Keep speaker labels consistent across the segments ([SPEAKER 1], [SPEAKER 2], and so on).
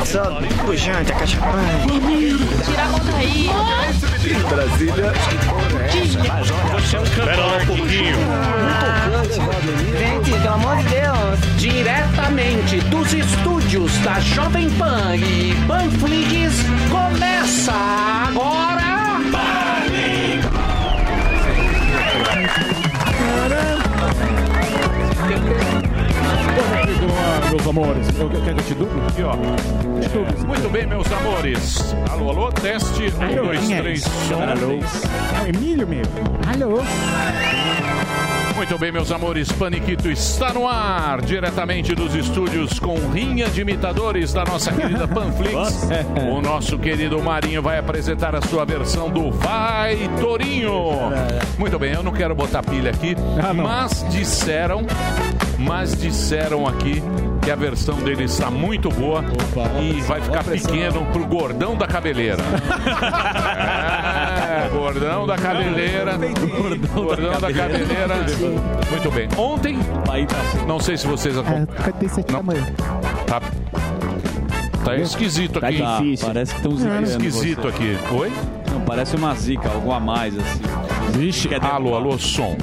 [SPEAKER 1] assado, pujante, a cachapã.
[SPEAKER 2] Tira a mão daí.
[SPEAKER 3] Brasília.
[SPEAKER 4] Espera lá um pouquinho.
[SPEAKER 1] Gente, pelo amor de Deus.
[SPEAKER 5] Diretamente dos estúdios da Jovem Pan e Panflix, começa agora.
[SPEAKER 6] meus amores. Eu, quer que eu te duplo?
[SPEAKER 4] Aqui, ó. Muito bem, meus amores. Alô, alô, teste. Um, dois, três, som.
[SPEAKER 6] É Emílio, meu. Alô.
[SPEAKER 4] Muito bem, meus amores, Paniquito está no ar, diretamente dos estúdios com rinha de imitadores da nossa querida Panflix. o nosso querido Marinho vai apresentar a sua versão do Vai Torinho. Muito bem, eu não quero botar pilha aqui,
[SPEAKER 6] É. Ah, não.
[SPEAKER 4] mas disseram, mas disseram aqui que a versão dele está muito boa e vai ficar pequeno pro gordão da cabeleira. É, gordão da cabeleira. Gordão da cabeleira. Muito bem. Ontem, não sei se vocês
[SPEAKER 7] Ah,
[SPEAKER 4] acom- tá Tá esquisito aqui.
[SPEAKER 3] Tá,
[SPEAKER 4] hein?
[SPEAKER 3] parece que estão
[SPEAKER 4] Tá
[SPEAKER 3] zicando.
[SPEAKER 4] esquisito aqui. Oi?
[SPEAKER 3] você. Não, parece uma zica, algo a mais, assim. Vixe,
[SPEAKER 4] Alô, alô, som.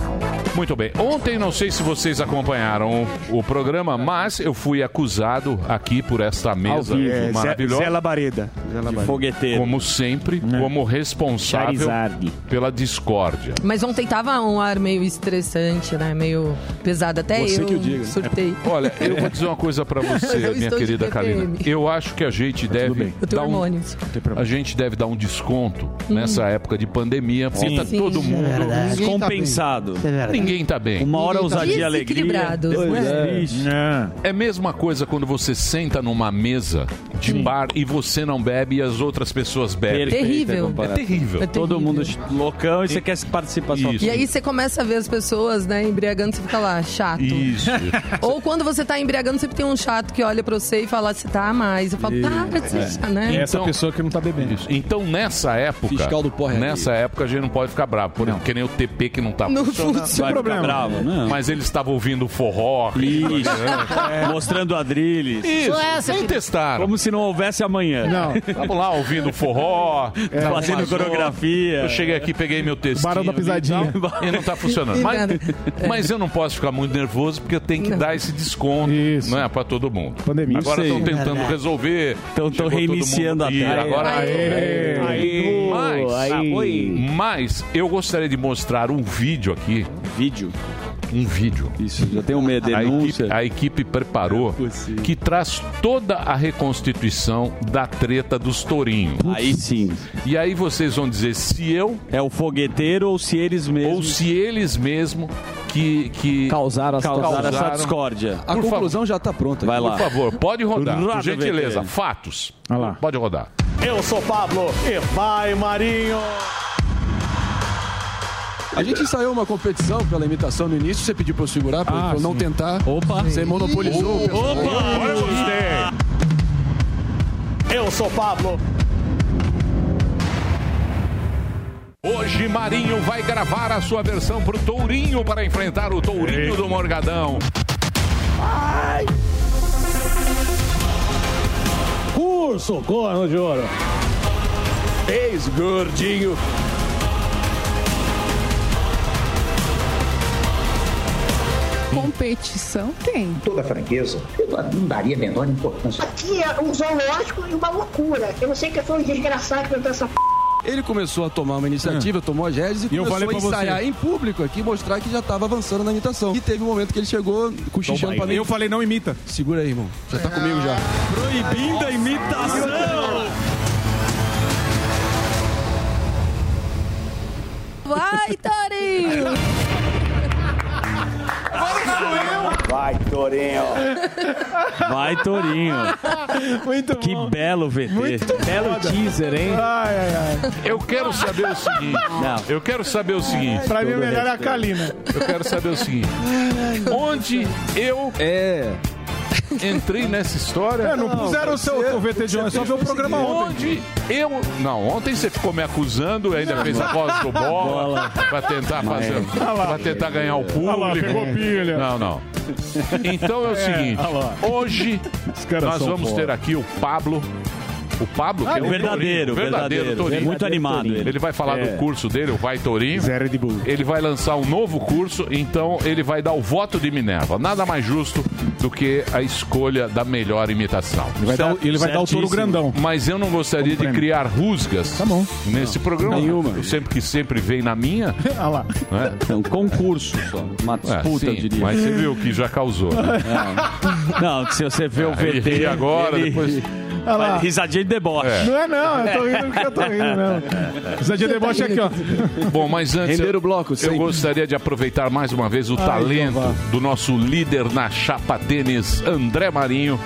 [SPEAKER 4] Muito bem. Ontem, não sei se vocês acompanharam o, o programa, mas eu fui acusado aqui por esta mesa
[SPEAKER 6] É, Zé,
[SPEAKER 4] maravilhosa.
[SPEAKER 6] Zé Labareda. Zé Labareda.
[SPEAKER 3] Fogueteiro.
[SPEAKER 4] Como sempre, como responsável
[SPEAKER 6] Charizard.
[SPEAKER 4] pela discórdia.
[SPEAKER 2] Mas ontem tava um ar meio estressante, né? Meio pesado. Até
[SPEAKER 3] Você
[SPEAKER 2] É, eu
[SPEAKER 3] que o
[SPEAKER 4] né?
[SPEAKER 3] diga. né?
[SPEAKER 2] surtei.
[SPEAKER 4] Olha, eu vou dizer uma coisa pra você, minha
[SPEAKER 2] Eu estou de
[SPEAKER 4] querida
[SPEAKER 2] TPM.
[SPEAKER 4] Karina. Eu acho que a gente
[SPEAKER 3] Tá
[SPEAKER 4] deve
[SPEAKER 2] Eu tenho
[SPEAKER 4] dar um,
[SPEAKER 2] hormônios.
[SPEAKER 4] a gente deve dar um desconto nessa época de pandemia, porque tá
[SPEAKER 2] Sim.
[SPEAKER 4] todo
[SPEAKER 2] Sim.
[SPEAKER 3] É
[SPEAKER 4] mundo,
[SPEAKER 3] tá Compensado.
[SPEAKER 4] ninguém tá bem.
[SPEAKER 3] Uma hora ousadia e alegria.
[SPEAKER 2] Desequilibrados.
[SPEAKER 3] Depois
[SPEAKER 2] né?
[SPEAKER 3] triste.
[SPEAKER 6] É.
[SPEAKER 4] É a mesma coisa quando você senta numa mesa de bar e você não bebe e as outras pessoas bebem.
[SPEAKER 3] Perfeita
[SPEAKER 2] Terrível.
[SPEAKER 4] É
[SPEAKER 3] comparação.
[SPEAKER 4] terrível.
[SPEAKER 2] É
[SPEAKER 3] Todo
[SPEAKER 2] terrível.
[SPEAKER 3] mundo loucão e você quer participar só.
[SPEAKER 4] Isso.
[SPEAKER 2] E aí você começa a ver as pessoas, né, embriagando, você fica lá, chato.
[SPEAKER 4] Isso.
[SPEAKER 2] Ou quando você tá embriagando, sempre tem um chato que olha pra você e fala, você tá a mais. Eu falo, para de ser
[SPEAKER 3] é.
[SPEAKER 2] chato, né?
[SPEAKER 6] Essa
[SPEAKER 4] Então-
[SPEAKER 6] pessoa que não tá bebendo.
[SPEAKER 4] isso. Então, nessa época.
[SPEAKER 8] Fiscal do
[SPEAKER 3] é
[SPEAKER 8] porra
[SPEAKER 4] Nessa época a gente não pode ficar bravo. Por exemplo, que nem o TP que não tá.
[SPEAKER 2] Não funciona.
[SPEAKER 3] Vai
[SPEAKER 6] problema.
[SPEAKER 3] ficar bravo, né? não.
[SPEAKER 4] Mas ele estava ouvindo forró.
[SPEAKER 3] Isso. É. Mostrando adrilles.
[SPEAKER 4] Isso.
[SPEAKER 2] Sou essa,
[SPEAKER 4] Nem
[SPEAKER 2] filho.
[SPEAKER 4] testaram.
[SPEAKER 3] Como se não houvesse amanhã. É.
[SPEAKER 6] Não.
[SPEAKER 4] Estavam lá ouvindo forró. tava
[SPEAKER 3] Fazendo
[SPEAKER 4] Amazônia.
[SPEAKER 3] coreografia.
[SPEAKER 4] Eu cheguei aqui, peguei meu texto.
[SPEAKER 6] Barão da pisadinha.
[SPEAKER 4] E não tá funcionando. Mas, mas eu não posso ficar muito nervoso porque eu tenho que
[SPEAKER 2] Não.
[SPEAKER 4] dar esse desconto
[SPEAKER 6] Isso.
[SPEAKER 4] né, pra todo mundo.
[SPEAKER 6] Pandemia.
[SPEAKER 4] Agora
[SPEAKER 3] Isso aí.
[SPEAKER 4] estão tentando resolver.
[SPEAKER 3] Então estão
[SPEAKER 4] Chegou todo
[SPEAKER 3] reiniciando
[SPEAKER 4] mundo. E
[SPEAKER 3] a
[SPEAKER 4] agora. é Ah,
[SPEAKER 6] Aê.
[SPEAKER 4] Aê. Mas,
[SPEAKER 3] Oi.
[SPEAKER 4] mas eu gostaria de mostrar um vídeo aqui.
[SPEAKER 3] Vídeo.
[SPEAKER 4] Um vídeo.
[SPEAKER 3] Isso, já tem uma
[SPEAKER 4] A
[SPEAKER 3] denúncia. É
[SPEAKER 4] equipe, a equipe preparou
[SPEAKER 3] possível.
[SPEAKER 4] que traz toda a reconstituição da treta dos tourinhos.
[SPEAKER 3] Aí sim.
[SPEAKER 4] E aí vocês vão dizer se eu
[SPEAKER 3] É o fogueteiro ou se eles
[SPEAKER 4] ou
[SPEAKER 3] mesmos
[SPEAKER 4] se eles mesmos que, que
[SPEAKER 8] Causar a
[SPEAKER 3] causaram,
[SPEAKER 4] causaram.
[SPEAKER 3] essa discórdia.
[SPEAKER 8] A
[SPEAKER 4] Por
[SPEAKER 8] conclusão já tá pronta.
[SPEAKER 3] Vai lá.
[SPEAKER 4] Por favor, pode rodar.
[SPEAKER 3] Roda,
[SPEAKER 4] Por gentileza,
[SPEAKER 3] VT.
[SPEAKER 4] fatos.
[SPEAKER 6] Olha lá.
[SPEAKER 4] Pode rodar.
[SPEAKER 6] Eu sou Pablo e vai, Marinho.
[SPEAKER 8] A gente ensaiou uma competição pela imitação no início. Você pediu pra eu segurar, pra
[SPEAKER 6] Ah,
[SPEAKER 8] eu não
[SPEAKER 6] sim.
[SPEAKER 8] tentar. Opa. Você monopolizou. o
[SPEAKER 4] Agora eu gostei.
[SPEAKER 6] Eu sou Pablo.
[SPEAKER 4] Hoje Marinho vai gravar a sua versão pro Tourinho para enfrentar o Tourinho do Morgadão.
[SPEAKER 6] Curso, corno de ouro.
[SPEAKER 8] Ex-gordinho.
[SPEAKER 9] Competição tem.
[SPEAKER 10] toda franqueza, eu não daria a menor importância.
[SPEAKER 11] Aqui é um zoológico e uma loucura. Eu não sei que foi um desgraçado que inventou essa p.
[SPEAKER 8] Ele começou a tomar uma iniciativa, tomou as rédeas e,
[SPEAKER 6] eu
[SPEAKER 8] começou
[SPEAKER 6] falei
[SPEAKER 8] a
[SPEAKER 6] pra você.
[SPEAKER 8] ensaiar em público aqui, mostrar que já tava avançando na imitação. E teve um momento que ele chegou cochichando pra mim.
[SPEAKER 6] Eu falei, não imita.
[SPEAKER 8] Segura aí, irmão. Já
[SPEAKER 6] É.
[SPEAKER 8] tá comigo já.
[SPEAKER 3] Proibindo a imitação.
[SPEAKER 2] Vai, Torinho!
[SPEAKER 3] Vai, Torinho.
[SPEAKER 6] Muito
[SPEAKER 3] Que belo VT. belo teaser, hein?
[SPEAKER 6] Ai, ai, ai.
[SPEAKER 4] Eu quero saber o seguinte.
[SPEAKER 3] Não.
[SPEAKER 4] Eu quero saber o seguinte.
[SPEAKER 6] Pra mim, o melhor é a Kalina.
[SPEAKER 4] Eu quero saber o seguinte. Onde eu
[SPEAKER 8] É.
[SPEAKER 4] entrei nessa história?
[SPEAKER 6] É, não puseram o seu o VT de ontem, só ver o programa ontem.
[SPEAKER 4] Onde eu. Não, ontem você ficou me acusando, ainda fez a voz do bola, pra tentar fazer. pra tentar ganhar o
[SPEAKER 6] Olha lá,
[SPEAKER 4] público.
[SPEAKER 6] pegou pilha.
[SPEAKER 4] Não, não. Então é o seguinte,
[SPEAKER 12] olha lá.
[SPEAKER 4] hoje
[SPEAKER 12] Os caras
[SPEAKER 4] nós
[SPEAKER 12] são
[SPEAKER 4] vamos
[SPEAKER 12] foda.
[SPEAKER 4] ter aqui o Pablo. O Pablo,
[SPEAKER 6] Ah,
[SPEAKER 4] que é o
[SPEAKER 13] verdadeiro,
[SPEAKER 4] Torinho, verdadeiro
[SPEAKER 13] verdadeiro.
[SPEAKER 4] Torinho.
[SPEAKER 13] Muito animado ele.
[SPEAKER 4] Ele vai falar
[SPEAKER 13] É.
[SPEAKER 4] do curso dele, o Vai Torinho.
[SPEAKER 12] Zero de burro.
[SPEAKER 4] Ele vai lançar um novo curso, então ele vai dar o voto de Minerva. Nada mais justo do que a escolha da melhor imitação.
[SPEAKER 12] Ele vai, dar, o- ele vai dar o touro
[SPEAKER 13] Certíssimo.
[SPEAKER 12] grandão.
[SPEAKER 4] Mas eu não gostaria de
[SPEAKER 12] prêmio.
[SPEAKER 4] criar rusgas
[SPEAKER 12] Tá bom.
[SPEAKER 4] nesse programa.
[SPEAKER 13] nenhuma.
[SPEAKER 4] Eu sempre que sempre vem na minha,
[SPEAKER 12] Olha lá.
[SPEAKER 4] né?
[SPEAKER 13] É um concurso só. Uma
[SPEAKER 4] É,
[SPEAKER 13] disputa,
[SPEAKER 4] sim,
[SPEAKER 13] eu diria. É.
[SPEAKER 4] Mas você viu que já causou. Né?
[SPEAKER 13] Não, se você vê o
[SPEAKER 4] Ele
[SPEAKER 13] VT.
[SPEAKER 4] ri agora,
[SPEAKER 13] ele-
[SPEAKER 4] depois.
[SPEAKER 12] Olha lá.
[SPEAKER 13] Risadinha de deboche.
[SPEAKER 4] É.
[SPEAKER 12] Não é não, eu tô rindo porque eu tô rindo, não. Zé de deboche aqui, ó.
[SPEAKER 4] Bom, mas antes.
[SPEAKER 14] Render
[SPEAKER 4] eu-
[SPEAKER 14] o bloco,
[SPEAKER 4] Eu
[SPEAKER 14] sempre.
[SPEAKER 4] gostaria de aproveitar mais uma vez o talento
[SPEAKER 12] então
[SPEAKER 4] do nosso líder na chapa tênis, André Marinho.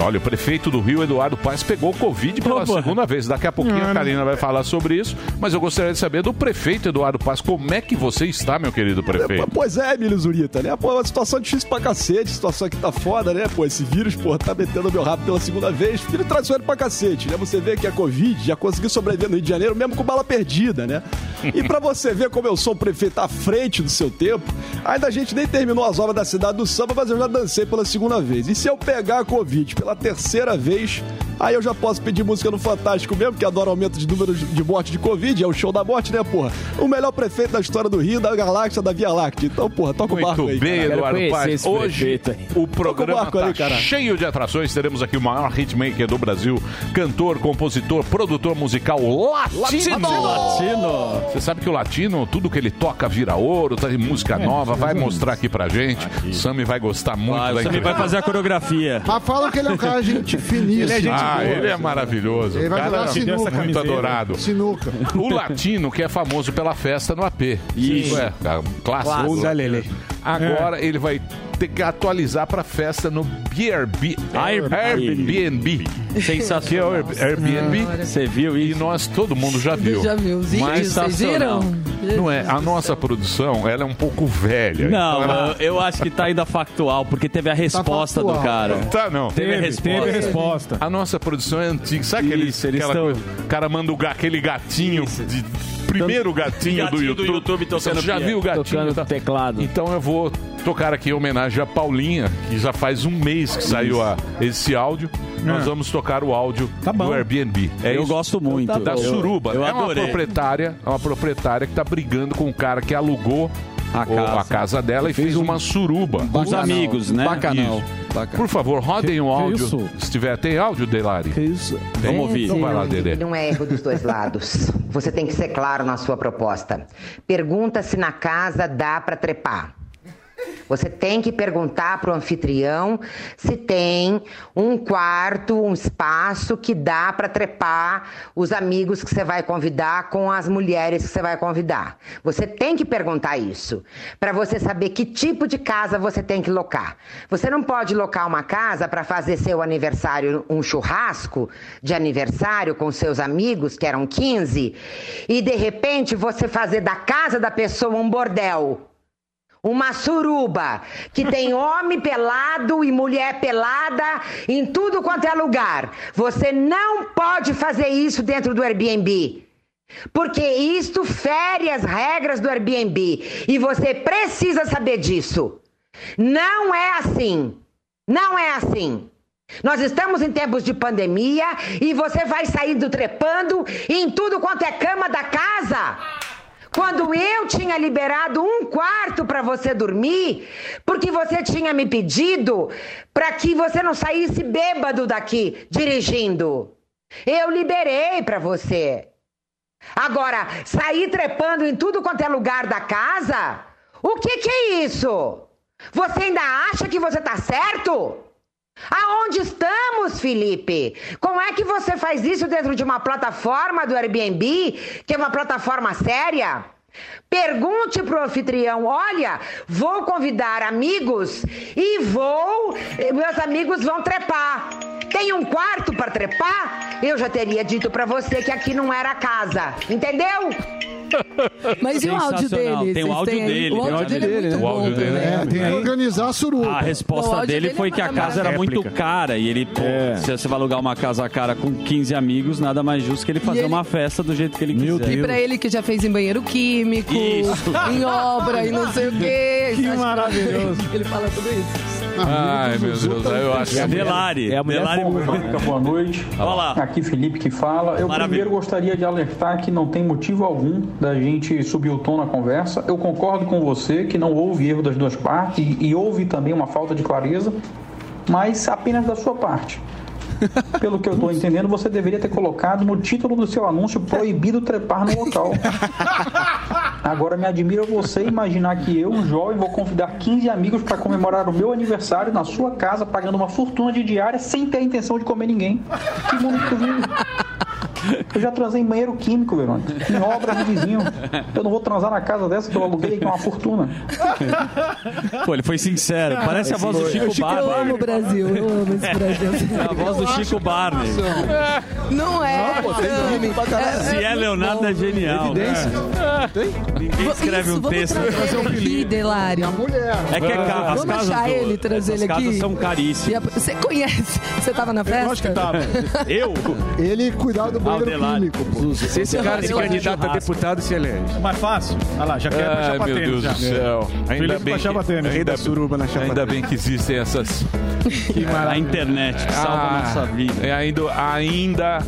[SPEAKER 4] Olha, o prefeito do Rio, Eduardo Paes, pegou o Covid pela
[SPEAKER 13] Opa.
[SPEAKER 4] segunda vez. Daqui a pouquinho a Karina vai falar sobre isso. Mas eu gostaria de saber do prefeito Eduardo Paes. Como é que você está, meu querido prefeito?
[SPEAKER 14] Pois é, Emílio Zurita, né? Pô, uma situação difícil pra cacete, situação que tá foda, né? Pô, esse vírus, pô, tá metendo meu rabo pela segunda vez. Filho traiçoeiro pra cacete, né? Você vê que a Covid já conseguiu sobreviver no Rio de Janeiro, mesmo com bala perdida, né? E pra você ver como eu sou um prefeito à frente do seu tempo, ainda a gente nem terminou as obras da cidade do samba, mas eu já dancei pela segunda vez. E se eu pegar a Covid pela terceira vez, aí eu já posso pedir música no Fantástico mesmo, que adora aumento de número de morte de Covid, é o show da morte, né, porra? O melhor prefeito da história do Rio, da galáxia, da Via Láctea. Então, porra, toca o barco
[SPEAKER 4] Muito
[SPEAKER 14] aí.
[SPEAKER 4] bem,
[SPEAKER 14] cara.
[SPEAKER 4] Eduardo Paes.
[SPEAKER 3] esse
[SPEAKER 4] Hoje
[SPEAKER 3] prefeito aí.
[SPEAKER 4] o programa tá
[SPEAKER 14] barco aí,
[SPEAKER 4] está
[SPEAKER 14] cara.
[SPEAKER 4] cheio de atrações. Teremos aqui o maior hitmaker do Brasil, cantor, compositor, produtor musical latino.
[SPEAKER 13] Latino.
[SPEAKER 4] Você sabe que o latino, tudo que ele toca vira ouro, tá em música nova, vai mostrar aqui pra gente. Sammy vai gostar muito
[SPEAKER 13] Ah,
[SPEAKER 4] da
[SPEAKER 13] você vai
[SPEAKER 4] entrevista.
[SPEAKER 13] fazer a coreografia.
[SPEAKER 7] Mas falam que ele é um cara gente finíssimo. Ele
[SPEAKER 4] ah, ele é maravilhoso.
[SPEAKER 7] Ele vai
[SPEAKER 4] Cara,
[SPEAKER 7] jogar sinuca.
[SPEAKER 13] é
[SPEAKER 4] muito
[SPEAKER 12] Camiseta.
[SPEAKER 4] adorado.
[SPEAKER 7] Sinuca.
[SPEAKER 4] O latino que é famoso pela festa no AP. Isso. É, cara, clássico. Agora ele vai ter que atualizar pra festa no BRB.
[SPEAKER 13] Airbnb.
[SPEAKER 4] Airbnb. Que é o
[SPEAKER 13] Sensacional.
[SPEAKER 4] Air- Airbnb.
[SPEAKER 13] Você viu
[SPEAKER 4] E
[SPEAKER 13] isso?
[SPEAKER 4] nós, todo mundo já viu.
[SPEAKER 2] Já viu os vídeos, vocês viram?
[SPEAKER 13] sensacional.
[SPEAKER 4] Não é? A nossa produção, ela é um pouco velha. Então
[SPEAKER 13] Não,
[SPEAKER 4] ela-
[SPEAKER 13] eu, eu acho que tá ainda factual, porque teve a resposta do
[SPEAKER 7] factual.
[SPEAKER 13] cara.
[SPEAKER 4] Tá, não.
[SPEAKER 13] Teve a
[SPEAKER 12] Teve
[SPEAKER 13] resposta.
[SPEAKER 12] resposta.
[SPEAKER 4] A nossa produção é antiga. Sabe aquele,
[SPEAKER 13] Isso, eles
[SPEAKER 4] aquela
[SPEAKER 13] tão-
[SPEAKER 4] coisa? O cara manda o ga- aquele gatinho de- Primeiro gatinho, do
[SPEAKER 13] Gatinho
[SPEAKER 4] YouTube.
[SPEAKER 13] do YouTube tocando
[SPEAKER 4] Você já
[SPEAKER 13] piano,
[SPEAKER 4] viu o gatinho?
[SPEAKER 3] tocando
[SPEAKER 4] e tal?
[SPEAKER 3] teclado.
[SPEAKER 4] Então eu vou tocar aqui em homenagem a Paulinha, que já faz um mês que saiu a, esse áudio. Nós vamos tocar o áudio
[SPEAKER 12] Tá bom.
[SPEAKER 4] do Airbnb. É
[SPEAKER 13] eu
[SPEAKER 4] isso.
[SPEAKER 13] gosto muito.
[SPEAKER 4] Da Suruba.
[SPEAKER 13] Eu
[SPEAKER 4] é uma
[SPEAKER 13] adorei.
[SPEAKER 4] proprietária, é uma proprietária que tá brigando com um cara que alugou
[SPEAKER 13] A
[SPEAKER 4] o-
[SPEAKER 13] casa.
[SPEAKER 4] a casa dela e fez uma suruba.
[SPEAKER 13] Com os amigos, né?
[SPEAKER 14] Bacanal.
[SPEAKER 13] Isso.
[SPEAKER 14] Bacanal.
[SPEAKER 4] Por favor, rodem o áudio.
[SPEAKER 12] isso?
[SPEAKER 4] Se tiver, tem áudio, Delari?
[SPEAKER 14] isso?
[SPEAKER 13] Vamos ouvir.
[SPEAKER 4] Então vai lá, Dedê.
[SPEAKER 15] Não é erro dos dois lados. Você tem que ser claro na sua proposta. Pergunta se na casa dá para trepar. Você tem que perguntar para o anfitrião se tem um quarto, um espaço que dá para trepar os amigos que você vai convidar com as mulheres que você vai convidar. Você tem que perguntar isso para você saber que tipo de casa você tem que locar. Você não pode locar uma casa para fazer seu aniversário, um churrasco de aniversário com seus amigos, que eram 15, e de repente você fazer da casa da pessoa um bordel. Uma suruba que tem homem pelado e mulher pelada em tudo quanto é lugar. Você não pode fazer isso dentro do Airbnb. Porque isto fere as regras do Airbnb e você precisa saber disso. Não é assim. Não é assim. Nós estamos em tempos de pandemia e você vai saindo trepando em tudo quanto é cama da casa. Quando eu tinha liberado um quarto para você dormir, porque você tinha me pedido para que você não saísse bêbado daqui dirigindo. Eu liberei para você. Agora, sair trepando em tudo quanto é lugar da casa? O que, que é isso? Você ainda acha que você tá certo? Aonde estamos, Felipe? Como é que você faz isso dentro de uma plataforma do Airbnb, que é uma plataforma séria? Pergunte pro anfitrião: olha, vou convidar amigos e vou. Meus amigos vão trepar. Tem um quarto para trepar? Eu já teria dito para você que aqui não era casa, entendeu?
[SPEAKER 2] Mas e o áudio
[SPEAKER 3] Sensacional.
[SPEAKER 2] dele?
[SPEAKER 3] Tem o
[SPEAKER 2] Vocês
[SPEAKER 3] áudio
[SPEAKER 2] têm aí?
[SPEAKER 3] dele,
[SPEAKER 2] O
[SPEAKER 3] tem
[SPEAKER 2] áudio dele é muito
[SPEAKER 3] né?
[SPEAKER 2] bom.
[SPEAKER 3] áudio dele é
[SPEAKER 7] É,
[SPEAKER 3] muito
[SPEAKER 7] tem que
[SPEAKER 3] bom.
[SPEAKER 7] organizar a suruba.
[SPEAKER 3] A
[SPEAKER 2] O
[SPEAKER 3] resposta
[SPEAKER 2] áudio
[SPEAKER 3] dele
[SPEAKER 2] dele
[SPEAKER 3] foi
[SPEAKER 2] é
[SPEAKER 3] que a casa era muito cara e ele, pô,
[SPEAKER 8] É.
[SPEAKER 3] se você vai alugar uma casa cara com 15 amigos, nada mais justo que ele fazer
[SPEAKER 2] ele-
[SPEAKER 3] uma festa do jeito que ele quiser.
[SPEAKER 2] E pra ele que já fez em banheiro químico,
[SPEAKER 3] Isso.
[SPEAKER 2] em obra e não sei o quê.
[SPEAKER 12] Que
[SPEAKER 2] Acho
[SPEAKER 12] maravilhoso.
[SPEAKER 2] Ele fala tudo isso.
[SPEAKER 4] Ai, meu Deus, aí eu acho.
[SPEAKER 3] É a Delari. É a Delari.
[SPEAKER 10] Boa noite.
[SPEAKER 3] Olha lá.
[SPEAKER 10] Aqui Felipe que fala. Eu
[SPEAKER 3] Maravilha.
[SPEAKER 10] primeiro gostaria de alertar que não tem motivo algum da gente subir o tom na conversa. Eu concordo com você que não houve erro das duas partes e, e houve também uma falta de clareza, mas apenas da sua parte. Pelo que eu estou entendendo, você deveria ter colocado no título do seu anúncio proibido trepar no local. Agora me admira você imaginar que eu, um jovem, vou convidar 15 amigos para comemorar o meu aniversário na sua casa, pagando uma fortuna de diária sem ter a intenção de comer ninguém. Que mundo que tu vive? Eu já transei em banheiro químico, Verônica. Em obra do vizinho. Eu não vou transar na casa dessa que eu aluguei, que é uma fortuna.
[SPEAKER 3] Pô, ele foi sincero. Parece a voz do Chico
[SPEAKER 5] é
[SPEAKER 2] Eu amo
[SPEAKER 3] Barney.
[SPEAKER 2] o Brasil, eu amo esse Brasil.
[SPEAKER 3] É a voz do Chico Barney.
[SPEAKER 2] Não é, Sami.
[SPEAKER 3] Se é Leonardo, é genial.
[SPEAKER 7] Evidência.
[SPEAKER 2] É,
[SPEAKER 3] Ninguém escreve
[SPEAKER 2] Isso,
[SPEAKER 3] um texto.
[SPEAKER 2] Vamos
[SPEAKER 12] é
[SPEAKER 2] trazer ele aqui, Delário.
[SPEAKER 3] É que é ca- as
[SPEAKER 2] Vamos
[SPEAKER 3] casas
[SPEAKER 2] achar
[SPEAKER 3] do-
[SPEAKER 2] ele, trazer
[SPEAKER 3] as
[SPEAKER 2] ele aqui.
[SPEAKER 3] casas são caríssimas.
[SPEAKER 2] E a- Você conhece? Você tava na festa?
[SPEAKER 12] Lógico que tava.
[SPEAKER 3] Eu?
[SPEAKER 7] Ele cuidar do banheiro
[SPEAKER 3] Aldelário.
[SPEAKER 7] químico, pô.
[SPEAKER 8] Se esse cara
[SPEAKER 7] é
[SPEAKER 8] se candidata a deputado, se elege.
[SPEAKER 12] É Mais fácil. Olha lá, já quer pra
[SPEAKER 4] Ai,
[SPEAKER 12] chapa
[SPEAKER 4] meu
[SPEAKER 12] tênis,
[SPEAKER 4] Deus
[SPEAKER 12] já.
[SPEAKER 4] do céu. Ainda
[SPEAKER 12] Felipe
[SPEAKER 4] bem,
[SPEAKER 12] pra
[SPEAKER 4] que,
[SPEAKER 12] chapa tênis.
[SPEAKER 4] ainda,
[SPEAKER 8] suruba na chapa
[SPEAKER 4] ainda bem que existem essas.
[SPEAKER 3] É, A internet que salva a nossa vida.
[SPEAKER 4] é, ainda, ainda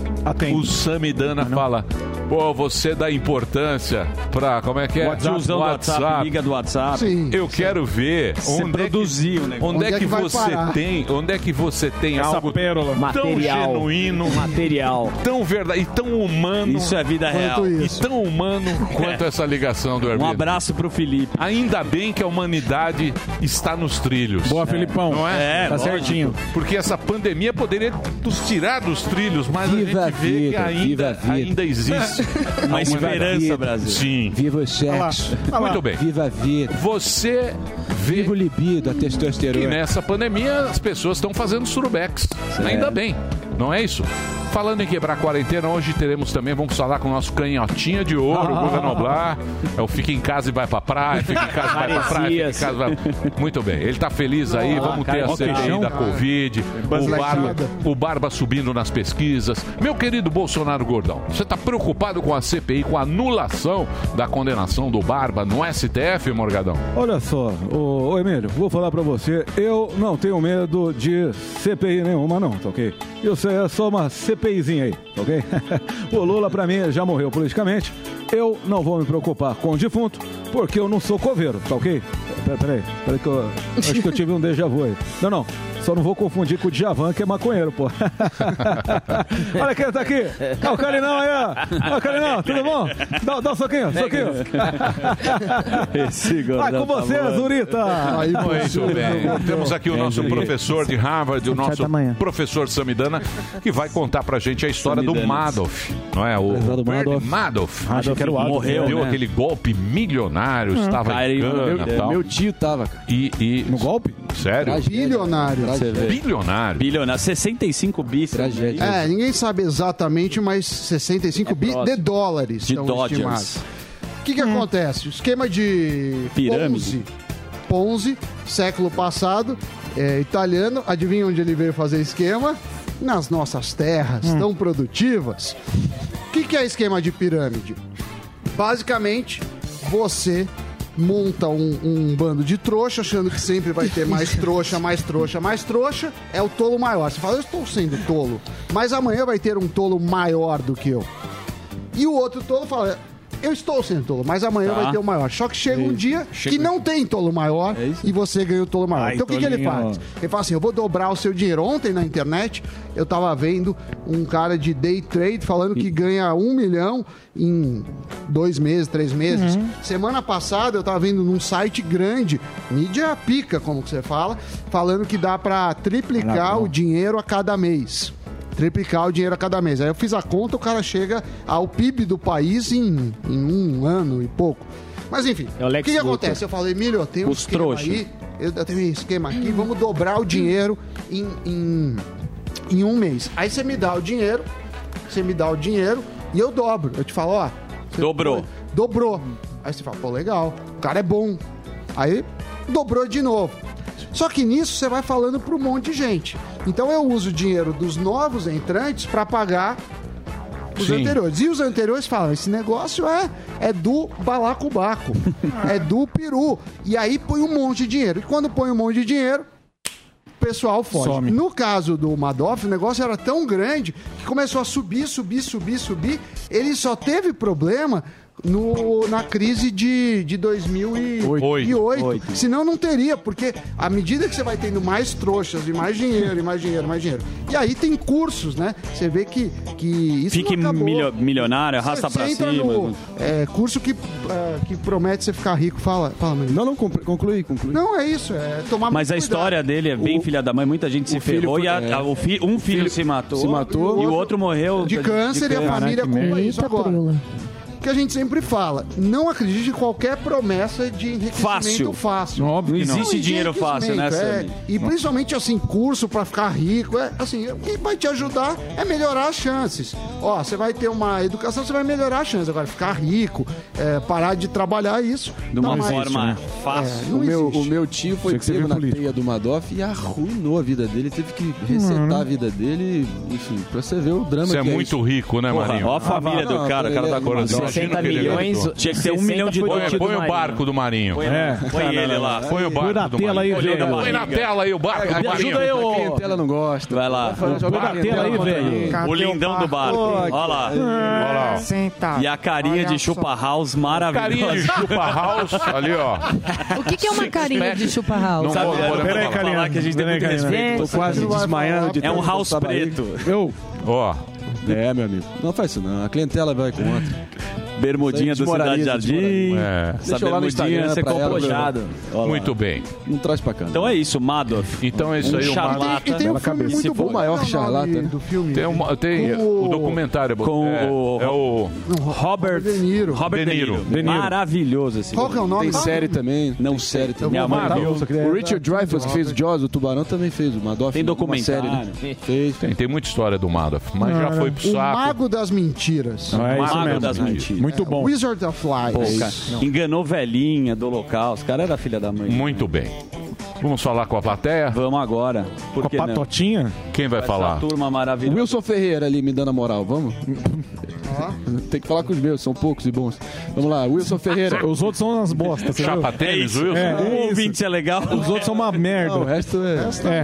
[SPEAKER 4] o Samidana fala. Pô, você dá importância pra. Como é que é?
[SPEAKER 3] WhatsApp, tiozão do WhatsApp, liga do WhatsApp.
[SPEAKER 7] Sim.
[SPEAKER 4] Eu quero ver
[SPEAKER 3] Você
[SPEAKER 4] onde é, que,
[SPEAKER 3] produzir o negócio.
[SPEAKER 4] onde é
[SPEAKER 7] Onde é
[SPEAKER 4] que
[SPEAKER 7] que vai
[SPEAKER 4] você
[SPEAKER 7] parar?
[SPEAKER 4] tem, onde é que você tem
[SPEAKER 12] Essa
[SPEAKER 4] algo
[SPEAKER 12] pérola.
[SPEAKER 4] tão
[SPEAKER 8] Material.
[SPEAKER 4] genuíno,
[SPEAKER 8] Material.
[SPEAKER 4] tão verdade, e tão humano,
[SPEAKER 3] Isso é vida real.
[SPEAKER 7] Quanto
[SPEAKER 4] e
[SPEAKER 7] isso.
[SPEAKER 4] tão humano quanto essa ligação do
[SPEAKER 3] Um
[SPEAKER 4] Airbnb.
[SPEAKER 3] abraço pro Felipe.
[SPEAKER 4] Ainda bem que a humanidade está nos trilhos.
[SPEAKER 12] Boa, Felipão.
[SPEAKER 4] Não é?
[SPEAKER 3] É, Tá lógico. certinho.
[SPEAKER 4] Porque essa pandemia poderia nos tirar dos trilhos, mas
[SPEAKER 8] Viva
[SPEAKER 4] a
[SPEAKER 8] a
[SPEAKER 4] gente vê que
[SPEAKER 8] vida, viva
[SPEAKER 4] ainda,
[SPEAKER 8] a vida.
[SPEAKER 4] ainda existe.
[SPEAKER 3] Uma
[SPEAKER 4] a humanidade.
[SPEAKER 3] esperança, Brasil.
[SPEAKER 4] Sim.
[SPEAKER 8] Viva o sexo.
[SPEAKER 4] Muito bem.
[SPEAKER 8] Viva a vida.
[SPEAKER 4] Você vê
[SPEAKER 8] Viva o libido, a
[SPEAKER 4] que
[SPEAKER 3] Né?
[SPEAKER 8] testosterona.
[SPEAKER 4] nessa pandemia as pessoas estão fazendo surubex. Ainda bem, não é isso? Falando em quebrar a quarentena, hoje teremos também, vamos falar com o nosso canhotinha de ouro,
[SPEAKER 3] Ah.
[SPEAKER 4] o Guga Noblar. É o fica em casa e vai pra praia, fica em casa e vai pra praia, fica em casa e vai... Muito bem, ele tá feliz aí, vamos ter
[SPEAKER 3] Ah, cara,
[SPEAKER 4] a
[SPEAKER 3] ó,
[SPEAKER 4] CPI
[SPEAKER 3] feijão.
[SPEAKER 4] da Covid, o Barba, o Barba subindo nas pesquisas. Meu querido Bolsonaro Gordão, você tá preocupado com a CPI, com a anulação da condenação do Barba no STF, Morgadão?
[SPEAKER 6] Olha só, ô, ô Emílio, vou falar pra você. Eu não tenho medo de CPI nenhuma, não, tá ok? Isso é só uma CPIzinha aí, tá ok? o Lula, pra mim, já morreu politicamente. Eu não vou me preocupar com o defunto, porque eu não sou coveiro, tá ok? Pera- Peraí, peraí que eu acho que eu tive um déjà vu aí. Não, não, só não vou confundir com o Djavan, que é maconheiro, pô. Olha quem tá aqui. Ah, o Carinão aí, ó. Ah, o Carinão, tudo bom? Dá, dá um soquinho, soquinho.
[SPEAKER 8] É
[SPEAKER 3] Esse
[SPEAKER 6] Vai
[SPEAKER 3] gordão
[SPEAKER 6] com
[SPEAKER 3] tá
[SPEAKER 6] você,
[SPEAKER 3] voando.
[SPEAKER 6] Zurita.
[SPEAKER 7] Aí, pô,
[SPEAKER 4] Muito bem. Temos aqui o nosso
[SPEAKER 3] Entendi.
[SPEAKER 4] professor de Harvard, o nosso
[SPEAKER 8] da manhã.
[SPEAKER 4] professor Samidana, que vai contar pra gente a história do
[SPEAKER 3] Samidana.
[SPEAKER 4] Madoff, não é? O
[SPEAKER 8] Prezado
[SPEAKER 4] Bernie
[SPEAKER 8] Madoff.
[SPEAKER 4] Madoff.
[SPEAKER 3] Acho que era o Adolf. Morreu,
[SPEAKER 4] Deu
[SPEAKER 3] né?
[SPEAKER 4] aquele golpe
[SPEAKER 8] Hum.
[SPEAKER 4] milionário, estava em
[SPEAKER 3] Caiu,
[SPEAKER 4] cana e
[SPEAKER 3] meu-
[SPEAKER 4] tal.
[SPEAKER 8] é, Meu tio tava, cara.
[SPEAKER 4] E, e-
[SPEAKER 8] No golpe?
[SPEAKER 4] Sério?
[SPEAKER 7] Bilionário.
[SPEAKER 8] Pra você ver.
[SPEAKER 4] Bilionário.
[SPEAKER 3] Bilionário, 65 bis.
[SPEAKER 8] Tragédia.
[SPEAKER 7] É, ninguém sabe exatamente, mas 65 bi de
[SPEAKER 3] próximo.
[SPEAKER 7] dólares
[SPEAKER 3] De
[SPEAKER 7] são
[SPEAKER 3] Dodgers.
[SPEAKER 7] estimados. O que, que acontece? O esquema de
[SPEAKER 3] Pirâmide.
[SPEAKER 7] Ponzi, Ponzi, século passado, é, italiano. Adivinha onde ele veio fazer esquema? Nas nossas terras tão produtivas. O que, que é esquema de pirâmide? Basicamente, você monta um, um bando de trouxa, achando que sempre vai ter mais trouxa, mais trouxa, mais trouxa. É o tolo maior. Você fala, eu estou sendo tolo, mas amanhã vai ter um tolo maior do que eu. E o outro tolo fala. Eu estou sendo tolo, mas amanhã
[SPEAKER 3] Tá.
[SPEAKER 7] vai ter o maior. Só que chega um dia que não tem tolo maior e você ganha o tolo maior.
[SPEAKER 6] Ai,
[SPEAKER 7] então o que, que ele
[SPEAKER 6] tolinho.
[SPEAKER 7] faz? Ele fala assim: eu vou dobrar o seu dinheiro. Ontem na internet eu tava vendo um cara de day trade falando que ganha um milhão em dois meses, três meses.
[SPEAKER 8] Uhum.
[SPEAKER 7] Semana passada eu tava vendo num site grande, mídia pica, como que você fala, falando que dá pra triplicar o dinheiro a cada mês. Triplicar o dinheiro a cada mês. Aí eu fiz a conta, o cara chega ao PIB do país em, em um ano e pouco. Mas enfim,
[SPEAKER 8] É o
[SPEAKER 7] o que,
[SPEAKER 8] Lex
[SPEAKER 7] que
[SPEAKER 8] Luthor.
[SPEAKER 7] acontece? Eu falei, Emílio, eu tenho um
[SPEAKER 3] Os
[SPEAKER 7] esquema
[SPEAKER 3] trouxa.
[SPEAKER 7] aí, eu eu tenho um esquema aqui, vamos dobrar o dinheiro em, em, em um mês. Aí você me dá o dinheiro, você me dá o dinheiro e eu dobro. Eu te falo, ó. você
[SPEAKER 3] Dobrou.
[SPEAKER 7] põe- dobrou. Aí você fala, pô, legal, o cara é bom. Aí dobrou de novo. Só que nisso você vai falando para um monte de gente. Então eu uso o dinheiro dos novos entrantes para pagar os
[SPEAKER 16] Sim.
[SPEAKER 7] anteriores. E os anteriores falam: esse negócio é, é do balacobaco, é do peru. E aí põe um monte de dinheiro. E quando põe um monte de dinheiro, o pessoal foge.
[SPEAKER 16] Some.
[SPEAKER 7] No caso do Madoff, o negócio era tão grande que começou a subir, subir, subir, subir. Ele só teve problema. No, na crise de, de 2008.
[SPEAKER 4] Oito.
[SPEAKER 7] Oito. Senão não teria, porque à medida que você vai tendo mais trouxas e mais dinheiro, e mais dinheiro, mais dinheiro. E aí tem cursos, né? Você vê que, que É, isso
[SPEAKER 3] Fique
[SPEAKER 7] não acabou.
[SPEAKER 3] milho- milionário, arrasta
[SPEAKER 7] Você
[SPEAKER 3] pra
[SPEAKER 7] entra
[SPEAKER 3] cima. né?
[SPEAKER 7] no, é, curso que, é, que promete você ficar rico. Fala, fala Não, não, conclui, conclui. Não, é isso. É tomar
[SPEAKER 3] Mas a
[SPEAKER 7] muito cuidado.
[SPEAKER 3] história dele é bem filha da mãe, muita gente se
[SPEAKER 7] filho
[SPEAKER 3] ferrou
[SPEAKER 7] foi-
[SPEAKER 3] e a-
[SPEAKER 7] é.
[SPEAKER 3] a- o fi- um filho, se matou.
[SPEAKER 7] se matou.
[SPEAKER 3] E o outro morreu
[SPEAKER 7] de câncer
[SPEAKER 3] né?
[SPEAKER 7] e a família culpa isso agora. O que a gente sempre fala, não acredite em qualquer promessa de enriquecimento
[SPEAKER 3] Fácil.
[SPEAKER 7] fácil.
[SPEAKER 3] Óbvio que não.
[SPEAKER 7] Não
[SPEAKER 3] existe dinheiro fácil, né,
[SPEAKER 7] enriquecimento, é.
[SPEAKER 3] Sammy?
[SPEAKER 7] E principalmente assim, curso pra ficar rico, é assim, o que vai te ajudar é melhorar as chances. Ó, você vai ter uma educação, você vai melhorar as chances. Agora, ficar rico, é, parar de trabalhar isso.
[SPEAKER 3] De uma
[SPEAKER 8] Tá
[SPEAKER 7] não mais-
[SPEAKER 3] forma
[SPEAKER 7] É,
[SPEAKER 8] o,
[SPEAKER 7] não
[SPEAKER 8] né? meu,
[SPEAKER 7] existe.
[SPEAKER 8] o meu tio foi
[SPEAKER 7] Tinha que ser
[SPEAKER 8] pego na
[SPEAKER 7] político.
[SPEAKER 8] teia do Madoff e arruinou a vida dele. Teve que resetar
[SPEAKER 4] Mano.
[SPEAKER 8] a vida dele, enfim, pra você ver o drama
[SPEAKER 4] Uhum. Você é
[SPEAKER 8] que
[SPEAKER 4] muito
[SPEAKER 8] isso.
[SPEAKER 4] rico, né,
[SPEAKER 8] Porra,
[SPEAKER 4] Marinho?
[SPEAKER 8] ó a família
[SPEAKER 4] Ah,
[SPEAKER 8] do cara, o cara tá
[SPEAKER 4] ele é
[SPEAKER 8] acordado.
[SPEAKER 4] imagina
[SPEAKER 8] 60
[SPEAKER 4] que ele é
[SPEAKER 8] milhões,
[SPEAKER 4] rico.
[SPEAKER 8] tinha que ser um 60 milhão de foi dólares.
[SPEAKER 4] Põe, põe
[SPEAKER 8] do
[SPEAKER 4] o
[SPEAKER 8] Marinho.
[SPEAKER 4] barco do Marinho.
[SPEAKER 8] Põe- É. põe
[SPEAKER 4] Não, não,
[SPEAKER 8] ele
[SPEAKER 4] não,
[SPEAKER 8] lá.
[SPEAKER 4] Põe o
[SPEAKER 8] Põe
[SPEAKER 4] barco
[SPEAKER 8] na
[SPEAKER 4] do
[SPEAKER 8] tela aí,
[SPEAKER 4] Marinho. Põe
[SPEAKER 8] velho.
[SPEAKER 4] na- Põe na tela aí o barco do Marinho.
[SPEAKER 8] A clientela não gosta. Vai lá.
[SPEAKER 3] Põe na tela aí, velho. O lindão do barco. Olha lá. Olha lá.
[SPEAKER 17] Senta.
[SPEAKER 3] E a carinha de chupa house maravilhosa.
[SPEAKER 4] Carinha de chupa house, ali, ó.
[SPEAKER 2] O que, que é uma carinha de chupa house?
[SPEAKER 3] Sabe, peraí, Kalina. que a gente tem muito respeito.
[SPEAKER 8] Tô quase desmaiando de
[SPEAKER 3] É um
[SPEAKER 8] tanto
[SPEAKER 3] house
[SPEAKER 8] soltar barriga.
[SPEAKER 3] preto.
[SPEAKER 8] Eu.
[SPEAKER 4] Ó.
[SPEAKER 8] É, meu amigo. Não faz isso, não. A clientela vai com outra.
[SPEAKER 3] Bermudinha do
[SPEAKER 8] Isso aí
[SPEAKER 3] Cidade
[SPEAKER 8] desmoraliza,
[SPEAKER 3] Jardim.
[SPEAKER 8] desmoraliza.
[SPEAKER 3] Essa
[SPEAKER 8] Deixa eu lá no
[SPEAKER 3] bermudinha
[SPEAKER 8] Instagram
[SPEAKER 3] você
[SPEAKER 8] pra ela,
[SPEAKER 3] comprou
[SPEAKER 8] meu irmão.
[SPEAKER 3] jado. Olha lá.
[SPEAKER 4] É. Muito bem.
[SPEAKER 8] Não traz pra cá.
[SPEAKER 3] Então é isso, Madoff.
[SPEAKER 4] Então é isso
[SPEAKER 3] um
[SPEAKER 4] aí, o Madoff.
[SPEAKER 3] charlatan.
[SPEAKER 4] E tem um filme muito
[SPEAKER 3] Se
[SPEAKER 4] bom,
[SPEAKER 3] for-
[SPEAKER 4] o maior né?
[SPEAKER 7] charlatan. do filme.
[SPEAKER 4] Tem, uma, tem
[SPEAKER 7] Com o-
[SPEAKER 4] o documentário.
[SPEAKER 3] Com
[SPEAKER 4] é,
[SPEAKER 3] o-
[SPEAKER 4] É o...
[SPEAKER 3] Robert De Niro. Robert De
[SPEAKER 4] De Niro.
[SPEAKER 3] Niro.
[SPEAKER 4] De Niro.
[SPEAKER 3] Maravilhoso esse
[SPEAKER 7] Qual que é o nome?
[SPEAKER 8] Tem série também. Não, série também.
[SPEAKER 3] Minha mãe
[SPEAKER 8] Tá,
[SPEAKER 3] viu.
[SPEAKER 8] o Richard Dreyfuss que fez o Jaws, o Tubarão também fez o Madoff.
[SPEAKER 3] Tem
[SPEAKER 8] uma
[SPEAKER 3] documentário.
[SPEAKER 8] série, né?
[SPEAKER 4] Tem, tem muita história do Madoff, mas já foi pro
[SPEAKER 7] o
[SPEAKER 4] saco.
[SPEAKER 7] mago das mentiras.
[SPEAKER 3] Não, é isso Mago mesmo, das gente. mentiras. Muito bom.
[SPEAKER 7] É, Wizard of Lies.
[SPEAKER 3] Pô, cara, enganou velhinha do local. Os caras eram filha da mãe.
[SPEAKER 4] Muito bem. Vamos falar com a plateia?
[SPEAKER 3] Vamos agora. Por que né? não?
[SPEAKER 4] Quem vai
[SPEAKER 3] Essa
[SPEAKER 4] falar?
[SPEAKER 3] turma maravilhosa.
[SPEAKER 8] Wilson Ferreira ali me dando a moral, vamos? Tem que falar com os meus, são poucos e bons. Vamos lá, Wilson Ferreira.
[SPEAKER 12] Os outros são umas bostas. você viu?
[SPEAKER 3] É, um ouvinte é legal.
[SPEAKER 12] Os outros são uma merda.
[SPEAKER 8] Não, o resto é.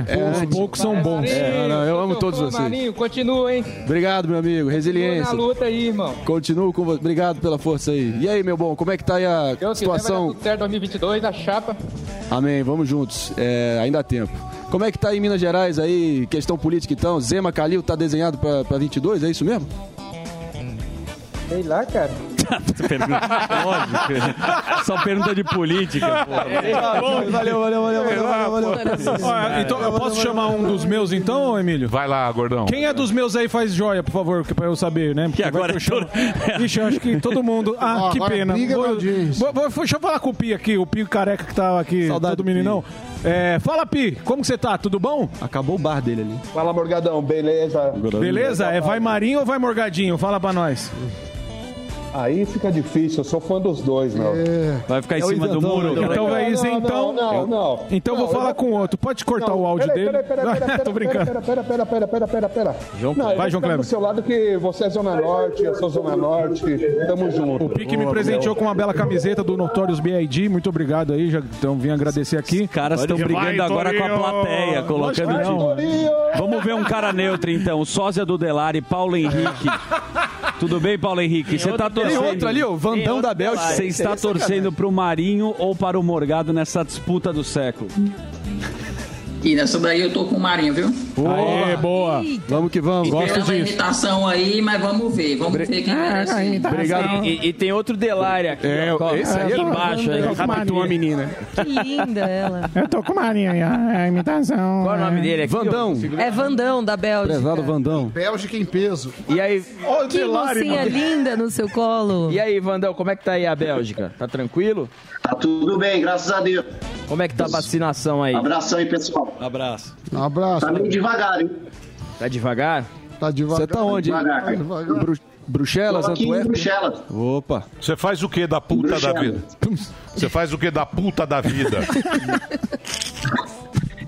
[SPEAKER 12] É,
[SPEAKER 8] é
[SPEAKER 12] os
[SPEAKER 8] antes.
[SPEAKER 12] poucos são bons.
[SPEAKER 8] É, não, eu amo todos vocês.
[SPEAKER 5] Marinho, continua, hein?
[SPEAKER 8] Obrigado, meu amigo.
[SPEAKER 5] na
[SPEAKER 8] Resiliência.
[SPEAKER 5] luta aí, irmão.
[SPEAKER 8] Continuo com você. Obrigado pela força aí. E aí, meu bom, como é que tá aí a
[SPEAKER 5] Eu quiser, vai dar
[SPEAKER 8] situação?
[SPEAKER 5] tudo certo 2022 na chapa.
[SPEAKER 8] Amém, vamos juntos. É, ainda há tempo. Como é que tá aí em Minas Gerais aí, questão política então? Zema Calil tá desenhado pra, pra 22, é isso mesmo?
[SPEAKER 5] Sei lá, cara.
[SPEAKER 3] Pergunta- Lógico. Só pergunta de política. pô.
[SPEAKER 8] Valeu, valeu, valeu, valeu, valeu,
[SPEAKER 6] Olha, então eu posso chamar um dos meus então, Emílio?
[SPEAKER 4] Vai lá, gordão.
[SPEAKER 6] Quem é dos meus aí faz joia, por favor, que pra eu saber, né? Porque agora eu chamo.
[SPEAKER 3] é
[SPEAKER 6] Ixi, eu acho que todo mundo. Ah,
[SPEAKER 7] Ó,
[SPEAKER 6] que
[SPEAKER 7] agora
[SPEAKER 6] pena.
[SPEAKER 7] briga na
[SPEAKER 6] Vou-
[SPEAKER 7] audiência.
[SPEAKER 6] vou- vou- deixa eu falar com o Pi aqui, o Pi careca que tava aqui,
[SPEAKER 8] Saudade
[SPEAKER 6] todo
[SPEAKER 8] do
[SPEAKER 6] meninão. É, fala, Pi, como que você tá? Tudo bom?
[SPEAKER 8] Acabou o bar dele ali.
[SPEAKER 18] Fala, Morgadão, beleza?
[SPEAKER 6] Beleza? É vai Marinho ou vai Morgadinho? Fala pra nós.
[SPEAKER 18] Aí fica difícil, eu sou fã dos dois, meu.
[SPEAKER 3] Vai ficar em
[SPEAKER 18] É o
[SPEAKER 3] cima do
[SPEAKER 18] isentão,
[SPEAKER 3] muro.
[SPEAKER 18] né?
[SPEAKER 3] cara.
[SPEAKER 6] Então vai
[SPEAKER 18] não,
[SPEAKER 6] então.
[SPEAKER 18] não, não.
[SPEAKER 6] Então
[SPEAKER 18] Não,
[SPEAKER 6] vou falar
[SPEAKER 18] eu-
[SPEAKER 6] com o outro. Pode cortar o áudio
[SPEAKER 18] Peraí,
[SPEAKER 6] dele.
[SPEAKER 18] peraí, peraí, pera, pera,
[SPEAKER 6] Tô brincando.
[SPEAKER 18] Pera, pera, pera, pera, pera, pera, pera.
[SPEAKER 6] João
[SPEAKER 18] Não,
[SPEAKER 6] Kleber. Vai,
[SPEAKER 18] eu vou
[SPEAKER 6] João
[SPEAKER 18] ficar
[SPEAKER 6] Kleber.
[SPEAKER 18] do seu lado que você é Zona Norte, eu sou Zona Norte, tamo junto. O
[SPEAKER 6] Pi que me presenteou com uma bela camiseta do Notorious B.I.D. Muito obrigado aí, já então vim agradecer aqui. Os
[SPEAKER 3] caras estão brigando agora com a plateia, colocando. Vamos ver um cara neutro, então. O sósia do Delari, Paulo Henrique. Tudo bem, Paulo Henrique? Você tá
[SPEAKER 8] outro- tem
[SPEAKER 3] torcendo.
[SPEAKER 8] outro ali, ó, Vandão
[SPEAKER 3] Tem outro
[SPEAKER 8] da Bélgica.
[SPEAKER 3] Você está
[SPEAKER 8] Isso aí é
[SPEAKER 3] torcendo pro Marinho ou para o Morgado nessa disputa do século?
[SPEAKER 19] E nessa daí eu tô com o Marinho, viu?
[SPEAKER 8] Boa, boa. Vamos que vamos.
[SPEAKER 19] Tem uma imitação aí, mas vamos ver. Vamos ver quem merece.
[SPEAKER 20] tá
[SPEAKER 21] E, assim, e- e tem outro Delária aqui.
[SPEAKER 8] É,
[SPEAKER 21] ó,
[SPEAKER 8] esse aí é
[SPEAKER 21] aqui
[SPEAKER 8] do-
[SPEAKER 21] embaixo, aí,
[SPEAKER 8] Eu tô com
[SPEAKER 21] raptou
[SPEAKER 8] mania.
[SPEAKER 21] uma menina.
[SPEAKER 2] Que linda ela.
[SPEAKER 12] Eu tô com Marinha aí, a a imitação.
[SPEAKER 21] Qual é o nome dele aqui?
[SPEAKER 8] Vandão.
[SPEAKER 2] É Vandão, da Bélgica.
[SPEAKER 8] Prezado Vandão.
[SPEAKER 21] Bélgica em peso. E aí...
[SPEAKER 2] Que mocinha linda no seu colo.
[SPEAKER 21] E aí, Vandão, como é que tá aí a Bélgica? Tá tranquilo? Tá tudo bem, graças a Deus. Como é que tá a vacinação aí?
[SPEAKER 20] Abração aí, pessoal.
[SPEAKER 3] Abraço.
[SPEAKER 7] Um abraço.
[SPEAKER 20] Tá meio devagar, hein?
[SPEAKER 21] Tá devagar?
[SPEAKER 7] Tá devagar.
[SPEAKER 21] Você tá onde, hein?
[SPEAKER 20] Devagar.
[SPEAKER 7] Tá devagar.
[SPEAKER 8] Bru- Bruxelas,
[SPEAKER 16] Tô aqui em
[SPEAKER 8] Antuérpia?
[SPEAKER 16] Bruxelas.
[SPEAKER 8] Opa.
[SPEAKER 4] Você faz o que da puta da vida? Você faz o que da puta da vida?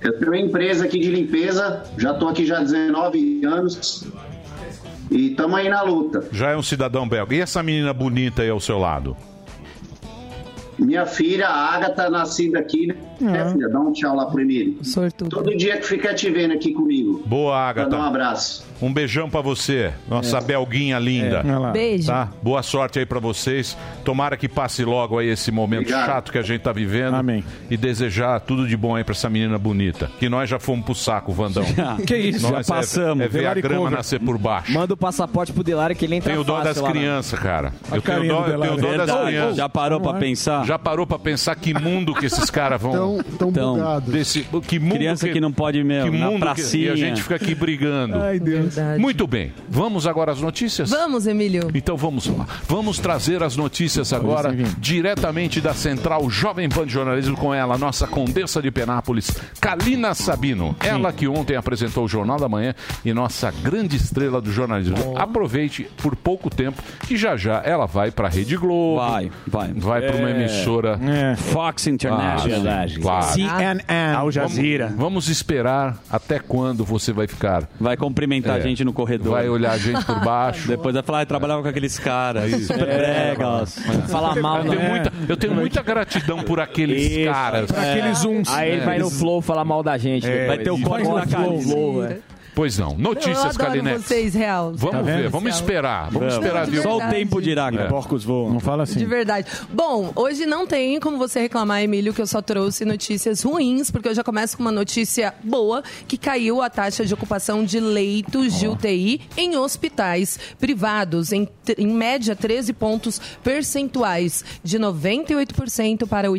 [SPEAKER 16] Eu tenho uma empresa aqui de limpeza, já tô aqui já há 19 anos e estamos aí na luta.
[SPEAKER 4] Já é um cidadão belga. E essa menina bonita aí ao seu lado?
[SPEAKER 16] Minha filha, a Agatha, nascida aqui, né, filha? Dá um tchau lá primeiro. Todo dia que fica te vendo aqui comigo.
[SPEAKER 4] Boa, Agatha.
[SPEAKER 16] Dá um abraço.
[SPEAKER 4] Um beijão pra você, nossa belguinha linda.
[SPEAKER 16] É, olha lá. Beijo.
[SPEAKER 4] Tá? Boa sorte aí pra vocês. Tomara que passe logo aí esse momento
[SPEAKER 16] Obrigado.
[SPEAKER 4] chato que a gente tá vivendo. Amém. E desejar tudo de bom aí pra essa menina bonita. Que nós já fomos pro saco, Vandão.
[SPEAKER 21] Que isso,
[SPEAKER 4] Nós
[SPEAKER 21] já
[SPEAKER 4] é-
[SPEAKER 21] passamos.
[SPEAKER 4] É, ver a
[SPEAKER 21] Delari
[SPEAKER 4] grama
[SPEAKER 21] cover.
[SPEAKER 4] nascer por baixo.
[SPEAKER 21] Manda o passaporte pro Delari que ele entra
[SPEAKER 4] Tenho dó
[SPEAKER 21] tá
[SPEAKER 4] das
[SPEAKER 21] fácil lá né? na-
[SPEAKER 4] crianças, cara.
[SPEAKER 21] A
[SPEAKER 4] Eu tenho
[SPEAKER 21] carinha
[SPEAKER 4] dó,
[SPEAKER 21] do
[SPEAKER 4] eu tenho
[SPEAKER 21] Delari.
[SPEAKER 4] dó das
[SPEAKER 21] Verdade.
[SPEAKER 4] crianças.
[SPEAKER 21] Já parou pra pensar?
[SPEAKER 4] Já parou pra pensar que mundo que esses caras vão...
[SPEAKER 21] Tão- tão Tão. bugados.
[SPEAKER 4] Desse, que mundo
[SPEAKER 21] Criança que não pode mesmo,
[SPEAKER 4] que
[SPEAKER 21] na
[SPEAKER 4] mundo que- E
[SPEAKER 21] pracinha.
[SPEAKER 4] a gente fica aqui brigando.
[SPEAKER 2] Ai, Deus.
[SPEAKER 4] Muito bem. Vamos agora às notícias?
[SPEAKER 2] Vamos, Emílio.
[SPEAKER 4] Então vamos lá. Vamos trazer as notícias agora diretamente da Central Jovem Pan de Jornalismo com ela, nossa condessa de Penápolis, Kalina Sabino. Ela que ontem apresentou o Jornal da Manhã e nossa grande estrela do jornalismo. Aproveite por pouco tempo que já já ela vai para a Rede Globo. Vai, vai. Vai para uma
[SPEAKER 3] É.
[SPEAKER 4] emissora.
[SPEAKER 3] Fox International.
[SPEAKER 4] Ah, sim, claro.
[SPEAKER 3] CNN. Al Jazeera.
[SPEAKER 4] Vamos, vamos esperar até quando você vai ficar.
[SPEAKER 3] Vai cumprimentar
[SPEAKER 4] É.
[SPEAKER 3] a gente no corredor.
[SPEAKER 4] Vai olhar a gente por baixo.
[SPEAKER 3] Depois vai falar, "Ah, eu trabalhava com aqueles caras. Super
[SPEAKER 4] É.
[SPEAKER 3] bregas.
[SPEAKER 4] É. eu tenho, muita, eu tenho muita gratidão por aqueles
[SPEAKER 21] Isso,
[SPEAKER 4] caras.
[SPEAKER 21] é. Aí
[SPEAKER 20] né?
[SPEAKER 21] ele
[SPEAKER 8] É.
[SPEAKER 21] vai no flow falar mal da gente.
[SPEAKER 4] É,
[SPEAKER 21] vai ter o
[SPEAKER 4] isso.
[SPEAKER 21] código
[SPEAKER 4] Vai
[SPEAKER 21] na
[SPEAKER 4] no
[SPEAKER 21] cara.
[SPEAKER 4] flow. Pois não.
[SPEAKER 2] é. Eu
[SPEAKER 4] Notícias,
[SPEAKER 2] adoro
[SPEAKER 4] Kalinex.
[SPEAKER 2] vocês, real.
[SPEAKER 4] Vamos
[SPEAKER 2] Tá
[SPEAKER 4] ver,
[SPEAKER 2] vendo?
[SPEAKER 4] vamos esperar. Vamos,
[SPEAKER 2] Vamos.
[SPEAKER 4] esperar
[SPEAKER 2] Não, de
[SPEAKER 4] ver.
[SPEAKER 2] verdade. Só o tempo
[SPEAKER 3] dirá,
[SPEAKER 4] É.
[SPEAKER 3] cara.
[SPEAKER 6] Porcos voam. Não fala assim.
[SPEAKER 2] De verdade. Bom, hoje não tem como você reclamar, Emílio, que eu só trouxe notícias ruins, porque eu já começo com uma notícia boa, que caiu a taxa de ocupação de leitos de UTI em hospitais privados, em, t- em média 13 pontos percentuais, de 98% para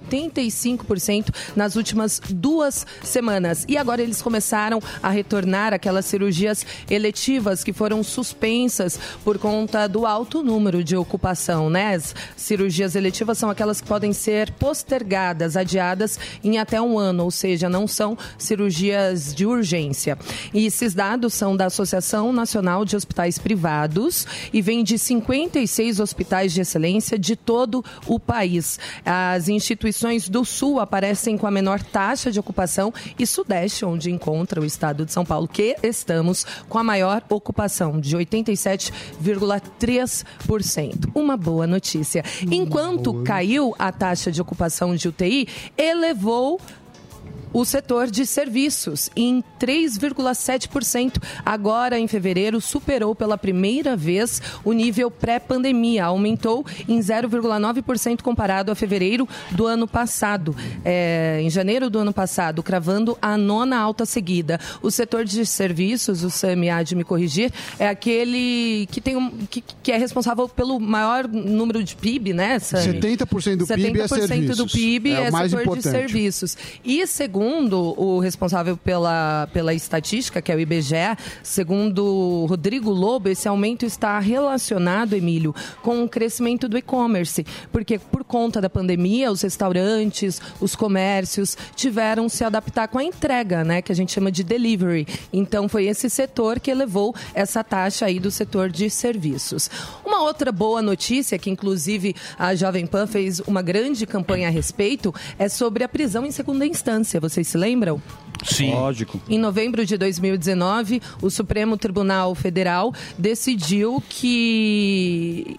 [SPEAKER 2] 85% nas últimas duas semanas. E agora eles começaram a retornar aquelas cirurgias eletivas que foram suspensas por conta do alto número de ocupação, né? As cirurgias eletivas são aquelas que podem ser postergadas, adiadas em até um ano, ou seja, não são cirurgias de urgência. E esses dados são da Associação Nacional de Hospitais Privados e vêm de 56 hospitais de excelência de todo o país. As instituições do Sul aparecem com a menor taxa de ocupação e Sudeste, onde encontra o estado de São Paulo, que estamos com a maior ocupação, de 87,3%. Uma boa notícia. Enquanto caiu a taxa de ocupação de UTI, elevou o setor de serviços em 3,7%. Agora, em fevereiro, superou pela primeira vez o nível pré-pandemia, aumentou em 0,9% comparado a fevereiro do ano passado, É, em janeiro do ano passado, cravando a nona alta seguida. O setor de serviços, o Sami há de me corrigir, é aquele que, tem um, que, que é responsável pelo maior número de PIB, né, Sami?
[SPEAKER 7] 70% do PIB é
[SPEAKER 2] 70% do
[SPEAKER 7] serviços.
[SPEAKER 2] PIB
[SPEAKER 7] É o
[SPEAKER 2] é,
[SPEAKER 7] mais
[SPEAKER 2] setor de
[SPEAKER 7] importante.
[SPEAKER 2] serviços serviços. E segundo o responsável pela, pela estatística, que é o IBGE, segundo Rodrigo Lobo, esse aumento está relacionado, Emílio, com o crescimento do e-commerce. Porque por conta da pandemia, os restaurantes, os comércios tiveram se adaptar com a entrega, né? Que a gente chama de delivery. Então foi esse setor que elevou essa taxa aí do setor de serviços. Uma outra boa notícia, que inclusive a Jovem Pan fez uma grande campanha a respeito, é sobre a prisão em segunda instância. Vocês se lembram?
[SPEAKER 4] Sim.
[SPEAKER 3] Lógico.
[SPEAKER 2] Em novembro de 2019, o Supremo Tribunal Federal decidiu que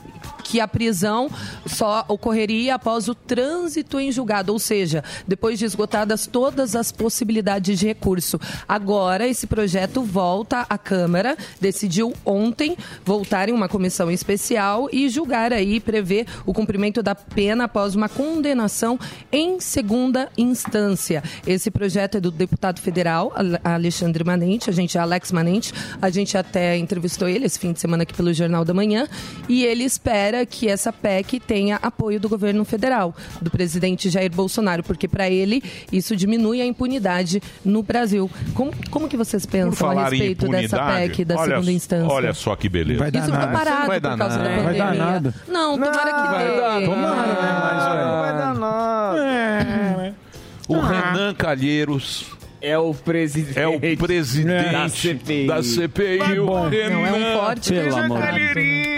[SPEAKER 2] que a prisão só ocorreria após o trânsito em julgado, ou seja, depois de esgotadas todas as possibilidades de recurso. Agora esse projeto volta à Câmara, decidiu ontem voltar em uma comissão especial e julgar aí prever o cumprimento da pena após uma condenação em segunda instância. Esse projeto é do deputado federal Ale- Alexandre Manente, a gente é Alex Manente, a gente até entrevistou ele esse fim de semana aqui pelo Jornal da Manhã, e ele espera que essa PEC tenha apoio do governo federal, do presidente Jair Bolsonaro, porque para ele isso diminui a impunidade no Brasil. Como, como que vocês
[SPEAKER 4] Por
[SPEAKER 2] pensam a
[SPEAKER 4] falar em
[SPEAKER 2] respeito dessa
[SPEAKER 4] impunidade,
[SPEAKER 2] PEC da
[SPEAKER 4] olha,
[SPEAKER 2] segunda instância?
[SPEAKER 4] olha só que beleza.
[SPEAKER 2] Vai dar Isso ficou nada. parado
[SPEAKER 4] vai
[SPEAKER 2] por
[SPEAKER 4] dar
[SPEAKER 2] causa da
[SPEAKER 4] nada.
[SPEAKER 2] pandemia. Vai dar nada. Não, tomara que dê.
[SPEAKER 4] Tomara,
[SPEAKER 21] Não vai dar nada.
[SPEAKER 4] O
[SPEAKER 21] Ah.
[SPEAKER 4] Renan Calheiros.
[SPEAKER 21] É o presidente.
[SPEAKER 4] É o presidente
[SPEAKER 21] Da CPI.
[SPEAKER 4] da CPI, o
[SPEAKER 21] Vai bom.
[SPEAKER 4] Renan.
[SPEAKER 21] Não, é um forte Pelo candidato, amor. né?
[SPEAKER 4] Calheirinho.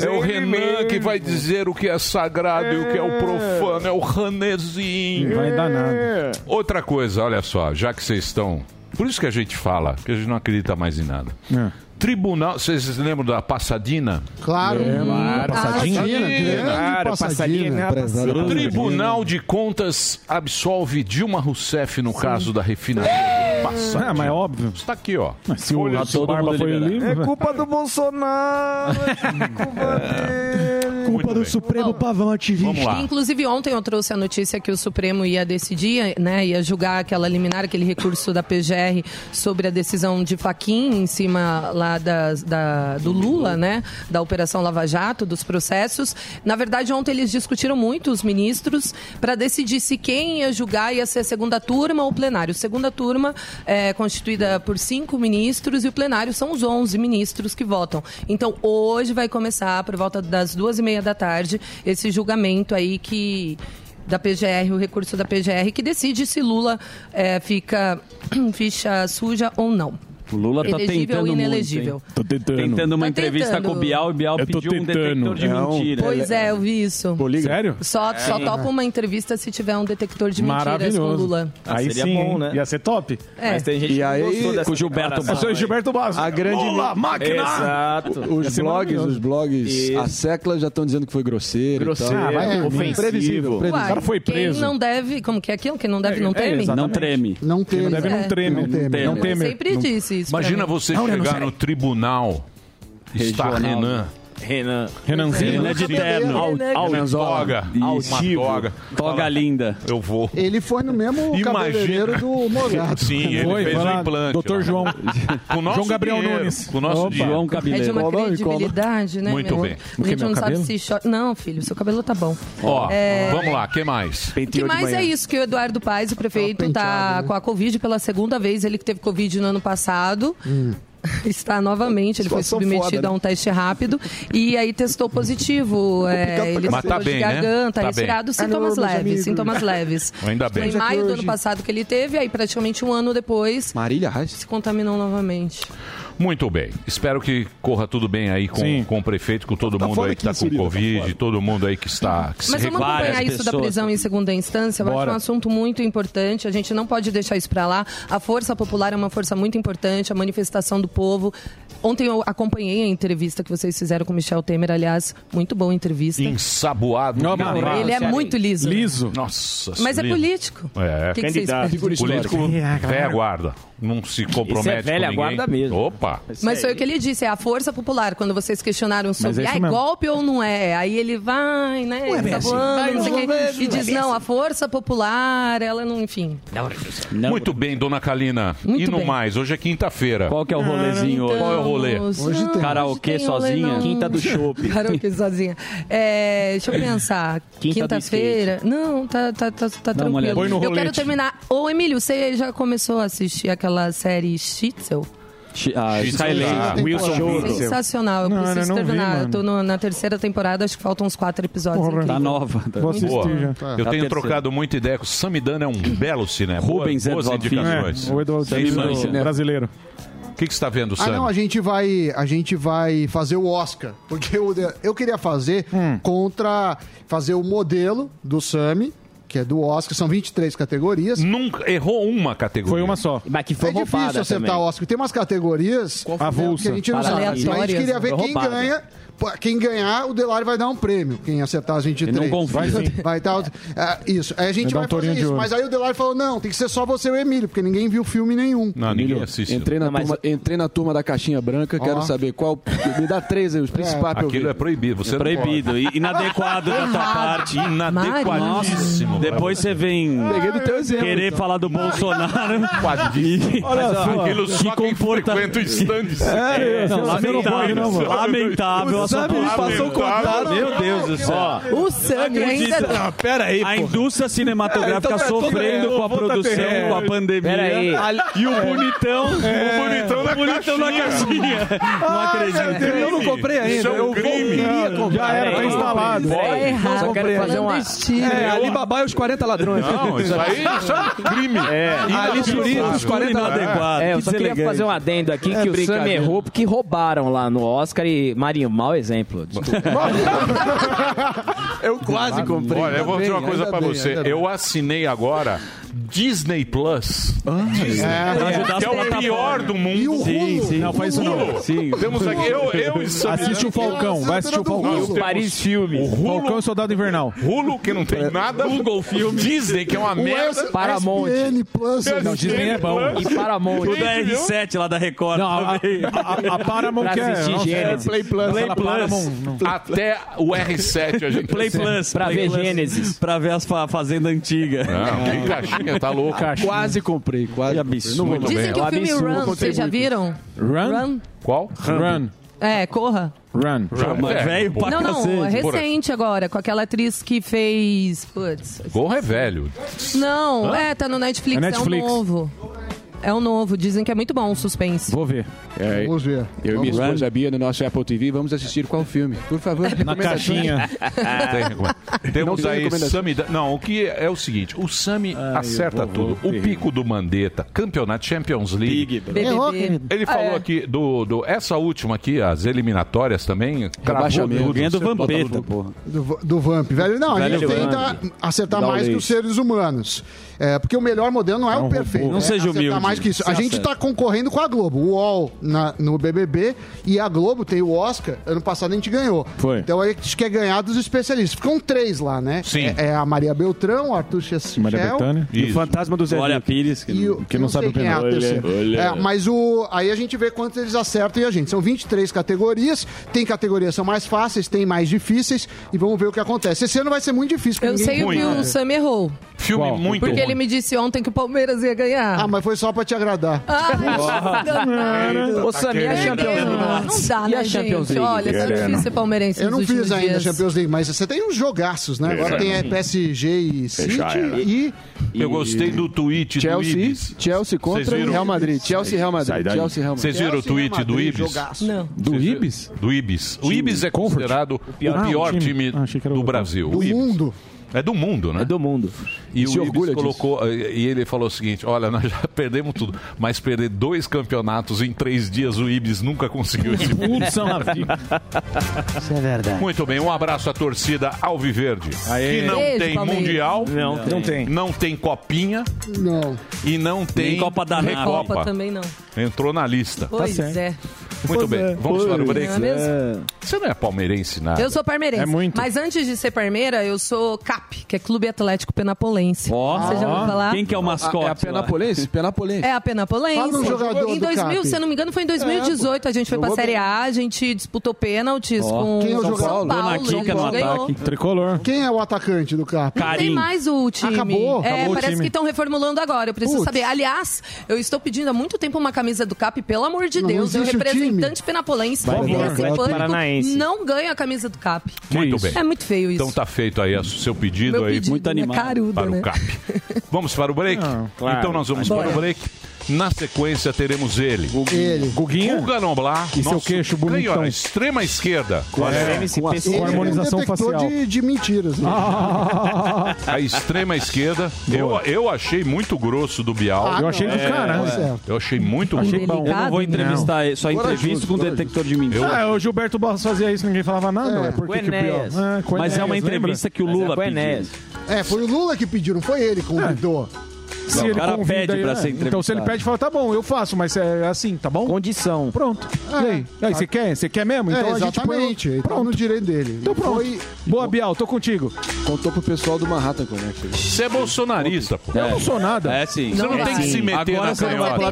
[SPEAKER 4] É o Renan que vai dizer o que é sagrado e o que é o profano. É o Ranezinho. É.
[SPEAKER 6] Não vai dar
[SPEAKER 4] nada. Outra coisa, olha só, já que vocês estão. Por isso que a gente fala, que a gente não acredita mais em nada. Tribunal, vocês lembram da Passadina?
[SPEAKER 7] Claro.
[SPEAKER 4] É,
[SPEAKER 6] Hum,
[SPEAKER 4] Claro.
[SPEAKER 7] Passadinha,
[SPEAKER 6] né?
[SPEAKER 7] grande
[SPEAKER 4] né? Claro,
[SPEAKER 7] passadinha.
[SPEAKER 4] O Tribunal de Contas absolve Dilma Rousseff no caso da refinaria. Passa.
[SPEAKER 6] Ah, mas é óbvio.
[SPEAKER 4] Está aqui, ó.
[SPEAKER 6] Mas se o-
[SPEAKER 4] Olha
[SPEAKER 6] se o
[SPEAKER 4] só.
[SPEAKER 6] Barba foi livre,
[SPEAKER 4] É
[SPEAKER 6] vai.
[SPEAKER 17] Culpa do Bolsonaro.
[SPEAKER 4] Culpa
[SPEAKER 17] do Supremo
[SPEAKER 6] É.
[SPEAKER 17] Pavão ativista.
[SPEAKER 2] Inclusive, ontem eu trouxe a notícia que o Supremo ia decidir, né? Ia julgar aquela liminar, aquele recurso da PGR sobre a decisão de Faquin em cima lá das- da, do Lula, né? Da Operação Lava Jato, dos processos. Na verdade, ontem eles discutiram muito, os ministros, para decidir se quem ia julgar ia ser a segunda turma ou o plenário. Segunda turma é constituída por cinco ministros e o plenário são os 11 ministros que votam. Então, hoje vai começar, por volta das duas e meia da tarde, esse julgamento aí que da PGR, o recurso da PGR, que decide se Lula é, fica ficha suja ou não.
[SPEAKER 3] O Lula tá
[SPEAKER 2] Elegível
[SPEAKER 3] tentando
[SPEAKER 2] ou
[SPEAKER 3] muito,
[SPEAKER 2] inelegível?
[SPEAKER 3] hein? Tentando uma
[SPEAKER 2] Tá
[SPEAKER 3] entrevista
[SPEAKER 2] tentando.
[SPEAKER 3] com o Bial e o Bial
[SPEAKER 6] Eu tô
[SPEAKER 3] pediu um detector
[SPEAKER 6] tentando. É
[SPEAKER 3] de
[SPEAKER 6] Não.
[SPEAKER 3] mentira.
[SPEAKER 2] Pois é, eu vi isso.
[SPEAKER 6] Sério?
[SPEAKER 2] Só, só
[SPEAKER 6] É.
[SPEAKER 2] topa uma entrevista se tiver um detector de mentiras com o
[SPEAKER 6] Maravilhoso.
[SPEAKER 2] Lula.
[SPEAKER 6] Aí
[SPEAKER 21] seria
[SPEAKER 6] sim,
[SPEAKER 21] bom,
[SPEAKER 6] hein?
[SPEAKER 21] né?
[SPEAKER 6] Ia ser top.
[SPEAKER 2] É. Mas tem gente
[SPEAKER 6] e
[SPEAKER 21] que não
[SPEAKER 6] aí,
[SPEAKER 21] gostou dessa
[SPEAKER 6] com o Gilberto
[SPEAKER 21] declaração,
[SPEAKER 6] Basso. É o
[SPEAKER 21] hein?
[SPEAKER 6] Gilberto Basso.
[SPEAKER 21] A grande
[SPEAKER 6] Lula,
[SPEAKER 21] mídia.
[SPEAKER 6] máquina!
[SPEAKER 21] Exato.
[SPEAKER 6] O- Ia
[SPEAKER 4] é
[SPEAKER 8] Os
[SPEAKER 6] ser
[SPEAKER 8] blogs,
[SPEAKER 6] maravilhoso.
[SPEAKER 8] os blogs, a Secla já estão dizendo que foi grosseiro.
[SPEAKER 21] Grosseiro,
[SPEAKER 8] e tal.
[SPEAKER 21] vai dormir.
[SPEAKER 8] Previsível,
[SPEAKER 21] Ofensivo.
[SPEAKER 8] previsível.
[SPEAKER 2] Uai, Quem não deve, como que é aquilo? Quem não deve
[SPEAKER 8] É,
[SPEAKER 2] não
[SPEAKER 8] é,
[SPEAKER 2] teme?
[SPEAKER 8] exatamente.
[SPEAKER 3] Não treme.
[SPEAKER 7] Não
[SPEAKER 6] Quem não deve não
[SPEAKER 2] É.
[SPEAKER 6] treme. Não teme. Não
[SPEAKER 2] Eu
[SPEAKER 6] teme.
[SPEAKER 2] sempre disse isso. pra
[SPEAKER 4] Imagina
[SPEAKER 2] mim.
[SPEAKER 4] você chegar no tribunal, está
[SPEAKER 3] Regional.
[SPEAKER 4] Renan.
[SPEAKER 3] Renan.
[SPEAKER 4] Renanzinho?
[SPEAKER 3] Renan de terno.
[SPEAKER 4] Al- al-
[SPEAKER 6] um
[SPEAKER 4] toga.
[SPEAKER 3] Altivo.
[SPEAKER 4] Uma toga.
[SPEAKER 3] Toga
[SPEAKER 4] Fala,
[SPEAKER 3] linda.
[SPEAKER 4] Eu vou.
[SPEAKER 7] Ele foi no mesmo
[SPEAKER 4] Imagina.
[SPEAKER 7] cabeleireiro do Mogato.
[SPEAKER 4] Sim, ele
[SPEAKER 6] Foi,
[SPEAKER 4] fez
[SPEAKER 6] foi
[SPEAKER 4] o
[SPEAKER 6] lá,
[SPEAKER 4] implante.
[SPEAKER 6] Dr.
[SPEAKER 4] lá.
[SPEAKER 6] João.
[SPEAKER 4] Com o nosso
[SPEAKER 6] João Gabriel
[SPEAKER 4] dinheiro,
[SPEAKER 6] Nunes.
[SPEAKER 4] Com o nosso
[SPEAKER 6] Opa.
[SPEAKER 4] dinheiro.
[SPEAKER 6] João
[SPEAKER 2] É de uma credibilidade, né?
[SPEAKER 4] Muito
[SPEAKER 2] meu?
[SPEAKER 4] bem.
[SPEAKER 2] A
[SPEAKER 4] Porque
[SPEAKER 2] gente
[SPEAKER 4] meu
[SPEAKER 2] não sabe
[SPEAKER 4] cabelo?
[SPEAKER 2] se chora. Não, filho, seu cabelo tá bom.
[SPEAKER 4] Ó,
[SPEAKER 2] É,
[SPEAKER 4] vamos lá, que mais?
[SPEAKER 2] O que mais é isso? Que o Eduardo Paes, o prefeito,
[SPEAKER 4] né?
[SPEAKER 2] tá com a Covid pela segunda vez. Ele que teve Covid no ano passado.
[SPEAKER 4] Hum.
[SPEAKER 2] Está novamente, ele
[SPEAKER 7] Situação
[SPEAKER 2] foi submetido
[SPEAKER 7] foda, né?
[SPEAKER 2] a um teste rápido e aí testou positivo. é,
[SPEAKER 4] Complicado pra
[SPEAKER 2] ele
[SPEAKER 4] Mas tá
[SPEAKER 2] ficou de
[SPEAKER 4] bem, né?
[SPEAKER 2] garganta,
[SPEAKER 4] Tá
[SPEAKER 2] resfriado,
[SPEAKER 4] bem.
[SPEAKER 2] sintomas
[SPEAKER 4] Alô, meus
[SPEAKER 2] leves,
[SPEAKER 4] amigos.
[SPEAKER 2] sintomas leves.
[SPEAKER 4] Ainda
[SPEAKER 2] Foi
[SPEAKER 4] bem.
[SPEAKER 2] em maio do ano passado que ele teve, aí praticamente um ano depois
[SPEAKER 8] Marília Reis?
[SPEAKER 2] se contaminou novamente.
[SPEAKER 4] Muito bem. Espero que corra tudo bem aí com, com o prefeito, com
[SPEAKER 8] Tá
[SPEAKER 4] todo mundo aí que está com Covid, todo mundo aí que está. Que se
[SPEAKER 2] Mas vamos
[SPEAKER 4] recupera.
[SPEAKER 2] acompanhar isso da prisão em segunda instância. Eu
[SPEAKER 4] Bora.
[SPEAKER 2] acho um assunto muito importante. A gente não pode deixar isso para lá. A força popular é uma força muito importante, a manifestação do povo. Ontem eu acompanhei a entrevista que vocês fizeram com o Michel Temer, aliás, muito boa entrevista.
[SPEAKER 4] Ensaboado.
[SPEAKER 2] Não, mas Ele é muito liso.
[SPEAKER 4] Liso. Nossa
[SPEAKER 2] Mas é
[SPEAKER 4] liso.
[SPEAKER 2] político.
[SPEAKER 4] É.
[SPEAKER 2] O que que vocês Candidato. pensam?
[SPEAKER 4] Político velha guarda. Não se compromete
[SPEAKER 21] Isso é velha
[SPEAKER 4] com ninguém.
[SPEAKER 21] guarda mesmo.
[SPEAKER 4] Opa.
[SPEAKER 2] Mas foi o que ele disse, é a força popular. Quando vocês questionaram
[SPEAKER 4] é
[SPEAKER 2] sobre é
[SPEAKER 4] isso
[SPEAKER 2] ah, é
[SPEAKER 4] mesmo.
[SPEAKER 2] golpe ou não é, aí ele vai, né,
[SPEAKER 4] Não é bem
[SPEAKER 2] tá
[SPEAKER 4] assim.
[SPEAKER 2] voando,
[SPEAKER 4] Vai,
[SPEAKER 2] não sei
[SPEAKER 4] não
[SPEAKER 2] o quê,
[SPEAKER 4] é bem assim,
[SPEAKER 2] e
[SPEAKER 4] não é
[SPEAKER 2] diz,
[SPEAKER 4] bem
[SPEAKER 2] não, a força popular, ela não, enfim.
[SPEAKER 4] Muito bem, dona Kalina. e
[SPEAKER 2] Muito
[SPEAKER 4] no
[SPEAKER 2] bem.
[SPEAKER 4] mais, hoje é quinta-feira. Qual
[SPEAKER 3] que é o rolezinho hoje?
[SPEAKER 4] Qual é o rolê?
[SPEAKER 2] Hoje tem.
[SPEAKER 3] Karaokê
[SPEAKER 2] Tem rolê,
[SPEAKER 3] sozinha?
[SPEAKER 2] não.
[SPEAKER 3] Quinta do chopp.
[SPEAKER 6] Tá
[SPEAKER 2] Karaokê sozinha. É, deixa eu pensar.
[SPEAKER 3] Quinta do
[SPEAKER 2] Quinta-feira. não, tá, tá, tá, tá
[SPEAKER 3] Dá uma olhada.
[SPEAKER 2] tranquilo.
[SPEAKER 3] Põe no
[SPEAKER 2] eu
[SPEAKER 3] rolete.
[SPEAKER 2] quero terminar. Ô, Emílio, você já começou a assistir aquela série Schitzel?
[SPEAKER 3] Chi- ah,
[SPEAKER 4] X-
[SPEAKER 3] Silence,
[SPEAKER 4] Ah,
[SPEAKER 3] Wilson Witzel.
[SPEAKER 2] Sensacional, eu
[SPEAKER 3] Não,
[SPEAKER 2] preciso
[SPEAKER 3] eu não vi,
[SPEAKER 2] terminar.
[SPEAKER 3] mano.
[SPEAKER 2] eu tô no- na terceira temporada, acho que faltam uns quatro episódios.
[SPEAKER 3] Porra.
[SPEAKER 2] aqui.
[SPEAKER 3] Tá nova. Tá.
[SPEAKER 4] Boa.
[SPEAKER 3] Tá.
[SPEAKER 4] Eu
[SPEAKER 3] Tá
[SPEAKER 4] tenho
[SPEAKER 3] terceira.
[SPEAKER 4] trocado muita ideia com o Samidana, é um belo cinema.
[SPEAKER 3] Rubens
[SPEAKER 4] Boas
[SPEAKER 3] Eduardo Filho.
[SPEAKER 4] indicações.
[SPEAKER 6] É, o Eduardo
[SPEAKER 4] Sim,
[SPEAKER 6] Filho,
[SPEAKER 4] mano.
[SPEAKER 6] cinema. brasileiro.
[SPEAKER 4] O que que você está vendo,
[SPEAKER 7] Ah,
[SPEAKER 4] Sam?
[SPEAKER 7] não, a gente vai, a gente vai fazer o Oscar, porque eu, eu queria fazer
[SPEAKER 4] Hum.
[SPEAKER 7] contra fazer o modelo do Sami, que é do Oscar, são 23 categorias.
[SPEAKER 4] Nunca errou uma categoria. Foi uma
[SPEAKER 6] só.
[SPEAKER 21] Mas que
[SPEAKER 7] é difícil acertar o Oscar. Tem umas categorias
[SPEAKER 6] Avulsa.
[SPEAKER 7] que a gente não sabe. Mas a gente
[SPEAKER 6] Aleatórias,
[SPEAKER 7] queria
[SPEAKER 6] né?
[SPEAKER 7] ver
[SPEAKER 6] Foi
[SPEAKER 7] quem
[SPEAKER 6] roubada.
[SPEAKER 7] ganha. Pô, Quem ganhar, o Delari vai dar um prêmio. Quem acertar as 23.
[SPEAKER 6] Ele não confia.
[SPEAKER 7] Vai,
[SPEAKER 6] Sim.
[SPEAKER 7] vai dar, ah, isso. Aí a gente
[SPEAKER 6] Ele dá um
[SPEAKER 7] vai fazer
[SPEAKER 6] tourinho de
[SPEAKER 7] isso.
[SPEAKER 6] ouro.
[SPEAKER 7] Mas aí o Delari falou, não, tem que ser só você e o Emílio, porque ninguém viu filme nenhum.
[SPEAKER 4] Não, ninguém assiste.
[SPEAKER 8] Entrei na, turma, entrei na turma da caixinha branca,
[SPEAKER 7] Ó.
[SPEAKER 8] quero saber qual. Me dá três aí, os principais pra eu
[SPEAKER 4] Aquilo
[SPEAKER 8] ver.
[SPEAKER 4] é proibido. Você
[SPEAKER 8] É proibido,
[SPEAKER 4] Não pode.
[SPEAKER 8] e-
[SPEAKER 3] Inadequado da tua parte.
[SPEAKER 4] Inadequadíssimo.
[SPEAKER 3] Nossa, Depois você vem
[SPEAKER 4] Peguei do teu exemplo,
[SPEAKER 3] querer
[SPEAKER 4] então.
[SPEAKER 3] falar do Bolsonaro. E-
[SPEAKER 4] Olha só. Aquilo
[SPEAKER 3] que
[SPEAKER 4] só quem
[SPEAKER 3] comporta-
[SPEAKER 4] frequenta o stand.
[SPEAKER 3] É, não, lamentável,
[SPEAKER 4] né,
[SPEAKER 3] lamentável. a sua postura.
[SPEAKER 4] um
[SPEAKER 3] Meu Deus do céu.
[SPEAKER 2] Ó, o Sami
[SPEAKER 3] Acredita-
[SPEAKER 2] ainda...
[SPEAKER 3] Não, pera aí, A indústria cinematográfica
[SPEAKER 6] É, então é tudo-
[SPEAKER 3] sofrendo
[SPEAKER 6] é,
[SPEAKER 3] com a
[SPEAKER 4] tá
[SPEAKER 6] volta
[SPEAKER 3] produção,
[SPEAKER 6] terreno.
[SPEAKER 3] com a pandemia.
[SPEAKER 6] Pera aí.
[SPEAKER 3] E o bonitão.
[SPEAKER 6] É.
[SPEAKER 3] O bonitão na
[SPEAKER 6] Bonitão na Ah,
[SPEAKER 3] caixinha. Não acredito.
[SPEAKER 8] Eu não comprei ainda.
[SPEAKER 6] é
[SPEAKER 4] é um
[SPEAKER 8] eu vou- queria comprar.
[SPEAKER 6] um Já era, tá instalado.
[SPEAKER 8] Só
[SPEAKER 21] Só
[SPEAKER 8] comprei um
[SPEAKER 21] quero fazer
[SPEAKER 8] ainda.
[SPEAKER 21] uma...
[SPEAKER 8] É, Alibaba eu
[SPEAKER 22] os 40 ladrões.
[SPEAKER 4] Não, isso aí, isso é um crime.
[SPEAKER 21] É,
[SPEAKER 22] Ali Surinho, os 40
[SPEAKER 21] inadequado. É, eu
[SPEAKER 22] Que
[SPEAKER 21] só queria
[SPEAKER 22] deselegante.
[SPEAKER 21] fazer um adendo aqui
[SPEAKER 22] É
[SPEAKER 21] que o Sam
[SPEAKER 22] brincadeira.
[SPEAKER 21] errou porque roubaram lá no Oscar e Marinho, mau exemplo.
[SPEAKER 4] Eu
[SPEAKER 21] quase comprei.
[SPEAKER 4] Olha, eu vou dizer uma
[SPEAKER 21] Ainda
[SPEAKER 4] coisa
[SPEAKER 21] bem,
[SPEAKER 4] pra
[SPEAKER 21] ainda
[SPEAKER 4] você.
[SPEAKER 21] bem.
[SPEAKER 4] Eu assinei agora Disney Plus. Disney.
[SPEAKER 6] é. Pra ajudar
[SPEAKER 4] Que é
[SPEAKER 6] as
[SPEAKER 4] o pior
[SPEAKER 6] plataformas.
[SPEAKER 4] do mundo.
[SPEAKER 6] E o Sim, Hulu? sim. Não, faz isso não.
[SPEAKER 4] Hulu.
[SPEAKER 6] Sim.
[SPEAKER 4] Temos aqui, eu, eu e Samir.
[SPEAKER 6] Assiste o Falcão, vai assistir o Falcão.
[SPEAKER 4] Nós
[SPEAKER 6] O
[SPEAKER 4] temos
[SPEAKER 6] Paris Filme.
[SPEAKER 4] O Hulu,
[SPEAKER 6] Falcão e Soldado Invernal.
[SPEAKER 4] Hulu que não tem nada.
[SPEAKER 6] É, Google Filme.
[SPEAKER 4] Disney, que é uma
[SPEAKER 6] O
[SPEAKER 4] merda.
[SPEAKER 6] S- Paramount.
[SPEAKER 7] SPN Plus.
[SPEAKER 6] Não, Disney é bom.
[SPEAKER 21] E Paramount.
[SPEAKER 3] O da R7 é lá da Record.
[SPEAKER 6] Não, a-
[SPEAKER 3] também.
[SPEAKER 6] a- a Paramount é Pra que é- assistir não, Gênesis. é Play Plus.
[SPEAKER 3] Play
[SPEAKER 6] Fala
[SPEAKER 3] Plus.
[SPEAKER 6] Paramount,
[SPEAKER 4] Até o R7 a gente
[SPEAKER 3] Play
[SPEAKER 4] assina.
[SPEAKER 3] Plus. Play Plus. Pra ver as fa- fazendas antigas.
[SPEAKER 4] Não, que caixinha, tá louco.
[SPEAKER 22] Quase comprei, quase.
[SPEAKER 3] Que absurdo.
[SPEAKER 22] Não vou
[SPEAKER 3] Muito
[SPEAKER 2] Dizem
[SPEAKER 3] bem.
[SPEAKER 2] que o filme
[SPEAKER 3] Absurdo.
[SPEAKER 2] Run, vocês já viram? Run?
[SPEAKER 4] Qual?
[SPEAKER 6] Run.
[SPEAKER 2] É, corra.
[SPEAKER 6] Run.
[SPEAKER 4] Run.
[SPEAKER 3] Mas
[SPEAKER 4] É,
[SPEAKER 3] velho pra
[SPEAKER 2] não, não, é
[SPEAKER 3] cacete.
[SPEAKER 2] recente agora, com aquela atriz que fez. Putz.
[SPEAKER 4] Gorro é velho.
[SPEAKER 2] Não,
[SPEAKER 4] Hã?
[SPEAKER 2] é, tá no Netflix,
[SPEAKER 4] É
[SPEAKER 2] é,
[SPEAKER 4] Netflix.
[SPEAKER 2] um novo. É um novo, dizem que é muito bom o suspense.
[SPEAKER 6] Vou ver.
[SPEAKER 8] É,
[SPEAKER 7] Vamos ver.
[SPEAKER 8] Eu e minha
[SPEAKER 7] Vamos.
[SPEAKER 8] esposa Bia, no nosso Apple TV, vamos assistir qual filme? Por favor, recomendações.
[SPEAKER 4] Tem recomenda- Temos
[SPEAKER 8] tem
[SPEAKER 4] aí
[SPEAKER 8] recomendação.
[SPEAKER 4] Sami. da- Não, o que é é o seguinte: o Sami acerta tudo. O pico do Mandetta, campeonato Champions League.
[SPEAKER 23] BBB. Errou, querido.
[SPEAKER 4] Ele
[SPEAKER 23] Ah,
[SPEAKER 4] falou
[SPEAKER 23] é.
[SPEAKER 4] aqui do, do. Essa última aqui, as eliminatórias também.
[SPEAKER 7] Rebaixamento. Ganha do Vampeta,
[SPEAKER 3] porra.
[SPEAKER 7] Do, v- do Vamp, velho. Não, a
[SPEAKER 4] Velho
[SPEAKER 7] gente
[SPEAKER 4] Vamp.
[SPEAKER 7] tenta acertar
[SPEAKER 4] Dá o
[SPEAKER 7] mais que
[SPEAKER 4] leite.
[SPEAKER 7] os seres humanos. É, porque o melhor modelo não é, o perfeito.
[SPEAKER 3] Não
[SPEAKER 7] é
[SPEAKER 3] seja
[SPEAKER 7] acertar
[SPEAKER 3] humilde.
[SPEAKER 7] mais que isso. A
[SPEAKER 3] Você
[SPEAKER 7] gente
[SPEAKER 3] acerta.
[SPEAKER 7] tá concorrendo com a Globo. O UOL na- no BBB e a Globo tem o Oscar. Ano passado a gente ganhou.
[SPEAKER 6] Foi.
[SPEAKER 7] Então a gente quer ganhar dos especialistas. Ficam três lá, né?
[SPEAKER 6] Sim.
[SPEAKER 7] É, é a Maria Beltrão, o Arthur Chesfield.
[SPEAKER 4] é
[SPEAKER 6] Maria Bethânia.
[SPEAKER 7] E o
[SPEAKER 6] Fantasma do Zé
[SPEAKER 3] Olha, Pires, que,
[SPEAKER 7] não-
[SPEAKER 6] que não sabe
[SPEAKER 7] sei
[SPEAKER 6] o
[SPEAKER 7] quem é a
[SPEAKER 6] penal.
[SPEAKER 7] terceira. É, mas o, aí a gente vê quantos eles acertam e a gente. São 23 categorias. Tem categorias que são mais fáceis, tem mais difíceis. E vamos ver o que acontece. Esse ano vai ser muito difícil.
[SPEAKER 2] Eu sei o que
[SPEAKER 21] né?
[SPEAKER 7] né?
[SPEAKER 2] o Sam errou.
[SPEAKER 4] Filme muito
[SPEAKER 2] porque
[SPEAKER 4] ruim.
[SPEAKER 2] ele me disse ontem que o Palmeiras ia ganhar. Ah,
[SPEAKER 7] mas foi só pra te agradar.
[SPEAKER 21] Ah,
[SPEAKER 7] tá
[SPEAKER 21] Ô, Sam, e a Champions League?
[SPEAKER 2] Tá Não dá,
[SPEAKER 21] E
[SPEAKER 2] né,
[SPEAKER 21] a Champions League?
[SPEAKER 2] gente? Olha, tá
[SPEAKER 7] Querendo.
[SPEAKER 2] difícil ser palmeirense
[SPEAKER 7] Eu não
[SPEAKER 2] nos
[SPEAKER 7] fiz
[SPEAKER 2] últimos
[SPEAKER 7] ainda
[SPEAKER 2] dias.
[SPEAKER 7] Champions League, mas você tem uns jogaços, né? Agora
[SPEAKER 4] É.
[SPEAKER 7] tem é, PSG e City
[SPEAKER 4] já
[SPEAKER 21] é, né?
[SPEAKER 4] era.
[SPEAKER 7] e.
[SPEAKER 4] Eu gostei do tweet do
[SPEAKER 7] Chelsea-
[SPEAKER 4] Ibis.
[SPEAKER 7] Chelsea
[SPEAKER 8] contra
[SPEAKER 4] Vocês viram?
[SPEAKER 8] Real Madrid. Chelsea, Real Madrid.
[SPEAKER 4] Sai daí.
[SPEAKER 8] Chelsea, Real Madrid.
[SPEAKER 4] Vocês viram o
[SPEAKER 8] Chelsea,
[SPEAKER 4] tweet
[SPEAKER 8] Real
[SPEAKER 4] do
[SPEAKER 8] Madrid,
[SPEAKER 4] Ibis?
[SPEAKER 8] jogaço.
[SPEAKER 2] Não.
[SPEAKER 4] Do Ibis? Do Ibis. O Ibis é considerado o pior,
[SPEAKER 6] Ah, o time.
[SPEAKER 4] time, do Brasil.
[SPEAKER 7] Do mundo.
[SPEAKER 4] É do mundo, né? É
[SPEAKER 21] do mundo.
[SPEAKER 4] E
[SPEAKER 8] Se
[SPEAKER 4] o Ibis
[SPEAKER 23] é
[SPEAKER 8] orgulha
[SPEAKER 4] colocou, eh, e ele falou o seguinte: olha, nós já perdemos tudo, mas perder dois campeonatos em três dias, o Ibis nunca conseguiu esse feito."
[SPEAKER 23] Isso é verdade.
[SPEAKER 4] Muito bem, um abraço à torcida Alviverde,
[SPEAKER 23] Aê.
[SPEAKER 4] que não
[SPEAKER 23] Beijo,
[SPEAKER 4] tem
[SPEAKER 23] Palmeiras.
[SPEAKER 4] Mundial,
[SPEAKER 23] Não
[SPEAKER 4] não
[SPEAKER 23] tem.
[SPEAKER 4] tem, não tem Copinha
[SPEAKER 7] Não.
[SPEAKER 4] e não tem
[SPEAKER 3] Copa da
[SPEAKER 2] Nem
[SPEAKER 4] Recopa.
[SPEAKER 2] Copa também não.
[SPEAKER 4] Tá Entrou na lista.
[SPEAKER 2] Pois
[SPEAKER 23] Tá
[SPEAKER 2] é.
[SPEAKER 4] Muito
[SPEAKER 2] Pois
[SPEAKER 4] bem,
[SPEAKER 2] é.
[SPEAKER 4] vamos para o
[SPEAKER 2] Pois
[SPEAKER 4] break.
[SPEAKER 2] é mesmo.
[SPEAKER 4] Você não é palmeirense, nada. É
[SPEAKER 2] Eu sou
[SPEAKER 23] É
[SPEAKER 2] parmeirense. Mas antes de ser parmeira, eu sou CAP, que é Clube Atlético Penapolense. Você já ouviu falar?
[SPEAKER 3] Quem que é o mascote?
[SPEAKER 8] Ah, é a Penapolense? Penapolense.
[SPEAKER 2] É a Penapolense.
[SPEAKER 8] Fala um jogador
[SPEAKER 2] em
[SPEAKER 8] do
[SPEAKER 2] 2000,
[SPEAKER 8] CAP.
[SPEAKER 2] se eu não me engano, foi em 2018. a gente foi pra
[SPEAKER 8] Jogou
[SPEAKER 2] Série A, a gente disputou pênaltis
[SPEAKER 6] Ó.
[SPEAKER 2] com
[SPEAKER 6] Quem é o
[SPEAKER 2] São
[SPEAKER 6] jogador?
[SPEAKER 2] Paulo.
[SPEAKER 6] Dona
[SPEAKER 2] a gente
[SPEAKER 6] Kika no
[SPEAKER 2] ganhou.
[SPEAKER 6] ataque. Tricolor.
[SPEAKER 7] Quem é o atacante do carro?
[SPEAKER 2] Não tem mais um. o time.
[SPEAKER 7] Acabou?
[SPEAKER 2] É,
[SPEAKER 7] Acabou o
[SPEAKER 2] parece
[SPEAKER 7] time.
[SPEAKER 2] que estão reformulando agora. Eu preciso
[SPEAKER 7] Putz.
[SPEAKER 2] saber. Aliás, eu estou pedindo há muito tempo uma camisa do CAP, pelo amor de
[SPEAKER 7] Não
[SPEAKER 2] Deus. Eu
[SPEAKER 7] existe o time.
[SPEAKER 2] representante penapolense.
[SPEAKER 4] Vai
[SPEAKER 2] e
[SPEAKER 4] embora,
[SPEAKER 2] esse
[SPEAKER 4] Atlético
[SPEAKER 2] pânico
[SPEAKER 4] Paranaense.
[SPEAKER 2] não ganha a camisa do CAP.
[SPEAKER 4] Muito bem.
[SPEAKER 2] É muito feio isso.
[SPEAKER 4] Então tá feito aí o seu pedido
[SPEAKER 2] Meu
[SPEAKER 4] aí.
[SPEAKER 2] pedido, Muito minha animado. caruda,
[SPEAKER 4] para o
[SPEAKER 2] né?
[SPEAKER 4] CAP. Vamos para o break?
[SPEAKER 3] claro.
[SPEAKER 4] Então nós vamos
[SPEAKER 3] Bora.
[SPEAKER 4] para o break. Na sequência teremos ele.
[SPEAKER 7] Ele.
[SPEAKER 4] Guguinha. Guga Noblar.
[SPEAKER 6] E seu
[SPEAKER 4] nosso
[SPEAKER 6] queixo bonitão.
[SPEAKER 4] canhões, extrema esquerda.
[SPEAKER 7] Com a-
[SPEAKER 4] Com
[SPEAKER 7] ele é
[SPEAKER 4] a
[SPEAKER 7] um
[SPEAKER 4] harmonização
[SPEAKER 7] detector
[SPEAKER 4] facial.
[SPEAKER 7] De, de mentiras. Né?
[SPEAKER 3] Ah,
[SPEAKER 4] A extrema esquerda. Eu, eu achei muito grosso do Bial. É.
[SPEAKER 7] Ah, Eu achei não. do caralho. Certo.
[SPEAKER 4] Eu achei muito
[SPEAKER 6] Achei bom.
[SPEAKER 3] Eu não vou entrevistar ele, só
[SPEAKER 6] Corajoso,
[SPEAKER 3] entrevisto com
[SPEAKER 6] corajoso.
[SPEAKER 3] detector de mim.
[SPEAKER 6] Ah, o Gilberto Barros fazia isso, ninguém falava nada. É, porque
[SPEAKER 3] Com
[SPEAKER 7] né?
[SPEAKER 3] Enéas. Mas é uma entrevista que o Lula pediu.
[SPEAKER 7] É, foi o Lula que pediu, não foi ele que convidou.
[SPEAKER 6] Se ele convida, ele- é. Então, se ele pede, fala, tá bom, eu faço, mas é assim, tá bom?
[SPEAKER 21] Condição.
[SPEAKER 6] Pronto. E aí? E aí, você quer? Você quer mesmo?
[SPEAKER 7] É,
[SPEAKER 6] Então a gente põe. o-
[SPEAKER 7] exatamente. Ele tá no direito dele.
[SPEAKER 6] Então pronto. Boa, Bial, tô contigo.
[SPEAKER 8] Contou pro pessoal do Manhattan Connection.
[SPEAKER 4] Você é bolsonarista, pô.
[SPEAKER 6] Eu não sou nada.
[SPEAKER 3] É sim.
[SPEAKER 4] Você não tem que se meter na É canhota.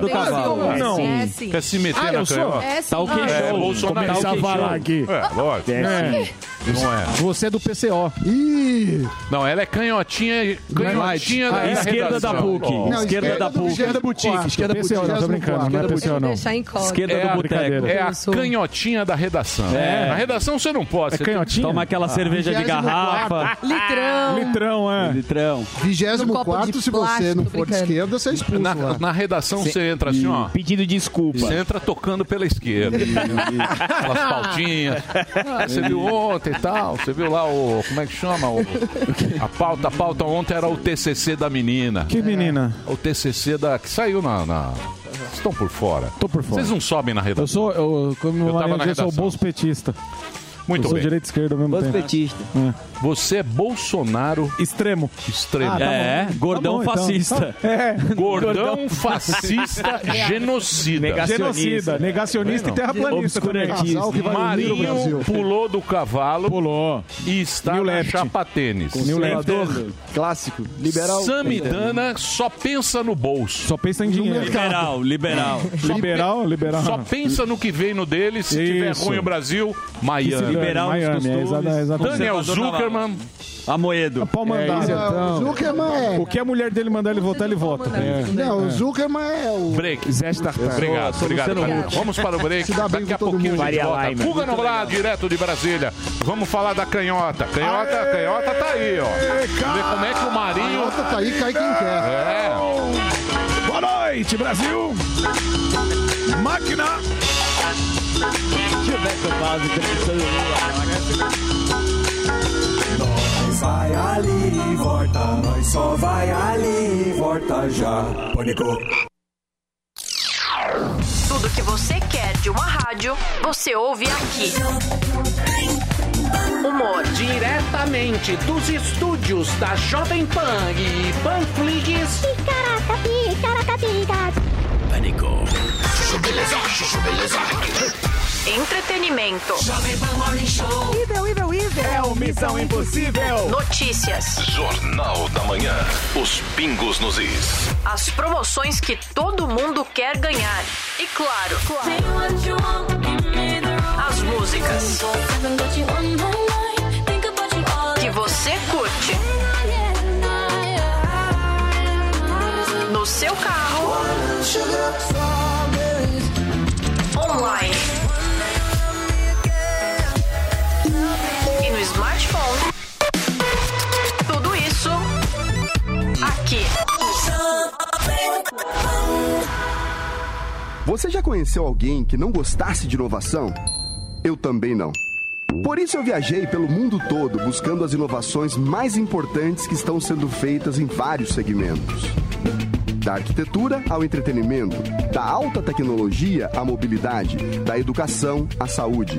[SPEAKER 6] Não.
[SPEAKER 3] É
[SPEAKER 4] Quer se meter
[SPEAKER 6] Ah,
[SPEAKER 4] na
[SPEAKER 6] eu sou?
[SPEAKER 4] canhota?
[SPEAKER 6] É sim.
[SPEAKER 4] Tá ok,
[SPEAKER 6] Ah,
[SPEAKER 4] é,
[SPEAKER 6] eu sou.
[SPEAKER 4] bolsonarista.
[SPEAKER 6] Começar a falar aqui.
[SPEAKER 4] É, lógico.
[SPEAKER 6] É.
[SPEAKER 4] Não é.
[SPEAKER 6] Você é do PCO. Ih!
[SPEAKER 4] Não, ela é canhotinha, canhotinha
[SPEAKER 6] Ah, esquerda
[SPEAKER 4] redação.
[SPEAKER 6] da PUC,
[SPEAKER 4] Ó.
[SPEAKER 6] esquerda Esquerda da do- PUC. esquerda boutique, esquerda boutique. Não, tô brincando, não é pessoal, não. Deixar incógnito. Esquerda
[SPEAKER 4] é
[SPEAKER 6] do
[SPEAKER 4] a-
[SPEAKER 6] boteco.
[SPEAKER 4] É a canhotinha da redação.
[SPEAKER 6] É.
[SPEAKER 4] Na redação você não pode.
[SPEAKER 6] É
[SPEAKER 4] você tem- Ah.
[SPEAKER 6] canhotinha? Toma aquela cerveja de 24. garrafa.
[SPEAKER 2] Litrão.
[SPEAKER 6] Litrão, é.
[SPEAKER 3] Litrão.
[SPEAKER 7] 24, se você não for de esquerda, você é expulso
[SPEAKER 4] Na,
[SPEAKER 7] lá.
[SPEAKER 4] na redação você entra assim, ó.
[SPEAKER 3] Pedindo desculpa.
[SPEAKER 4] Você entra tocando pela esquerda. Aquelas pautinhas. Ah, você viu ontem, tal. Você viu lá o. Como é que chama? O, a pauta. A pauta ontem era o TCC da menina. É,
[SPEAKER 6] Que menina?
[SPEAKER 4] O TCC da. que saiu na. na- Vocês estão por fora. Tô por
[SPEAKER 6] fora.
[SPEAKER 4] Vocês não sobem na redação.
[SPEAKER 6] Eu sou, eu, como
[SPEAKER 4] Eu
[SPEAKER 6] eu,
[SPEAKER 4] tava
[SPEAKER 6] falei,
[SPEAKER 4] na
[SPEAKER 6] eu sou
[SPEAKER 4] redação.
[SPEAKER 6] bolspetista.
[SPEAKER 4] Muito
[SPEAKER 6] eu sou
[SPEAKER 4] bem.
[SPEAKER 6] direita e esquerda ao mesmo tempo.
[SPEAKER 4] Bolspetista.
[SPEAKER 6] É.
[SPEAKER 4] Você é Bolsonaro.
[SPEAKER 6] Extremo.
[SPEAKER 4] Extremo.
[SPEAKER 6] Ah, tá bom. É, Tá gordão bom, então. fascista. Tá- é.
[SPEAKER 4] Gordão,
[SPEAKER 6] Gordão
[SPEAKER 4] fascista
[SPEAKER 6] É.
[SPEAKER 4] genocida.
[SPEAKER 6] Negacionista. Genocida, negacionionista e terraplanista também. Obscurantista. Casal que vai unir o
[SPEAKER 4] Marinho
[SPEAKER 6] Brasil.
[SPEAKER 4] pulou do cavalo. Pulou. E está New na chapa tênis.
[SPEAKER 24] Conservador, clássico, liberal.
[SPEAKER 4] Samidana só pensa no bolso.
[SPEAKER 6] Só pensa em dinheiro.
[SPEAKER 4] Liberal, liberal. Só
[SPEAKER 6] Liberal,
[SPEAKER 4] pe-
[SPEAKER 6] liberal.
[SPEAKER 4] Só pensa no que vem no dele. Se tiver
[SPEAKER 6] Isso.
[SPEAKER 4] ruim o Brasil,
[SPEAKER 6] Que se
[SPEAKER 4] Miami.
[SPEAKER 6] dane, Miami, é, exa- exatamente.
[SPEAKER 4] Daniel Zuckerman.
[SPEAKER 6] Amoedo.
[SPEAKER 3] É, isso, então. O Zuckerman é-
[SPEAKER 6] O que a mulher dele mandar ele votar, ele vota.
[SPEAKER 3] Não, o Zuckerman é o.
[SPEAKER 4] Break.
[SPEAKER 6] Zé Tartar.
[SPEAKER 4] Obrigado,
[SPEAKER 6] Sou- sou
[SPEAKER 4] obrigado.
[SPEAKER 6] Luciano
[SPEAKER 4] Camila.
[SPEAKER 6] Huck.
[SPEAKER 4] Vamos para o break.
[SPEAKER 6] Se dá bem
[SPEAKER 4] Daqui a
[SPEAKER 6] com todo
[SPEAKER 4] pouquinho
[SPEAKER 6] mundo.
[SPEAKER 4] a gente
[SPEAKER 6] Faria
[SPEAKER 4] volta.
[SPEAKER 6] Lima.
[SPEAKER 4] Fuga Nublado, direto de Brasília. Vamos falar da canhota. Canhota, canhota tá aí, ó. Vê como é que o Marinho...
[SPEAKER 3] Canhota tá aí, cai quem
[SPEAKER 4] quer.
[SPEAKER 6] É.
[SPEAKER 25] Boa noite, Brasil! Máquina!
[SPEAKER 26] Nós vai ali e volta, nós só vai ali e volta já. Pânico.
[SPEAKER 5] Tudo que você quer de uma rádio, você ouve aqui.
[SPEAKER 13] Humor diretamente dos estúdios da Jovem Pan e Panflix. Picaraca, picaraca, picaraca.
[SPEAKER 26] Pânico.
[SPEAKER 5] Entretenimento.
[SPEAKER 26] Evil, evil, evil. É o Missão Impossível.
[SPEAKER 5] Notícias.
[SPEAKER 27] Jornal da Manhã. Os pingos nos is.
[SPEAKER 5] As promoções que todo mundo quer ganhar. E claro, as músicas que você curte. No seu carro. Online. E no smartphone. Tudo isso aqui.
[SPEAKER 28] Você já conheceu alguém que não gostasse de inovação? Eu também não. Por isso eu viajei pelo mundo todo buscando as inovações mais importantes que estão sendo feitas em vários segmentos. Da arquitetura ao entretenimento, da alta tecnologia à mobilidade, da educação à saúde.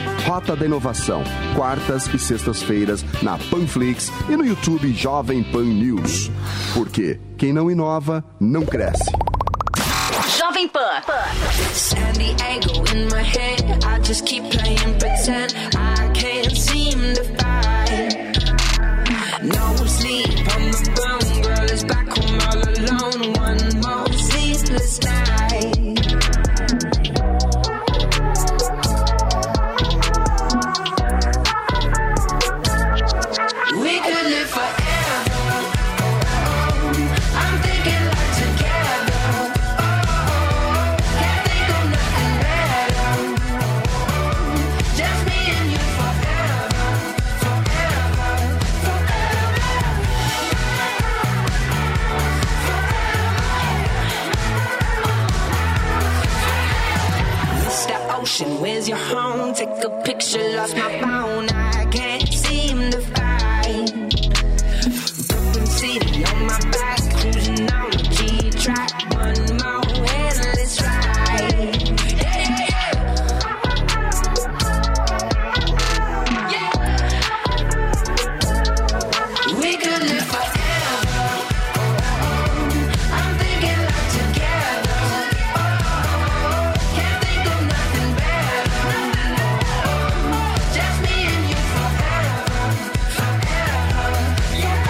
[SPEAKER 28] Rota da Inovação, quartas e sextas-feiras na Panflix e no YouTube Jovem Pan News. Porque quem não inova não cresce.
[SPEAKER 5] Jovem Pan.
[SPEAKER 15] And the angle in my head, I just keep playing pretend. I can't seem to fight. No sleep on the phone, girl is back home all alone. One more sleepless night. We could live forever. I'm thinking like together. Can't think of nothing better. Just me and you forever, forever, forever. Mr. Ocean, where's your home? Take a picture, lost my phone. I can't seem to find. Brooklyn City on my back, cruising on the G track. One more endless ride. Yeah, yeah, yeah. Yeah. We could live forever. I'm thinking like together. Oh, can't think of nothing better. Just me and you forever, forever. Yeah. Yeah.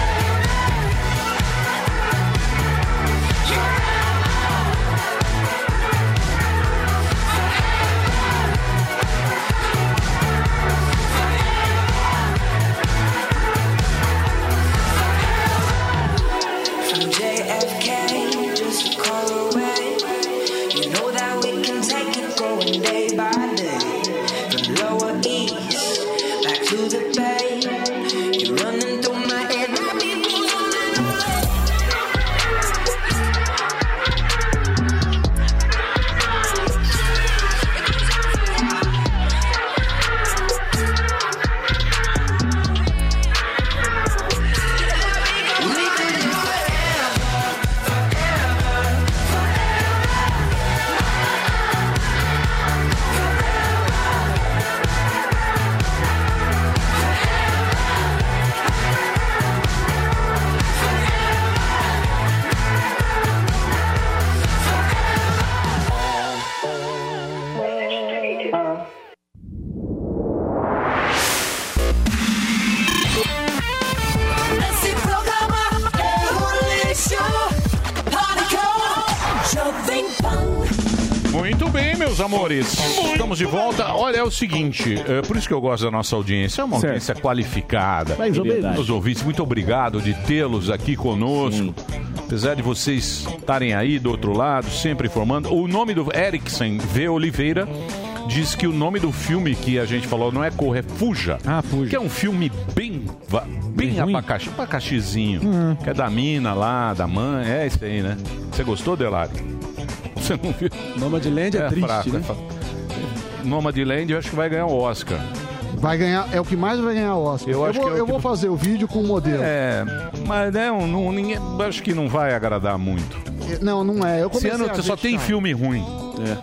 [SPEAKER 4] Meus amores, estamos de volta. Olha, é o seguinte, é por isso que eu gosto da nossa audiência. É uma
[SPEAKER 13] Certo.
[SPEAKER 4] audiência qualificada.
[SPEAKER 13] Mais ou menos.
[SPEAKER 4] Os ouvintes, muito obrigado de tê-los aqui conosco. Apesar de vocês estarem aí do outro lado, sempre informando. O nome do Erickson V. Oliveira diz que o nome do filme que a gente falou não é Corra, é Fuja. Ah, Fuja. Que é um filme bem, va- bem abacaxi, um abacaxizinho. Que é da mina lá, da mãe. É isso aí, né? Você gostou, Delari? Você não viu? Nomadland
[SPEAKER 22] é triste, né?
[SPEAKER 4] é fraco. Nomadland eu acho que vai ganhar o Oscar.
[SPEAKER 7] Vai ganhar, é o que mais vai ganhar o Oscar.
[SPEAKER 4] Eu acho
[SPEAKER 7] vou,
[SPEAKER 4] que é o
[SPEAKER 7] eu
[SPEAKER 4] que-
[SPEAKER 7] vou fazer o vídeo com o modelo.
[SPEAKER 4] É, mas né, um- não, ninguém, acho que não vai agradar muito.
[SPEAKER 7] Não, não é. Eu
[SPEAKER 4] Esse
[SPEAKER 7] comecei
[SPEAKER 4] ano
[SPEAKER 7] a
[SPEAKER 4] só
[SPEAKER 7] ver
[SPEAKER 4] tem
[SPEAKER 7] que tá.
[SPEAKER 4] filme ruim.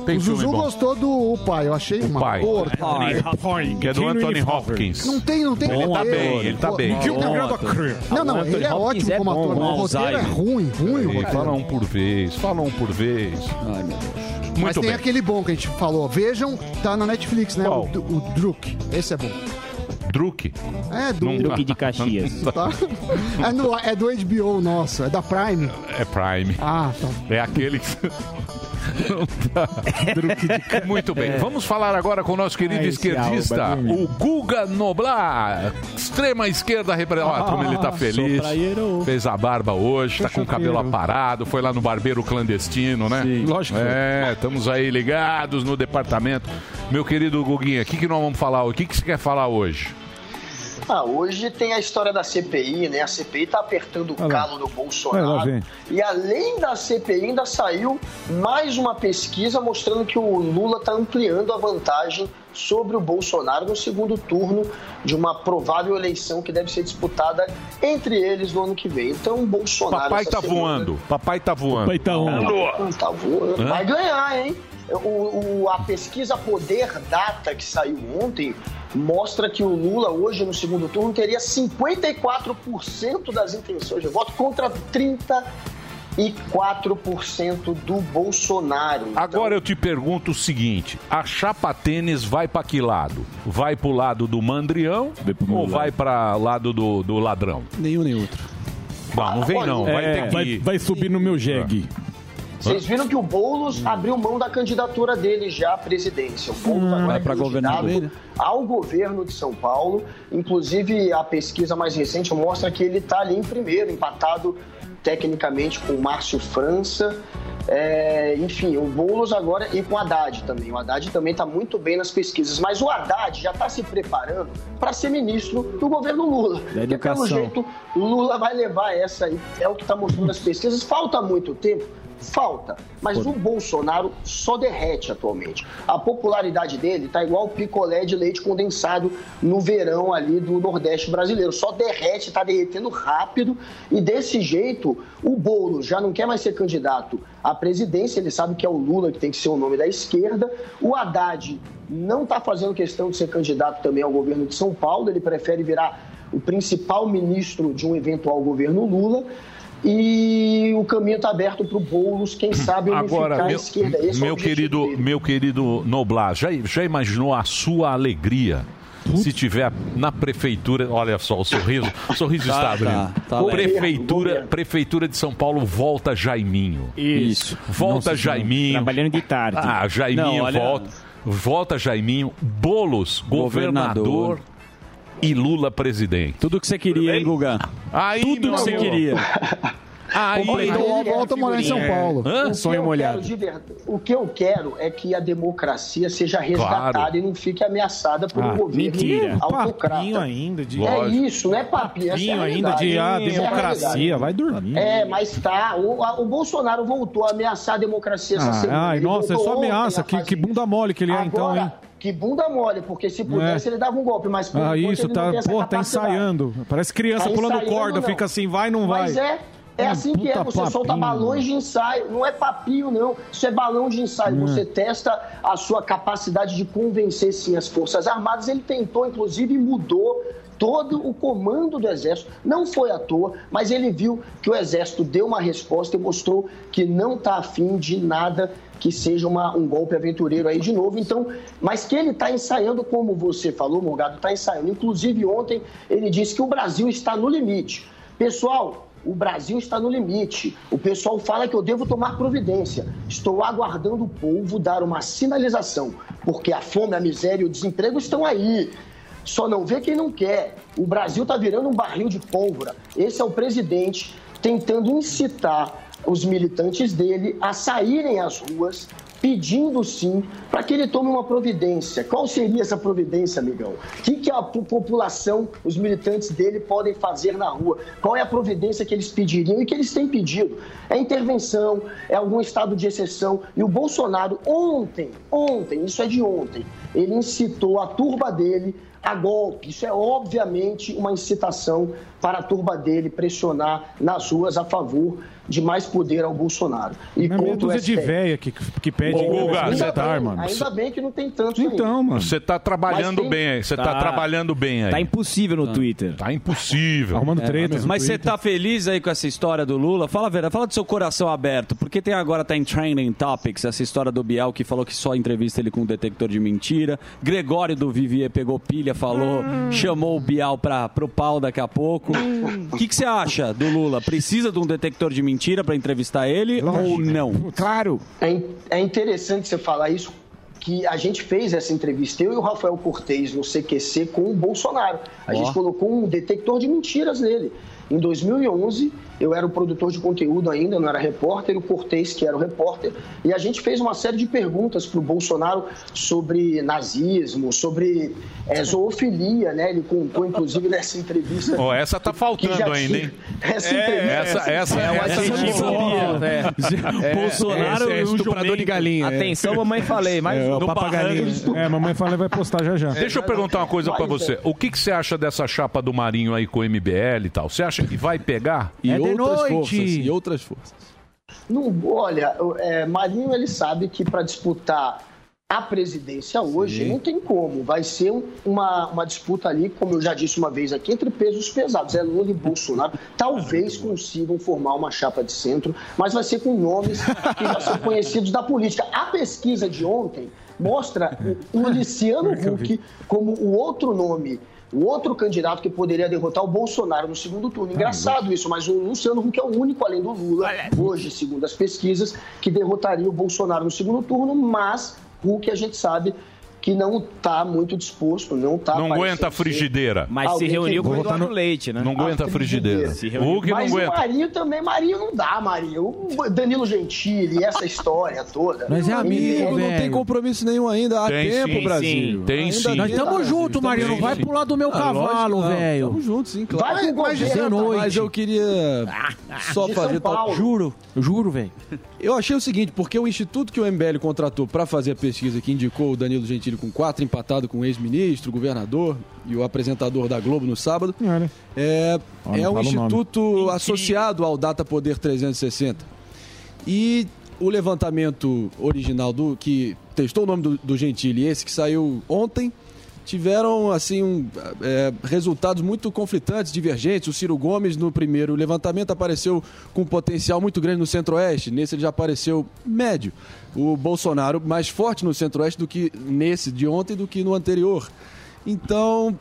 [SPEAKER 4] Tem
[SPEAKER 7] o
[SPEAKER 4] filme
[SPEAKER 7] Zuzu
[SPEAKER 4] bom.
[SPEAKER 7] gostou do O Pai, eu achei uma
[SPEAKER 4] Pai.
[SPEAKER 7] porca.
[SPEAKER 4] Que é do Anthony Hopkins.
[SPEAKER 7] Não tem, não tem
[SPEAKER 4] Ele tá
[SPEAKER 7] roteiro.
[SPEAKER 4] bem, ele tá
[SPEAKER 7] Pô,
[SPEAKER 4] bem.
[SPEAKER 7] Gil-
[SPEAKER 4] Bom,
[SPEAKER 7] Gil-
[SPEAKER 4] Anthony.
[SPEAKER 7] Não, não,
[SPEAKER 4] Anthony
[SPEAKER 7] ele é
[SPEAKER 4] Hopkins
[SPEAKER 7] ótimo como
[SPEAKER 4] bom,
[SPEAKER 7] ator, mas o
[SPEAKER 4] bom,
[SPEAKER 7] roteiro é
[SPEAKER 4] Alzheimer.
[SPEAKER 7] ruim, ruim o
[SPEAKER 4] Peraí,
[SPEAKER 7] roteiro.
[SPEAKER 4] Fala um por vez, fala um por vez. Ai, meu Deus.
[SPEAKER 7] Mas
[SPEAKER 4] Muito
[SPEAKER 7] tem
[SPEAKER 4] bem.
[SPEAKER 7] aquele bom que a gente falou. Vejam, tá na Netflix, né? O, D- o Druk. Esse é bom.
[SPEAKER 4] Druk.
[SPEAKER 7] É, do- Druk de
[SPEAKER 4] Caxias.
[SPEAKER 7] Tá? é, no- é do HBO nosso, é da Prime.
[SPEAKER 4] É Prime.
[SPEAKER 7] Ah, tá.
[SPEAKER 4] É aquele que. Não dá. Muito bem, vamos falar agora com o nosso querido
[SPEAKER 13] Ah, É. esse
[SPEAKER 12] é
[SPEAKER 4] esquerdista,
[SPEAKER 13] Alba,
[SPEAKER 4] o Guga Noblar, extrema esquerda representante. como ele
[SPEAKER 12] Ah,
[SPEAKER 4] tá feliz.
[SPEAKER 13] Ah, sopraieiro.
[SPEAKER 4] Fez a barba hoje, tá com o cabelo
[SPEAKER 13] Chochoteiro.
[SPEAKER 4] aparado, foi lá no barbeiro clandestino, né?
[SPEAKER 13] Sim. Lógico que foi.
[SPEAKER 4] É, estamos aí ligados no departamento. Meu querido Guguinha, o que, que nós vamos falar hoje? O que, que você quer falar hoje?
[SPEAKER 14] Ah, hoje tem a história da CPI, né? A CPI tá apertando o
[SPEAKER 4] Olha lá.
[SPEAKER 14] calo no
[SPEAKER 4] Olha lá,
[SPEAKER 14] Bolsonaro.
[SPEAKER 4] vem.
[SPEAKER 14] E além da CPI, ainda saiu mais uma pesquisa mostrando que o Lula tá ampliando a vantagem sobre o Bolsonaro no segundo turno de uma provável eleição que deve ser disputada entre eles no ano que vem. Então, o Bolsonaro.
[SPEAKER 4] Papai
[SPEAKER 14] essa
[SPEAKER 4] tá
[SPEAKER 14] semana-
[SPEAKER 4] voando, papai tá voando.
[SPEAKER 14] Papai tá
[SPEAKER 4] Alô.
[SPEAKER 14] Hum, Tá voando.
[SPEAKER 4] Hã?
[SPEAKER 14] Vai ganhar, hein? O, o- a pesquisa Poder Data que saiu ontem mostra que o Lula hoje no segundo turno teria 54% das intenções de voto contra 34% do Bolsonaro. Então,
[SPEAKER 4] Agora eu te pergunto o seguinte: a chapa tênis vai pra que lado? Vai pro lado do mandrião ou vai pra lado do, do ladrão?
[SPEAKER 22] Nenhum nem outro.
[SPEAKER 4] Bom, não vem não,
[SPEAKER 12] É,
[SPEAKER 4] vai ter que Ah,
[SPEAKER 22] vai, vai subir no meu jegue.
[SPEAKER 14] Vocês viram que o Boulos abriu mão da candidatura dele já à presidência. O Boulos agora é
[SPEAKER 22] Vai pra governador.
[SPEAKER 14] candidato ao governo de São Paulo. Inclusive, a pesquisa mais recente mostra que ele está ali em primeiro, empatado tecnicamente com o Márcio França. É, enfim, o Boulos agora e com o Haddad também. O Haddad também está muito bem nas pesquisas, mas o Haddad já está se preparando para ser ministro do governo Lula.
[SPEAKER 22] Da
[SPEAKER 14] Porque, pelo
[SPEAKER 22] educação.
[SPEAKER 14] jeito, Lula vai levar essa aí. É o que está mostrando as pesquisas. Falta muito tempo? Falta. Mas o Bolsonaro só derrete atualmente. A popularidade dele está igual o picolé de leite condensado no verão ali do Nordeste brasileiro. Só derrete, está derretendo rápido. E desse jeito, o Boulos já não quer mais ser candidato à presidência. Ele sabe que é o Lula que tem que ser o nome da esquerda. O Haddad não está fazendo questão de ser candidato também ao governo de São Paulo. Ele prefere virar o principal ministro de um eventual governo Lula. E o caminho está aberto para o Boulos, quem sabe unificar
[SPEAKER 4] Agora,
[SPEAKER 14] a
[SPEAKER 4] meu,
[SPEAKER 14] esquerda. Esse é o
[SPEAKER 4] meu
[SPEAKER 14] objetivo
[SPEAKER 4] querido, meu querido Noblar, já, já imaginou a sua alegria? Se tiver na prefeitura, olha só o sorriso, o sorriso
[SPEAKER 13] Tá,
[SPEAKER 4] está abrindo.
[SPEAKER 13] tá, tá lá.
[SPEAKER 4] prefeitura, prefeitura de São Paulo volta Jaiminho.
[SPEAKER 13] Isso.
[SPEAKER 4] Volta
[SPEAKER 13] Nossa,
[SPEAKER 4] Jaiminho. Trabalhando de tarde. Ah, Jaiminho
[SPEAKER 13] Não, olha-
[SPEAKER 4] volta. Volta Jaiminho, Bolos governador,
[SPEAKER 13] Governador.
[SPEAKER 4] e Lula presidente.
[SPEAKER 13] Tudo que você queria, hein, Guga?
[SPEAKER 4] Aí,
[SPEAKER 13] Tudo
[SPEAKER 4] meu
[SPEAKER 13] que você
[SPEAKER 4] amigo.
[SPEAKER 13] queria.
[SPEAKER 4] Aí,
[SPEAKER 14] Completou.
[SPEAKER 7] Ele volta a morar em São
[SPEAKER 14] É.
[SPEAKER 7] Paulo.
[SPEAKER 14] O que eu quero, de verdade- O que eu quero é que a democracia seja resgatada
[SPEAKER 13] Claro.
[SPEAKER 14] e não fique ameaçada por
[SPEAKER 13] Ah,
[SPEAKER 14] um governo
[SPEAKER 13] mentira.
[SPEAKER 14] autocrata.
[SPEAKER 13] Papinho ainda de-
[SPEAKER 14] É
[SPEAKER 13] Lógico.
[SPEAKER 14] isso, não é papinho. essa é a
[SPEAKER 13] Vinho ainda de ah,
[SPEAKER 14] realidade, essa é a
[SPEAKER 13] democracia,
[SPEAKER 14] realidade.
[SPEAKER 13] vai dormir.
[SPEAKER 14] É, mas tá. O, a- o Bolsonaro voltou a ameaçar a democracia essa semana.
[SPEAKER 12] Ah, ai,
[SPEAKER 14] Ele
[SPEAKER 12] nossa, é
[SPEAKER 14] voltou
[SPEAKER 12] só
[SPEAKER 14] ontem
[SPEAKER 12] ameaça.
[SPEAKER 14] a
[SPEAKER 12] Que, que bunda mole que ele é, então,
[SPEAKER 14] Agora,
[SPEAKER 12] hein?
[SPEAKER 14] Que bunda mole, porque se pudesse
[SPEAKER 12] É.
[SPEAKER 14] ele dava um golpe, mas por
[SPEAKER 12] Ah,
[SPEAKER 14] enquanto
[SPEAKER 12] isso,
[SPEAKER 14] ele
[SPEAKER 12] tá,
[SPEAKER 14] não tem essa
[SPEAKER 12] pô, tá
[SPEAKER 14] capacidade.
[SPEAKER 12] ensaiando. Parece criança
[SPEAKER 14] Tá
[SPEAKER 12] pulando
[SPEAKER 14] ensaiando,
[SPEAKER 12] corda,
[SPEAKER 14] não.
[SPEAKER 12] fica assim, vai, não vai.
[SPEAKER 14] Mas é, é
[SPEAKER 12] Ah,
[SPEAKER 14] assim que é,
[SPEAKER 12] puta
[SPEAKER 14] você solta
[SPEAKER 12] papinho.
[SPEAKER 14] balões de ensaio, não é papinho não, isso é balão de ensaio,
[SPEAKER 12] Hum.
[SPEAKER 14] você testa a sua capacidade de convencer sim as Forças Armadas, ele tentou inclusive e mudou todo o comando do Exército, não foi à toa, mas ele viu que o Exército deu uma resposta e mostrou que não está afim de nada que seja uma- um golpe aventureiro aí de novo. Então, mas que ele está ensaiando, como você falou, tá Morgado, está ensaiando. Inclusive, ontem ele disse que o Brasil está no limite. Pessoal, O Brasil está no limite. O pessoal fala que eu devo tomar providência. Estou aguardando o povo dar uma sinalização, porque a fome, a miséria e o desemprego estão aí. Só não vê quem não quer. O Brasil está virando um barril de pólvora. Esse é o presidente tentando incitar os militantes dele a saírem às ruas pedindo sim para que ele tome uma providência. Qual seria essa providência, amigão? O que, que a po- população, os militantes dele podem fazer na rua? Qual é a providência que eles pediriam e que eles têm pedido? É intervenção, é algum estado de exceção. E o Bolsonaro ontem, ontem, isso é de ontem, ele incitou a turba dele a golpe. Isso é obviamente uma incitação para a turba dele pressionar nas ruas a favor de mais poder ao Bolsonaro. E
[SPEAKER 12] Mas meia
[SPEAKER 14] contra o
[SPEAKER 12] dúzia é de
[SPEAKER 14] STF.
[SPEAKER 12] véia que, que pede
[SPEAKER 4] Ô,
[SPEAKER 12] em
[SPEAKER 4] Guga, tá,
[SPEAKER 12] conversa
[SPEAKER 4] ainda
[SPEAKER 12] militar,
[SPEAKER 4] bem,
[SPEAKER 12] mano.
[SPEAKER 14] Ainda bem que não tem tanto
[SPEAKER 12] Então, mano.
[SPEAKER 4] Você tá trabalhando
[SPEAKER 14] Mas tem-
[SPEAKER 4] bem aí. Você tá.
[SPEAKER 3] Tá.
[SPEAKER 4] trabalhando bem aí.
[SPEAKER 3] Tá impossível no Twitter.
[SPEAKER 4] Tá impossível. É,
[SPEAKER 3] Arrumando
[SPEAKER 4] treta no
[SPEAKER 3] Mas você
[SPEAKER 4] Twitter.
[SPEAKER 3] tá feliz aí com essa história do Lula? Fala a verdade, fala do seu coração aberto. Porque tem agora, tá em Trending Topics, essa história do Bial que falou que só entrevista ele com um detector de mentira. Gregório do Vivier pegou pilha, falou, chamou o Bial pra, pro pau daqui a pouco. O que que você acha do Lula? Precisa de um detector de mentira pra entrevistar ele ou não?
[SPEAKER 14] Claro. É, in- é interessante você falar isso, que a gente fez essa entrevista, eu e o Rafael Cortez, no CQC, com o Bolsonaro. A
[SPEAKER 20] Ó.
[SPEAKER 14] gente colocou um detector de mentiras nele. Em 2011, eu era o produtor de conteúdo ainda, não era repórter, o Cortez, que era o repórter, e a gente fez uma série de perguntas para o Bolsonaro sobre nazismo, sobre eh, zoofilia, né? Ele contou, inclusive, nessa entrevista.
[SPEAKER 4] Ó, essa tá faltando
[SPEAKER 14] que já
[SPEAKER 4] ainda,
[SPEAKER 14] tinha-
[SPEAKER 4] hein?
[SPEAKER 14] Essa
[SPEAKER 4] É,
[SPEAKER 14] entrevista.
[SPEAKER 4] essa- essa- essa é
[SPEAKER 14] eu
[SPEAKER 4] gente
[SPEAKER 14] não sabia.
[SPEAKER 4] sabia. É.
[SPEAKER 12] Bolsonaro
[SPEAKER 4] é, é
[SPEAKER 17] um
[SPEAKER 12] e o
[SPEAKER 4] estuprador de galinha.
[SPEAKER 17] é.
[SPEAKER 12] Atenção,
[SPEAKER 4] mamãe
[SPEAKER 12] falei,
[SPEAKER 4] mas
[SPEAKER 12] é, o
[SPEAKER 4] no
[SPEAKER 12] Papa Galinha.
[SPEAKER 4] barranco-
[SPEAKER 12] É, mamãe falei vai postar já
[SPEAKER 6] É,
[SPEAKER 12] já.
[SPEAKER 4] Deixa eu perguntar uma coisa pra você. O que, que você acha dessa chapa do Marinho aí com o MBL e tal? Você acha que vai pegar?
[SPEAKER 8] E outras forças. E outras forças.
[SPEAKER 14] Não, olha, o- é, Marinho ele sabe que para disputar a presidência hoje não tem como. Vai ser um- uma, uma disputa ali, como eu já disse uma vez aqui, entre pesos pesados. É Lula e Bolsonaro. Talvez consigam formar uma chapa de centro, mas vai ser com nomes que já são conhecidos da política. A pesquisa de ontem mostra o, o Luciano Huck como o outro nome. O outro candidato que poderia derrotar o Bolsonaro no segundo turno. Engraçado isso, mas o Luciano Huck é o único, além do Lula, hoje, segundo as pesquisas, que derrotaria o Bolsonaro no segundo turno, mas Huck, a gente sabe que não está muito disposto, não tá está...
[SPEAKER 4] Não aguenta a frigideira.
[SPEAKER 14] Mas se Alguém que- reuniu com o Vou botar Eduardo no-
[SPEAKER 4] Leite, né? Não aguenta a frigideira. O Hulk não
[SPEAKER 2] um
[SPEAKER 14] Mas o
[SPEAKER 4] aguenta.
[SPEAKER 14] Marinho também, Marinho não dá, Marinho. O Danilo Gentili, essa história toda.
[SPEAKER 8] é amigo, não tem
[SPEAKER 14] como.
[SPEAKER 8] compromisso nenhum ainda. Há
[SPEAKER 4] Tem
[SPEAKER 8] tempo,
[SPEAKER 4] sim,
[SPEAKER 8] Brasil.
[SPEAKER 4] sim. Tem
[SPEAKER 8] Ainda
[SPEAKER 4] sim. Nós tamo
[SPEAKER 8] Brasil.
[SPEAKER 4] junto,
[SPEAKER 8] Tamo
[SPEAKER 4] Marinho, não
[SPEAKER 8] junto.
[SPEAKER 4] vai pular do meu
[SPEAKER 8] Ah, lógico
[SPEAKER 4] cavalo,
[SPEAKER 8] que não.
[SPEAKER 4] velho.
[SPEAKER 8] Tamo junto, sim, claro.
[SPEAKER 4] Vai com o
[SPEAKER 8] mas,
[SPEAKER 4] governo,
[SPEAKER 8] eu-
[SPEAKER 4] noite. Ah,
[SPEAKER 8] mas eu queria só
[SPEAKER 4] De São
[SPEAKER 8] fazer... tal-
[SPEAKER 4] Paulo.
[SPEAKER 8] Juro, juro, velho. Eu achei o seguinte, porque o instituto que o MBL contratou pra fazer a pesquisa que indicou o Danilo Gentili com quatro, empatado com o ex-ministro, governador e o apresentador da Globo no sábado, é,
[SPEAKER 12] Ó, não
[SPEAKER 8] é
[SPEAKER 12] fala o
[SPEAKER 8] um
[SPEAKER 12] nome.
[SPEAKER 8] instituto associado ao Data Poder 360. E o levantamento original do que testou o nome do, do Gentili, esse que saiu ontem, tiveram assim um, é, resultados muito conflitantes, divergentes. O Ciro Gomes no primeiro levantamento apareceu com um potencial muito grande no Centro-Oeste, nesse ele já apareceu médio. O Bolsonaro mais forte no Centro-Oeste do que nesse de ontem do que no anterior. Então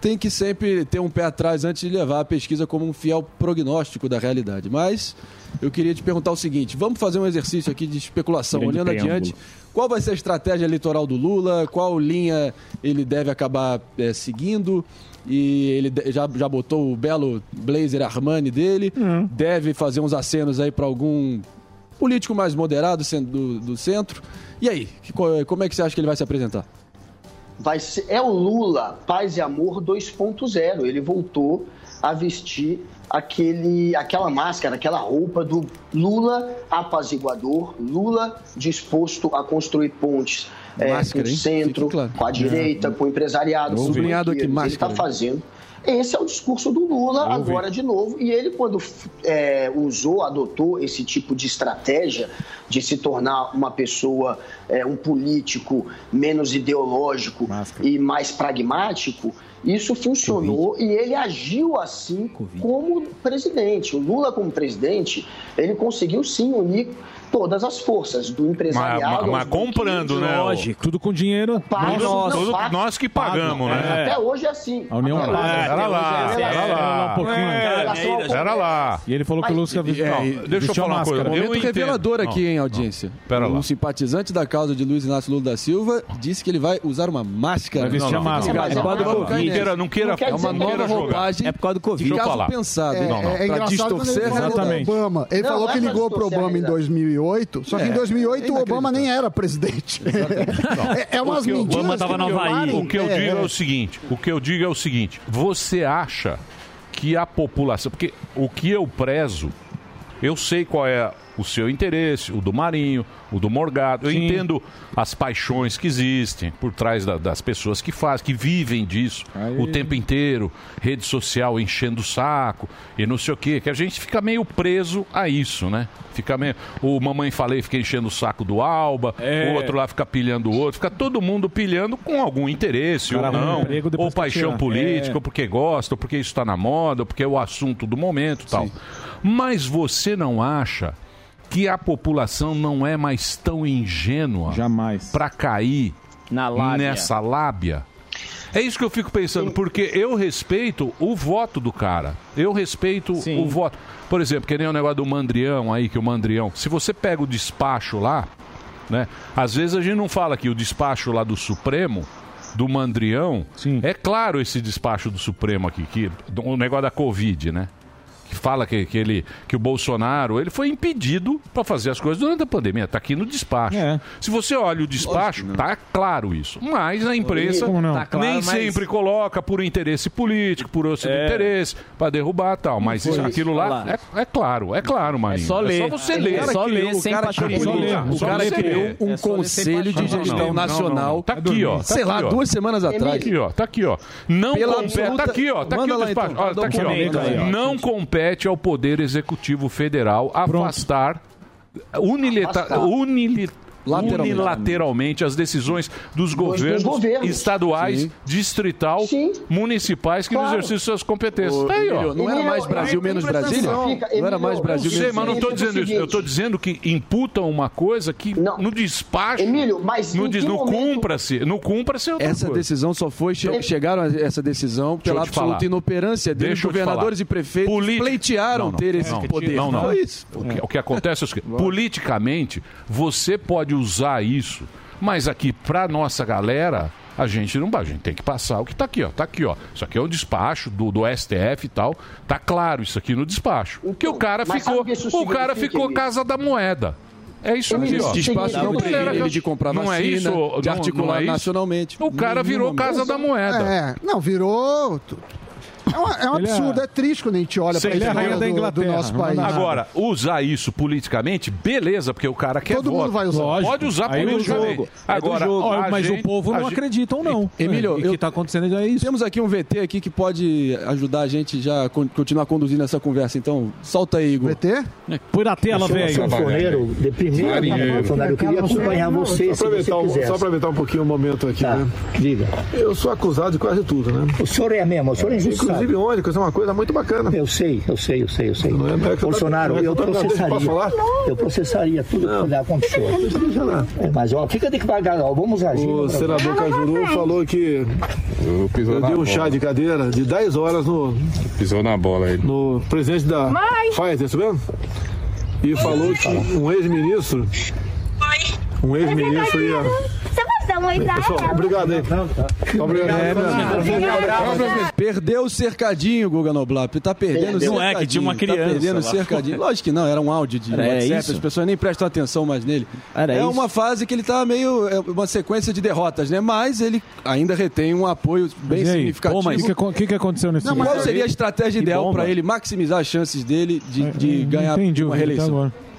[SPEAKER 8] tem que sempre ter um pé atrás antes de levar a pesquisa como um fiel prognóstico da realidade. Mas eu queria te perguntar o seguinte: vamos fazer um exercício aqui de especulação,
[SPEAKER 22] Grande
[SPEAKER 8] olhando
[SPEAKER 22] preâmbulo.
[SPEAKER 8] adiante. Qual vai ser a estratégia eleitoral do Lula? Qual linha ele deve acabar eh, seguindo? E ele de- já, já botou o belo blazer Armani dele.
[SPEAKER 22] Uhum.
[SPEAKER 8] Deve fazer uns acenos aí para algum político mais moderado sendo do, do centro. E aí, que co- como é que você acha que ele vai se apresentar?
[SPEAKER 14] vai ser, é o Lula Paz e Amor 2.0. Ele voltou a vestir aquele, aquela máscara, aquela roupa do Lula apaziguador, Lula disposto a construir pontes eh,
[SPEAKER 8] Máscara,
[SPEAKER 14] com
[SPEAKER 8] hein?
[SPEAKER 14] o centro,
[SPEAKER 8] Fique claro.
[SPEAKER 14] com a direita,
[SPEAKER 8] É.
[SPEAKER 14] com o empresariado. com os
[SPEAKER 8] Sublinhado aqui,
[SPEAKER 14] banqueiros. Ele
[SPEAKER 8] máscara.
[SPEAKER 14] está fazendo. Esse é o discurso do Lula
[SPEAKER 8] Ouvi.
[SPEAKER 14] agora de novo. E ele, quando f- eh, usou, adotou esse tipo de estratégia de se tornar uma pessoa, eh, um político menos ideológico e mais pragmático, isso funcionou e ele agiu assim como presidente. O Lula, como presidente, ele conseguiu sim unir todas as forças do
[SPEAKER 4] Mas,
[SPEAKER 14] empresariado.
[SPEAKER 4] mas- mas
[SPEAKER 14] aos
[SPEAKER 4] comprando, né? ô?
[SPEAKER 12] Tudo com dinheiro.
[SPEAKER 14] Pago,
[SPEAKER 4] Tudo-
[SPEAKER 14] não,
[SPEAKER 4] tudo-
[SPEAKER 14] pago.
[SPEAKER 4] nós que pagamos,
[SPEAKER 14] Mas
[SPEAKER 4] né?
[SPEAKER 14] Até hoje é assim.
[SPEAKER 4] A União
[SPEAKER 14] Até
[SPEAKER 4] paga.
[SPEAKER 14] hoje
[SPEAKER 4] É, Pera lá, pera
[SPEAKER 14] é, um
[SPEAKER 4] lá. É, Pera lá.
[SPEAKER 6] E ele falou que o
[SPEAKER 8] é,
[SPEAKER 6] Lúcio
[SPEAKER 4] Não, é, Deixa eu falar uma coisa. Eu
[SPEAKER 8] Momento
[SPEAKER 4] entendo.
[SPEAKER 8] revelador aqui,
[SPEAKER 4] Não,
[SPEAKER 8] hein,
[SPEAKER 4] não.
[SPEAKER 8] audiência.
[SPEAKER 4] Pera
[SPEAKER 8] um
[SPEAKER 4] lá.
[SPEAKER 8] simpatizante da causa de Luiz Inácio Lula da Silva disse que ele vai usar uma máscara.
[SPEAKER 4] Vai vestir a máscara.
[SPEAKER 8] Não, não,
[SPEAKER 4] É
[SPEAKER 8] não,
[SPEAKER 4] por causa do
[SPEAKER 8] não,
[SPEAKER 4] Covid.
[SPEAKER 8] não,
[SPEAKER 4] Não queira- não queira-
[SPEAKER 8] É uma
[SPEAKER 4] não queira
[SPEAKER 8] nova
[SPEAKER 4] jogar.
[SPEAKER 8] roupagem.
[SPEAKER 4] É por causa do Covid.
[SPEAKER 8] de
[SPEAKER 4] Deixa eu
[SPEAKER 8] caso
[SPEAKER 4] falar.
[SPEAKER 8] pensado.
[SPEAKER 7] É,
[SPEAKER 8] hein?
[SPEAKER 7] é
[SPEAKER 8] Pra
[SPEAKER 4] né?
[SPEAKER 7] engraçado quando ele
[SPEAKER 8] distorcer
[SPEAKER 7] fala do
[SPEAKER 8] realidade.
[SPEAKER 7] Obama. Ele
[SPEAKER 8] Não,
[SPEAKER 7] falou
[SPEAKER 8] não é
[SPEAKER 7] que
[SPEAKER 8] pra
[SPEAKER 7] ligou pro
[SPEAKER 8] distorcer a
[SPEAKER 7] Obama em
[SPEAKER 8] realidade.
[SPEAKER 7] 2008, só que em
[SPEAKER 4] É,
[SPEAKER 7] 2008 o Obama nem era presidente. É, é umas
[SPEAKER 4] O que eu-
[SPEAKER 7] mentiras
[SPEAKER 4] Obama tava
[SPEAKER 7] que
[SPEAKER 4] no Havaí.
[SPEAKER 7] tomarem-
[SPEAKER 4] O que eu
[SPEAKER 7] é,
[SPEAKER 4] digo é
[SPEAKER 7] é.
[SPEAKER 4] o seguinte: o que eu digo é o seguinte: você acha que a população. Porque o que eu prezo, eu sei qual é o seu interesse, o do Marinho, o do Morgado. Eu entendo as paixões que existem por trás da- das pessoas que fazem, que vivem disso o tempo inteiro, rede social enchendo o saco e não sei o quê. Que a gente fica meio preso a isso, né? Fica meio. O Mamãe Falei fica enchendo o saco do Alba,
[SPEAKER 6] É.
[SPEAKER 4] o outro lá fica pilhando o outro, fica todo mundo pilhando com algum interesse
[SPEAKER 6] Cara,
[SPEAKER 4] ou
[SPEAKER 6] arruma
[SPEAKER 4] não,
[SPEAKER 6] um emprego depois
[SPEAKER 4] ou
[SPEAKER 6] que
[SPEAKER 4] paixão
[SPEAKER 6] tirar.
[SPEAKER 4] política,
[SPEAKER 6] É.
[SPEAKER 4] ou porque gosta, ou porque isso está na moda, ou porque é o assunto do momento e tal. Mas você não acha que a população não é mais tão ingênua
[SPEAKER 6] jamais
[SPEAKER 4] para cair
[SPEAKER 6] lábia.
[SPEAKER 4] nessa lábia? É isso que eu fico pensando, porque eu respeito o voto do cara. Eu respeito o voto. Por exemplo, que nem o negócio do Mandrião aí, que o Mandrião. Se você pega o despacho lá, né? Às vezes a gente não fala que o despacho lá do Supremo, do Mandrião, é claro esse despacho do Supremo aqui, que, o negócio da Covid, né? Que fala que, que, ele, que o Bolsonaro ele foi impedido para fazer as coisas durante a pandemia. Está aqui no despacho. Se você olha o despacho, tá claro isso. Mas a imprensa
[SPEAKER 6] Como não?
[SPEAKER 4] nem
[SPEAKER 6] Tá claro, mas-
[SPEAKER 4] sempre coloca por interesse político, por outro
[SPEAKER 6] É.
[SPEAKER 4] interesse, para derrubar tal. Mas
[SPEAKER 6] Não
[SPEAKER 4] isso,
[SPEAKER 6] foi
[SPEAKER 4] aquilo
[SPEAKER 6] isso,
[SPEAKER 4] lá
[SPEAKER 6] olha
[SPEAKER 4] é, é claro, é claro, Marinho.
[SPEAKER 21] só ler.
[SPEAKER 4] É só você ler.
[SPEAKER 21] É só
[SPEAKER 4] O
[SPEAKER 21] ler,
[SPEAKER 4] cara
[SPEAKER 21] sem
[SPEAKER 4] criou-
[SPEAKER 21] paixão
[SPEAKER 4] o cara
[SPEAKER 21] política.
[SPEAKER 4] criou-
[SPEAKER 21] O
[SPEAKER 4] só
[SPEAKER 21] cara
[SPEAKER 4] você
[SPEAKER 21] criou
[SPEAKER 4] ler.
[SPEAKER 8] um
[SPEAKER 4] É só ler sem
[SPEAKER 8] conselho de
[SPEAKER 4] paixão. Não,
[SPEAKER 8] gestão
[SPEAKER 4] não, não,
[SPEAKER 8] nacional.
[SPEAKER 4] não. Tá aqui, ó.
[SPEAKER 8] Sei lá, duas semanas atrás.
[SPEAKER 4] Tá aqui, ó. Tá aqui, ó. Não
[SPEAKER 8] Pela
[SPEAKER 4] compete.
[SPEAKER 8] absoluta-
[SPEAKER 4] Tá aqui, ó. Tá aqui
[SPEAKER 8] Manda
[SPEAKER 4] o
[SPEAKER 8] lá,
[SPEAKER 4] despacho.
[SPEAKER 8] então.
[SPEAKER 4] Ó, tá
[SPEAKER 8] Dá um
[SPEAKER 4] aqui, ó.
[SPEAKER 8] comenta aí, ó.
[SPEAKER 4] Não compete ao Poder Executivo Federal afastar unileta-
[SPEAKER 8] Afastar.
[SPEAKER 4] unili-
[SPEAKER 8] Lateralmente.
[SPEAKER 4] unilateralmente as decisões dos governos,
[SPEAKER 8] governos.
[SPEAKER 4] estaduais,
[SPEAKER 8] Sim.
[SPEAKER 4] distrital, municipais que
[SPEAKER 8] Claro.
[SPEAKER 4] não exercem suas competências.
[SPEAKER 8] Ô,
[SPEAKER 4] Tá aí, ó.
[SPEAKER 8] Emílio, não era mais Brasil menos Brasília? Não era mais Brasil
[SPEAKER 4] Eu sei,
[SPEAKER 8] menos
[SPEAKER 4] mas não estou
[SPEAKER 8] Brasília?
[SPEAKER 4] dizendo isso. Eu estou dizendo que imputam uma coisa que no despacho. não
[SPEAKER 8] em
[SPEAKER 4] diz,
[SPEAKER 8] que
[SPEAKER 4] não
[SPEAKER 8] momento-
[SPEAKER 4] cumpra-se. Não cumpra-se é outra
[SPEAKER 8] Essa
[SPEAKER 4] coisa.
[SPEAKER 8] decisão só foi. che- Chegaram a essa decisão
[SPEAKER 4] eu
[SPEAKER 8] pela
[SPEAKER 4] te falar.
[SPEAKER 8] absoluta inoperância dele.
[SPEAKER 4] Deixa eu te
[SPEAKER 8] governadores
[SPEAKER 4] falar.
[SPEAKER 8] e prefeitos
[SPEAKER 4] Política-
[SPEAKER 8] pleitearam
[SPEAKER 4] Não, não,
[SPEAKER 8] ter esse
[SPEAKER 4] não,
[SPEAKER 8] poder.
[SPEAKER 4] Não, não.
[SPEAKER 8] Foi isso.
[SPEAKER 4] O, que, o que acontece é o seguinte: politicamente, você pode usar isso, mas aqui, pra nossa galera. A gente não vai, a gente tem que passar o que tá aqui, ó. Tá aqui, ó. Isso aqui é o despacho do, do STF e tal. Tá claro isso aqui no despacho. Porque o cara
[SPEAKER 8] mas sabe
[SPEAKER 4] ficou,
[SPEAKER 8] o que isso
[SPEAKER 4] o cara
[SPEAKER 8] significa,
[SPEAKER 4] ficou
[SPEAKER 8] Emílio?
[SPEAKER 4] casa da moeda. É isso
[SPEAKER 8] Emílio,
[SPEAKER 4] aqui,
[SPEAKER 8] esse
[SPEAKER 4] ó.
[SPEAKER 8] despacho não
[SPEAKER 4] Galera,
[SPEAKER 8] prevê ele de comprar
[SPEAKER 4] não é
[SPEAKER 8] vacina,
[SPEAKER 4] isso,
[SPEAKER 8] de
[SPEAKER 4] não-
[SPEAKER 8] articular
[SPEAKER 4] não é isso?
[SPEAKER 8] nacionalmente.
[SPEAKER 4] O cara
[SPEAKER 7] Nenhum
[SPEAKER 4] virou
[SPEAKER 7] momento.
[SPEAKER 4] casa da moeda.
[SPEAKER 7] É, não, virou. É, uma- é um
[SPEAKER 4] Ele é-
[SPEAKER 7] absurdo, é... triste quando a gente olha pra
[SPEAKER 4] Sem dúvida.
[SPEAKER 7] história do, do nosso país. né?
[SPEAKER 4] Agora, usar isso politicamente, beleza, porque o cara quer
[SPEAKER 7] Todo mundo
[SPEAKER 4] voto.
[SPEAKER 7] vai usar. Lógico.
[SPEAKER 4] Pode usar
[SPEAKER 7] Aí é do
[SPEAKER 4] politicamente.
[SPEAKER 7] jogo.
[SPEAKER 6] É do
[SPEAKER 4] Agora,
[SPEAKER 6] jogo.
[SPEAKER 4] a
[SPEAKER 6] Olha, mas
[SPEAKER 4] gente-
[SPEAKER 6] o povo
[SPEAKER 4] a
[SPEAKER 6] não
[SPEAKER 4] gente-
[SPEAKER 6] acredita ou não.
[SPEAKER 8] Emílio,
[SPEAKER 6] E o que está acontecendo é isso.
[SPEAKER 8] Temos aqui um VT aqui que pode ajudar a gente já con- continuar conduzindo essa conversa. Então, solta aí, Igor.
[SPEAKER 7] VT?
[SPEAKER 6] É,
[SPEAKER 8] Põe na
[SPEAKER 20] Eu sou
[SPEAKER 15] né?
[SPEAKER 20] sanfoneiro de primeira,
[SPEAKER 8] Marinheiro.
[SPEAKER 20] Bolsonaro. Eu queria acompanhar você,
[SPEAKER 15] Só
[SPEAKER 20] se você
[SPEAKER 15] aproveitar, um-
[SPEAKER 20] quisesse.
[SPEAKER 15] só aproveitar um pouquinho o momento aqui, né?
[SPEAKER 20] Diga.
[SPEAKER 15] Eu sou acusado de quase tudo, né?
[SPEAKER 20] O senhor é mesmo, o senhor é injustiçado.
[SPEAKER 15] Inclusive ontem, que é uma coisa muito bacana.
[SPEAKER 20] Eu sei, eu sei, eu sei, eu sei.
[SPEAKER 15] é que eu tô-
[SPEAKER 20] Bolsonaro,
[SPEAKER 15] não é que
[SPEAKER 20] eu
[SPEAKER 15] eu tô-
[SPEAKER 20] processaria.
[SPEAKER 15] posso falar?
[SPEAKER 20] Eu processaria tudo que puder acontecer. É, Mas ó, fica devagar, ó, vamos agir.
[SPEAKER 15] O
[SPEAKER 20] vamos agir.
[SPEAKER 15] senador Cajuru falou que eu,
[SPEAKER 20] na
[SPEAKER 15] dei um
[SPEAKER 20] bola.
[SPEAKER 15] chá de cadeira de 10 horas no. Pisou na bola aí. No presidente da
[SPEAKER 10] Mãe!
[SPEAKER 15] Pfizer, isso mesmo? E falou que um ex-ministro. Um ex-ministro ia.
[SPEAKER 10] Você pode dar uma
[SPEAKER 5] Tá
[SPEAKER 10] ideia?
[SPEAKER 15] Pessoal, obrigado aí.
[SPEAKER 6] tá.
[SPEAKER 15] Obrigado.
[SPEAKER 8] É, meu amigo.
[SPEAKER 15] Obrigado.
[SPEAKER 8] Perdeu o cercadinho, Guga Noblap. Tá perdendo o cercadinho.
[SPEAKER 15] Não é, que tinha uma
[SPEAKER 8] Tá
[SPEAKER 15] criança
[SPEAKER 8] perdendo o
[SPEAKER 15] lá.
[SPEAKER 8] cercadinho. Lógico que não, era um áudio de
[SPEAKER 21] Era
[SPEAKER 8] WhatsApp,
[SPEAKER 21] isso?
[SPEAKER 8] as pessoas nem prestam atenção mais nele.
[SPEAKER 21] Era
[SPEAKER 8] é
[SPEAKER 21] isso?
[SPEAKER 8] uma fase que ele tá meio. é uma sequência de derrotas, né? Mas ele ainda retém um apoio bem
[SPEAKER 6] Mas e aí?
[SPEAKER 8] significativo.
[SPEAKER 6] Pô, mas o que, acon- que, que aconteceu nesse
[SPEAKER 8] Não, mas qual seria a estratégia
[SPEAKER 6] Que
[SPEAKER 8] ideal
[SPEAKER 6] bomba.
[SPEAKER 8] para ele maximizar as chances dele de, de ganhar
[SPEAKER 6] É, entendi o
[SPEAKER 8] uma
[SPEAKER 6] que ele tá
[SPEAKER 8] reeleição?
[SPEAKER 6] agora.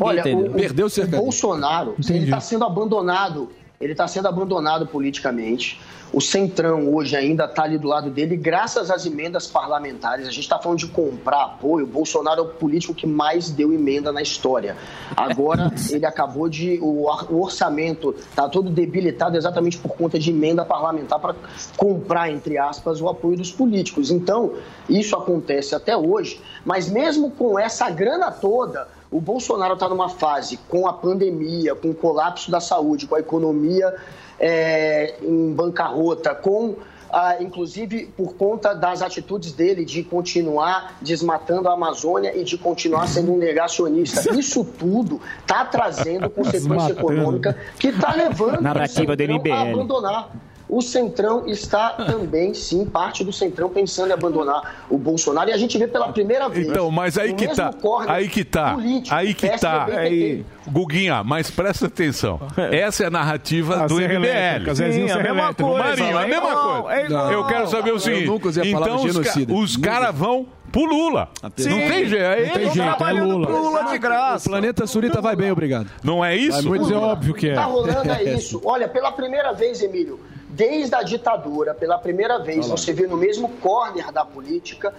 [SPEAKER 20] Olha, o, o-
[SPEAKER 8] Perdeu o
[SPEAKER 20] o
[SPEAKER 8] cercadinho.
[SPEAKER 20] Bolsonaro, ele está sendo abandonado.
[SPEAKER 14] tá Ele está sendo abandonado politicamente. O Centrão hoje ainda está ali do lado dele, graças às emendas parlamentares. A gente está falando de comprar apoio. O Bolsonaro é o político que mais deu emenda na história. Agora, ele acabou de. O ar- o orçamento está todo debilitado exatamente por conta de emenda parlamentar para comprar, entre aspas, o apoio dos políticos. Então, isso acontece até hoje. Mas mesmo com essa grana toda, o Bolsonaro está numa fase com a pandemia, com o colapso da saúde, com a economia é, em bancarrota, com ah, inclusive por conta das atitudes dele de continuar desmatando a Amazônia e de continuar sendo um negacionista. Isso tudo está trazendo consequência
[SPEAKER 10] Desmatando.
[SPEAKER 14] econômica que está levando o
[SPEAKER 10] Narrativa do
[SPEAKER 14] Centrão a
[SPEAKER 10] MBL.
[SPEAKER 14] abandonar. O Centrão está também, sim, parte do Centrão pensando em abandonar o Bolsonaro. E a gente vê pela primeira vez.
[SPEAKER 4] Então, mas aí
[SPEAKER 14] o
[SPEAKER 4] que
[SPEAKER 14] mesmo
[SPEAKER 4] tá.
[SPEAKER 14] córrego
[SPEAKER 4] Aí que tá.
[SPEAKER 14] político,
[SPEAKER 4] Aí que
[SPEAKER 14] PSDB,
[SPEAKER 4] tá.
[SPEAKER 14] PT.
[SPEAKER 4] Aí- Guguinha, mas presta atenção. Essa é a narrativa
[SPEAKER 12] Ah,
[SPEAKER 4] do
[SPEAKER 12] serra
[SPEAKER 4] MBL.
[SPEAKER 12] elétrica, Zezinho, serra elétrica.
[SPEAKER 4] Marinho, a
[SPEAKER 12] É
[SPEAKER 4] mesma
[SPEAKER 12] igual,
[SPEAKER 4] coisa.
[SPEAKER 12] é igual.
[SPEAKER 4] Eu quero saber o
[SPEAKER 12] Eu
[SPEAKER 4] seguinte.
[SPEAKER 12] nunca usei a palavra
[SPEAKER 4] então os ca-
[SPEAKER 12] genocida.
[SPEAKER 4] os caras vão pro Lula. Não
[SPEAKER 8] Sim.
[SPEAKER 4] tem jeito. é
[SPEAKER 8] Não tem
[SPEAKER 4] Ele
[SPEAKER 8] jeito, é
[SPEAKER 4] trabalhando
[SPEAKER 8] Lula.
[SPEAKER 4] pro Lula de graça.
[SPEAKER 8] O planeta Surita vai bem, obrigado.
[SPEAKER 4] Não é isso?
[SPEAKER 8] Vai muito bem.
[SPEAKER 14] Tá rolando é isso. Olha, pela primeira vez, Emílio, desde a ditadura, pela primeira vez,
[SPEAKER 8] Olha lá.
[SPEAKER 14] você vê no mesmo corner da política,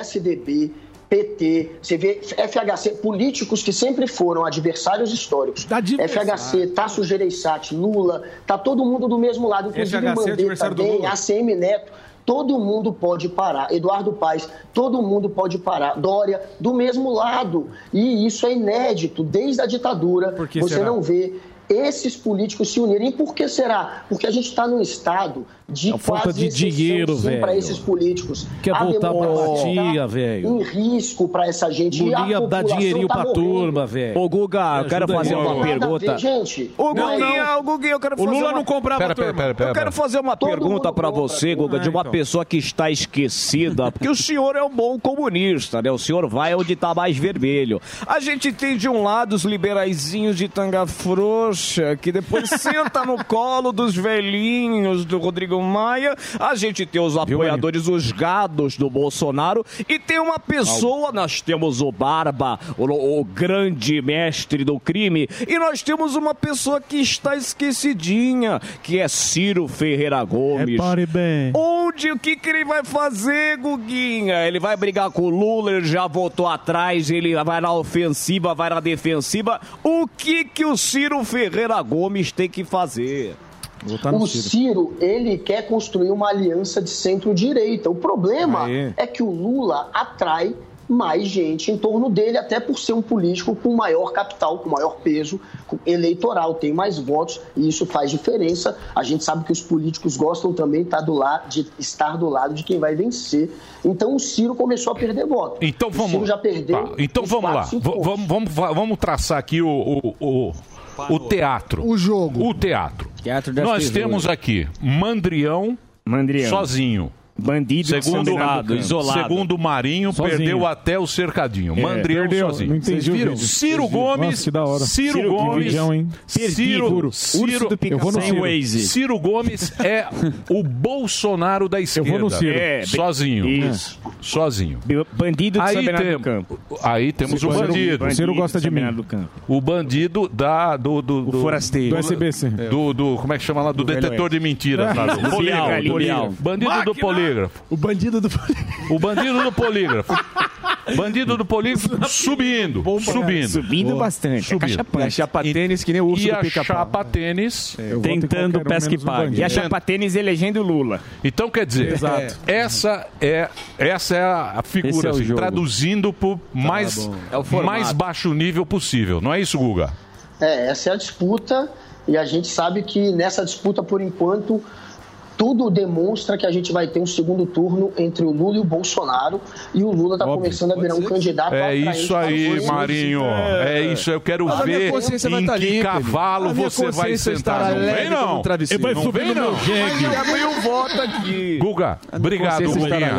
[SPEAKER 14] PSDB, PT, você vê FHC, políticos que sempre foram adversários históricos. FHC, Tasso Gereissati, Lula, tá todo mundo do mesmo lado, inclusive
[SPEAKER 16] FHC é
[SPEAKER 14] Mandetta
[SPEAKER 16] adversário do
[SPEAKER 14] bem,
[SPEAKER 16] Lula.
[SPEAKER 14] ACM Neto. Todo mundo pode parar. Eduardo Paes, todo mundo pode parar. Dória, do mesmo lado. E isso é inédito. Desde a ditadura,
[SPEAKER 17] que
[SPEAKER 14] você
[SPEAKER 17] será?
[SPEAKER 14] não vê esses políticos se unirem. Por que será? Porque a gente está num estado de
[SPEAKER 17] É falta
[SPEAKER 14] quase
[SPEAKER 17] de
[SPEAKER 14] exceção,
[SPEAKER 17] dinheiro,
[SPEAKER 14] sim,
[SPEAKER 17] velho.
[SPEAKER 14] para esses políticos.
[SPEAKER 17] Quer
[SPEAKER 14] A
[SPEAKER 17] voltar pra
[SPEAKER 14] democracia
[SPEAKER 17] latinha,
[SPEAKER 14] tá
[SPEAKER 17] velho.
[SPEAKER 14] Em risco para essa gente. E a
[SPEAKER 17] Podia dar
[SPEAKER 14] população
[SPEAKER 17] dinheirinho
[SPEAKER 14] tá
[SPEAKER 17] pra
[SPEAKER 14] morrendo.
[SPEAKER 17] turma, velho.
[SPEAKER 21] Ô, Guga, eu quero
[SPEAKER 17] Ajuda
[SPEAKER 21] fazer
[SPEAKER 17] aí,
[SPEAKER 21] uma
[SPEAKER 17] Guga.
[SPEAKER 21] pergunta.
[SPEAKER 14] Gente,
[SPEAKER 21] Ô,
[SPEAKER 17] não,
[SPEAKER 21] Guguinha,
[SPEAKER 17] não.
[SPEAKER 21] ô, Guguinha, eu quero
[SPEAKER 17] O
[SPEAKER 21] fazer
[SPEAKER 17] Lula
[SPEAKER 21] uma...
[SPEAKER 17] não comprava
[SPEAKER 21] Pera, pera,
[SPEAKER 17] turma.
[SPEAKER 21] pera, pera,
[SPEAKER 17] Eu
[SPEAKER 21] Eu quero fazer uma pergunta pra você, Guga, de uma
[SPEAKER 17] então.
[SPEAKER 21] pessoa que está esquecida. Porque o senhor é um bom comunista, né? O senhor vai onde tá mais vermelho. A gente tem de um lado os liberaizinhos de tanga frouxa, que depois senta no colo dos velhinhos do Rodrigo Maia. A gente tem os apoiadores, os gados do Bolsonaro. E tem uma pessoa, nós temos o Barba, o, o grande mestre do crime. E nós temos uma pessoa que está esquecidinha, que é Ciro Ferreira Gomes.
[SPEAKER 5] Repare bem.
[SPEAKER 21] Onde, o que, que ele vai fazer, Guguinha? Ele vai brigar com o Lula, ele já voltou atrás, ele vai na ofensiva, vai na defensiva. O que, que o Ciro Ferreira Gomes tem que fazer? Tá
[SPEAKER 14] o Ciro, ele quer construir uma aliança de centro-direita. O problema
[SPEAKER 21] Aí.
[SPEAKER 14] é que o Lula atrai mais gente em torno dele, até por ser um político com maior capital, com maior peso com- eleitoral, tem mais votos e isso faz diferença. A gente sabe que os políticos gostam também tá do la- de estar do lado de quem vai vencer. Então o Ciro começou a perder voto.
[SPEAKER 4] Então
[SPEAKER 14] o Ciro
[SPEAKER 4] vamos.
[SPEAKER 14] já perdeu.
[SPEAKER 4] Tá, Então
[SPEAKER 14] os
[SPEAKER 4] vamos lá.
[SPEAKER 14] quatro, cinco
[SPEAKER 4] V- Vamos, vamos, va- vamos traçar aqui o, o, o, o teatro. O jogo. O teatro. Nós
[SPEAKER 21] das tesouras.
[SPEAKER 4] temos aqui Mandrião,
[SPEAKER 21] Mandrião.
[SPEAKER 4] sozinho.
[SPEAKER 21] Bandido
[SPEAKER 4] segundo,
[SPEAKER 21] isolado, isolado.
[SPEAKER 4] Segundo Marinho,
[SPEAKER 21] Sozinho.
[SPEAKER 4] perdeu até o cercadinho.
[SPEAKER 21] É,
[SPEAKER 4] Mandrião
[SPEAKER 21] perdeu.
[SPEAKER 4] sozinho.
[SPEAKER 21] Não entendi
[SPEAKER 4] Vocês
[SPEAKER 21] o
[SPEAKER 4] viram?
[SPEAKER 21] vídeo.
[SPEAKER 4] Ciro
[SPEAKER 21] Vocês viram?
[SPEAKER 4] Gomes.
[SPEAKER 21] Nossa, que da hora.
[SPEAKER 4] Ciro,
[SPEAKER 21] Ciro, que
[SPEAKER 4] Gomes.
[SPEAKER 21] vidão, hein? Perdi,
[SPEAKER 4] Ciro,
[SPEAKER 21] juro. Urso
[SPEAKER 4] Ciro,
[SPEAKER 21] do Pica-Pau. Eu vou no
[SPEAKER 4] Ciro-
[SPEAKER 21] Waze.
[SPEAKER 4] Ciro Gomes é o Bolsonaro da esquerda.
[SPEAKER 21] vou no Ciro. É, bem-
[SPEAKER 4] sozinho.
[SPEAKER 21] Isso.
[SPEAKER 4] Sozinho.
[SPEAKER 21] Bandido de São Bernardo do Campo.
[SPEAKER 4] Aí temos o bandido.
[SPEAKER 21] O Ciro gosta de mim.
[SPEAKER 4] O bandido da, do, do, do.
[SPEAKER 21] forasteiro.
[SPEAKER 4] Do
[SPEAKER 21] Do
[SPEAKER 4] SBC.
[SPEAKER 21] SBC.
[SPEAKER 4] Do, do- como é que chama lá? Do,
[SPEAKER 21] Do velho
[SPEAKER 4] detetor de
[SPEAKER 21] oeste.
[SPEAKER 4] mentiras. Lá, do
[SPEAKER 21] Polígrafo,
[SPEAKER 4] polígrafo.
[SPEAKER 21] polígrafo.
[SPEAKER 4] Bandido do polígrafo.
[SPEAKER 5] O bandido do
[SPEAKER 4] O bandido do polígrafo. Bandido do polígrafo subindo. Subindo.
[SPEAKER 21] Subindo
[SPEAKER 4] Boa.
[SPEAKER 21] bastante.
[SPEAKER 4] Subindo.
[SPEAKER 21] E a chapa
[SPEAKER 4] tênis
[SPEAKER 21] que nem o urso
[SPEAKER 4] E
[SPEAKER 21] do
[SPEAKER 4] a
[SPEAKER 21] pica-pau. É,
[SPEAKER 4] chapa tênis.
[SPEAKER 21] Tentando pesca e pague. E a chapa tênis elegendo Lula.
[SPEAKER 4] Então, quer dizer,
[SPEAKER 21] Exato.
[SPEAKER 4] essa é essa é a
[SPEAKER 21] Esse
[SPEAKER 4] figura
[SPEAKER 21] é o
[SPEAKER 4] assim,
[SPEAKER 21] jogo.
[SPEAKER 4] traduzindo pro mais
[SPEAKER 14] bom. É o formato.
[SPEAKER 4] mais baixo nível possível. Não é isso, Guga?
[SPEAKER 14] É, essa é a disputa e a gente sabe que nessa disputa, por enquanto, tudo demonstra que a gente vai ter um segundo turno entre o Lula e o Bolsonaro e o Lula está começando a virar um candidato
[SPEAKER 4] É
[SPEAKER 14] atraente
[SPEAKER 4] isso
[SPEAKER 14] para o
[SPEAKER 4] aí,
[SPEAKER 14] Bolsonaro.
[SPEAKER 4] Marinho. É isso aí. Eu quero
[SPEAKER 14] né? Mas a minha
[SPEAKER 4] ver
[SPEAKER 14] consciência
[SPEAKER 4] em
[SPEAKER 14] vai tá
[SPEAKER 4] que
[SPEAKER 14] limpa,
[SPEAKER 4] cavalo
[SPEAKER 14] A minha
[SPEAKER 4] você vai
[SPEAKER 14] consciência
[SPEAKER 4] sentar.
[SPEAKER 14] estará
[SPEAKER 4] Não vem,
[SPEAKER 14] leve como
[SPEAKER 4] não.
[SPEAKER 14] um travesseiro.
[SPEAKER 4] Não vem, não.
[SPEAKER 14] o voto aqui.
[SPEAKER 4] um Guga, obrigado, Guguinha.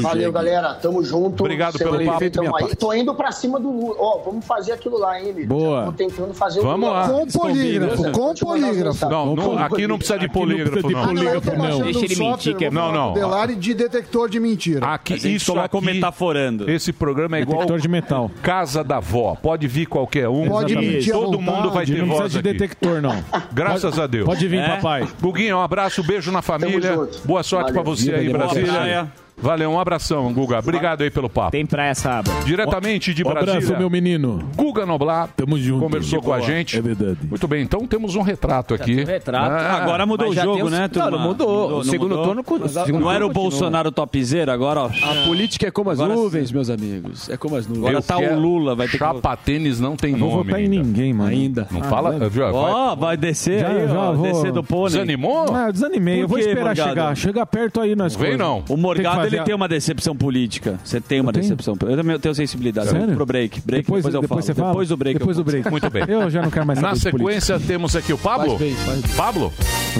[SPEAKER 14] Valeu, galera. Tamo junto.
[SPEAKER 4] Obrigado pelo
[SPEAKER 14] que
[SPEAKER 4] papo.
[SPEAKER 14] vem, tamo
[SPEAKER 4] Minha
[SPEAKER 14] aí.
[SPEAKER 4] parte.
[SPEAKER 14] Tô indo pra cima do Lula. Ó, vamos fazer aquilo lá, hein, Emílio?
[SPEAKER 4] Boa.
[SPEAKER 14] Já Tô tentando fazer
[SPEAKER 4] Vamos
[SPEAKER 14] o Lula.
[SPEAKER 4] lá. Com polígrafo,
[SPEAKER 14] Beleza?
[SPEAKER 4] com
[SPEAKER 14] Vou te mandar as mensagens.
[SPEAKER 4] Não, não, aqui não
[SPEAKER 14] é
[SPEAKER 4] precisa de polígrafo, não.
[SPEAKER 7] Deixa ele mentir. Que
[SPEAKER 4] Não, não.
[SPEAKER 7] Delari de detector de mentira.
[SPEAKER 4] Aqui, isso aqui, metaforando. Esse programa é igual
[SPEAKER 7] Detector
[SPEAKER 4] de metal. Casa da vó. Pode vir qualquer um.
[SPEAKER 7] Pode
[SPEAKER 4] Exatamente.
[SPEAKER 7] mentir à
[SPEAKER 4] Todo
[SPEAKER 7] vontade,
[SPEAKER 4] mundo vai ter
[SPEAKER 7] não
[SPEAKER 4] voz
[SPEAKER 7] precisa de
[SPEAKER 4] aqui.
[SPEAKER 7] detector, não.
[SPEAKER 4] Graças
[SPEAKER 7] Pode-
[SPEAKER 4] a Deus.
[SPEAKER 7] pode vir,
[SPEAKER 4] É?
[SPEAKER 7] papai.
[SPEAKER 4] Guguinho, um abraço, beijo na família. Boa sorte pra você aí,
[SPEAKER 7] Vida,
[SPEAKER 4] Brasília.
[SPEAKER 7] democracia.
[SPEAKER 4] Valeu, um abração, Guga. Obrigado aí pelo papo. Tem pressa, aba. Diretamente de
[SPEAKER 22] Um abraço,
[SPEAKER 4] Brasília.
[SPEAKER 22] meu
[SPEAKER 4] menino. Guga Noblar.
[SPEAKER 22] Tamo junto.
[SPEAKER 4] Conversou
[SPEAKER 22] De
[SPEAKER 4] com a
[SPEAKER 22] boa.
[SPEAKER 4] gente. É verdade. Muito bem, então temos um retrato aqui.
[SPEAKER 3] Retrato.
[SPEAKER 4] Ah,
[SPEAKER 3] agora mudou o
[SPEAKER 4] mas já
[SPEAKER 3] jogo,
[SPEAKER 4] tem os-
[SPEAKER 3] né, turma?
[SPEAKER 4] Não, não mudou.
[SPEAKER 3] não
[SPEAKER 4] O segundo turno co-
[SPEAKER 3] Mas a-
[SPEAKER 4] segundo
[SPEAKER 3] Não era o
[SPEAKER 4] turno continua.
[SPEAKER 3] Bolsonaro topzeiro, agora, ó.
[SPEAKER 8] A política é como as
[SPEAKER 3] Agora
[SPEAKER 8] nuvens, meus amigos. É como as nuvens.
[SPEAKER 4] Eu quero- Chapa tênis não tem
[SPEAKER 8] vou
[SPEAKER 4] nome.
[SPEAKER 8] votar em
[SPEAKER 4] ninguém,
[SPEAKER 6] mano.
[SPEAKER 4] Ainda. Não
[SPEAKER 6] Ah,
[SPEAKER 4] fala.
[SPEAKER 6] velho.
[SPEAKER 4] já vai-
[SPEAKER 6] Ó, vai descer
[SPEAKER 4] Já,
[SPEAKER 6] aí,
[SPEAKER 4] já
[SPEAKER 6] ó,
[SPEAKER 4] vou.
[SPEAKER 6] descer do pônei.
[SPEAKER 4] Desanimou?
[SPEAKER 6] Ah, eu desanimei.
[SPEAKER 4] Por
[SPEAKER 6] eu vou
[SPEAKER 4] quê,
[SPEAKER 6] esperar
[SPEAKER 4] Morgado?
[SPEAKER 6] chegar. Chega perto aí nós
[SPEAKER 4] Não vem, não.
[SPEAKER 6] coisas.
[SPEAKER 3] O Morgado,
[SPEAKER 6] que
[SPEAKER 3] ele
[SPEAKER 6] fazer
[SPEAKER 3] tem uma decepção política. Você tem uma
[SPEAKER 6] tenho?
[SPEAKER 3] decepção. Eu também tenho sensibilidade.
[SPEAKER 6] Sério?
[SPEAKER 3] Vamos pro break. break depois,
[SPEAKER 6] Depois-
[SPEAKER 3] eu
[SPEAKER 6] depois
[SPEAKER 3] falo.
[SPEAKER 6] você fala?
[SPEAKER 3] Depois do break.
[SPEAKER 6] Depois
[SPEAKER 3] eu
[SPEAKER 6] do break.
[SPEAKER 3] falo.
[SPEAKER 6] Muito bem. Eu já não quero mais
[SPEAKER 4] Na
[SPEAKER 6] saber de
[SPEAKER 4] sequência temos aqui o Pablo.
[SPEAKER 6] Faz bem, faz
[SPEAKER 4] Pablo?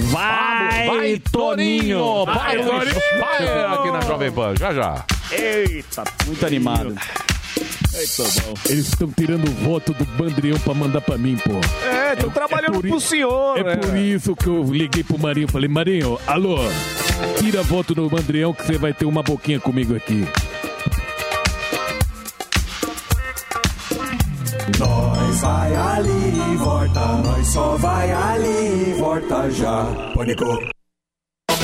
[SPEAKER 6] Vai,
[SPEAKER 4] Vai, Toninho! Vai,
[SPEAKER 6] Vai,
[SPEAKER 4] Toninho! Vai é aqui na Jovem Pan, já já.
[SPEAKER 3] Eita, muito animado.
[SPEAKER 22] Eles estão tirando o voto do Bandrião pra mandar pra mim, pô.
[SPEAKER 21] É, tô trabalhando pro senhor.
[SPEAKER 22] É por isso que eu liguei pro Marinho e falei, Marinho, alô, tira voto do Bandrião que você vai ter uma boquinha comigo aqui.
[SPEAKER 26] Nós vai ali e volta, nós só vai ali e volta já. Pânico.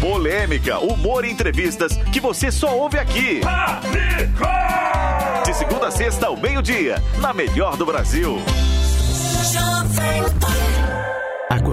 [SPEAKER 10] Polêmica, humor e entrevistas que você só ouve aqui. De segunda a sexta ao meio-dia, na melhor do Brasil.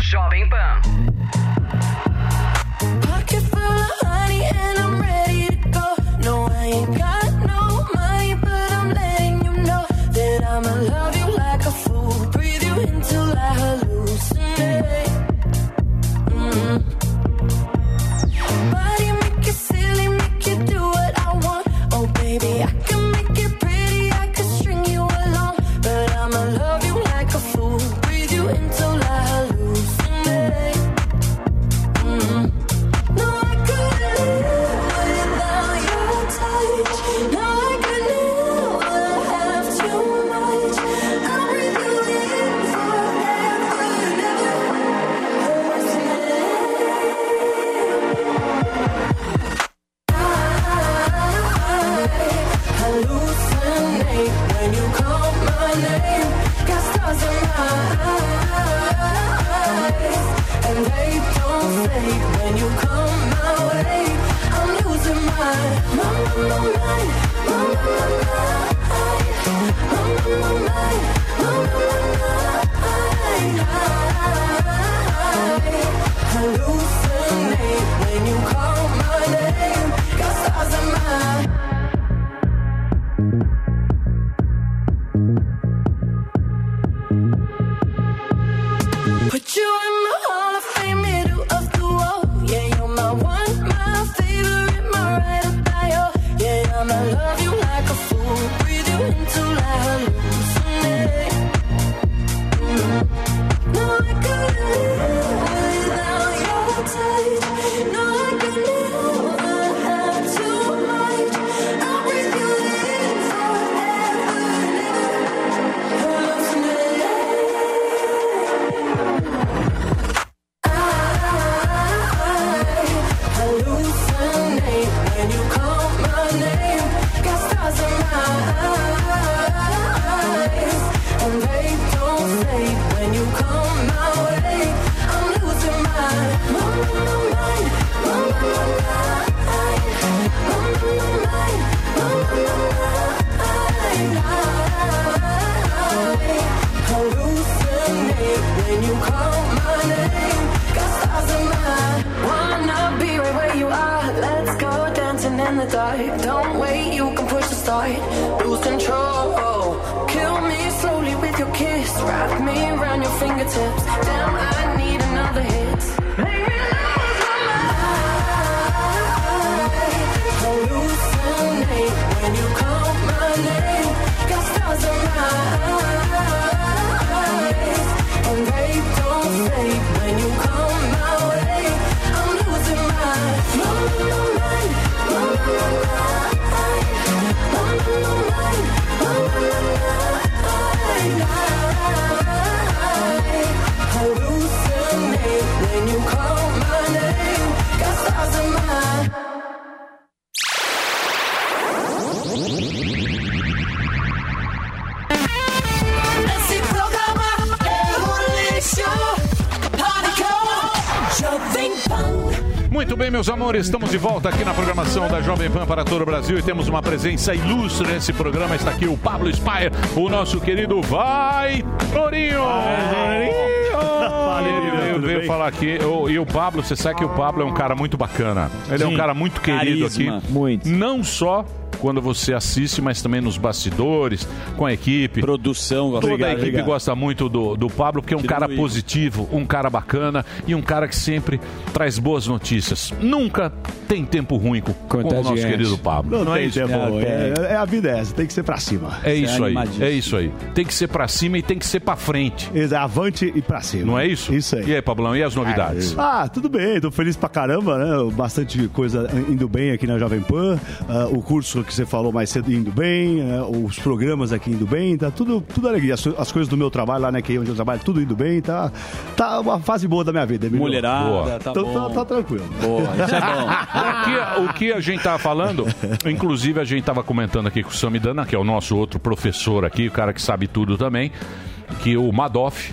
[SPEAKER 17] Jovem Pan.
[SPEAKER 5] I can feel the honey and I'm ready to go. No, I ain't got no money, but I'm letting you know that I'ma love you like a fool. Breathe you until I hallucinate. Mm. Body make it silly, make you do what I want. Oh, baby, I can make it pretty, I can string you along, but I'ma love you like a fool. Breathe you until I hallucinate. Mm. No, I couldn't live without your touch. No, I could never have too much. I breathe you in forever, never hallucinate when you call my name. Got stars in my eyes, and they don't fade when you come my way. I'm losing my mind, my mind, my mind, my mind, my mind, my mind, Hallucinate when you call my name. Got stars in my Put you in the hall of fame, middle of the road. Yeah, you're my one, my favorite, my ride or die. Oh, yeah, I'ma love you like a fool. Breathe you until I hallucinate. Mm. No, I couldn't live without your touch. No, I could never have too much. I breathe you in forever, never hallucinate. Hallucinate when you call my name. Got stars in my eyes, and they don't fade when you come my way. I'm losing my mind, my mind, my mind, Hallucinate when you call my name. Got stars in my
[SPEAKER 17] Wanna be right where you are. Let's go dancing in the dark.
[SPEAKER 5] right. Don't wait, you can push the start. Lose control. Kill me slowly with your kiss. Wrap me around your fingertips. Damn, I need another hit. Make me lose my mind. Hallucinate when you call my name. Got stars in my eyes. And they don't fade when you come my way. I'm losing my mind. Hallucinate when you call my name. Got stars in my
[SPEAKER 29] Esse programa é um lixo. Pânico, Jovem Pan.
[SPEAKER 4] Muito bem, meus amores, estamos de volta aqui na programação da Jovem Pan para todo o Brasil e temos uma presença ilustre nesse programa. Está aqui o Pablo Spire, o nosso querido Vai Torinho! Ele veio, veio falar aqui, o- e o Pablo, você sabe que o Pablo é um cara muito bacana. Ele é um
[SPEAKER 22] Sim.
[SPEAKER 4] cara muito querido
[SPEAKER 22] Carisma,
[SPEAKER 4] aqui. Não só quando você assiste, mas também nos bastidores, com a equipe.
[SPEAKER 3] Produção,
[SPEAKER 4] Toda a
[SPEAKER 3] obrigado,
[SPEAKER 4] equipe
[SPEAKER 3] obrigado.
[SPEAKER 4] gosta muito do, do Pablo, porque é um
[SPEAKER 3] Querido
[SPEAKER 4] cara
[SPEAKER 3] Igor.
[SPEAKER 4] positivo positivo, um cara bacana e um cara que sempre traz boas notícias. Nunca tem tempo ruim com, com o nosso querido Pablo.
[SPEAKER 22] Não, não é
[SPEAKER 4] Tem
[SPEAKER 22] isso. É,
[SPEAKER 4] tempo ruim.
[SPEAKER 22] é, é a vida é essa, tem que ser pra cima.
[SPEAKER 4] É isso aí, é isso aí. Tem que ser pra cima e tem que ser pra frente.
[SPEAKER 22] Avante e pra cima.
[SPEAKER 4] Não é isso? Isso aí. E aí, Pablão, e as novidades?
[SPEAKER 22] Ah, tudo bem, tô feliz pra caramba, né? Bastante coisa indo bem aqui na Jovem Pan. ah, o curso que você falou mais cedo indo bem, ah, os programas aqui indo bem, tá tudo, tudo alegria. As, as coisas do meu trabalho lá, né? Que é onde eu trabalho, tudo indo bem, tá, tá uma fase boa da minha vida, Emílio.
[SPEAKER 3] Mulherada,
[SPEAKER 22] Boa.
[SPEAKER 3] tá
[SPEAKER 22] Então
[SPEAKER 3] bom. é
[SPEAKER 22] Tá, tá tranquilo.
[SPEAKER 4] Aqui, o que a gente tava falando, inclusive a gente tava comentando aqui com o Samidana, que é o nosso outro professor aqui, o cara que sabe tudo também, que o Madoff.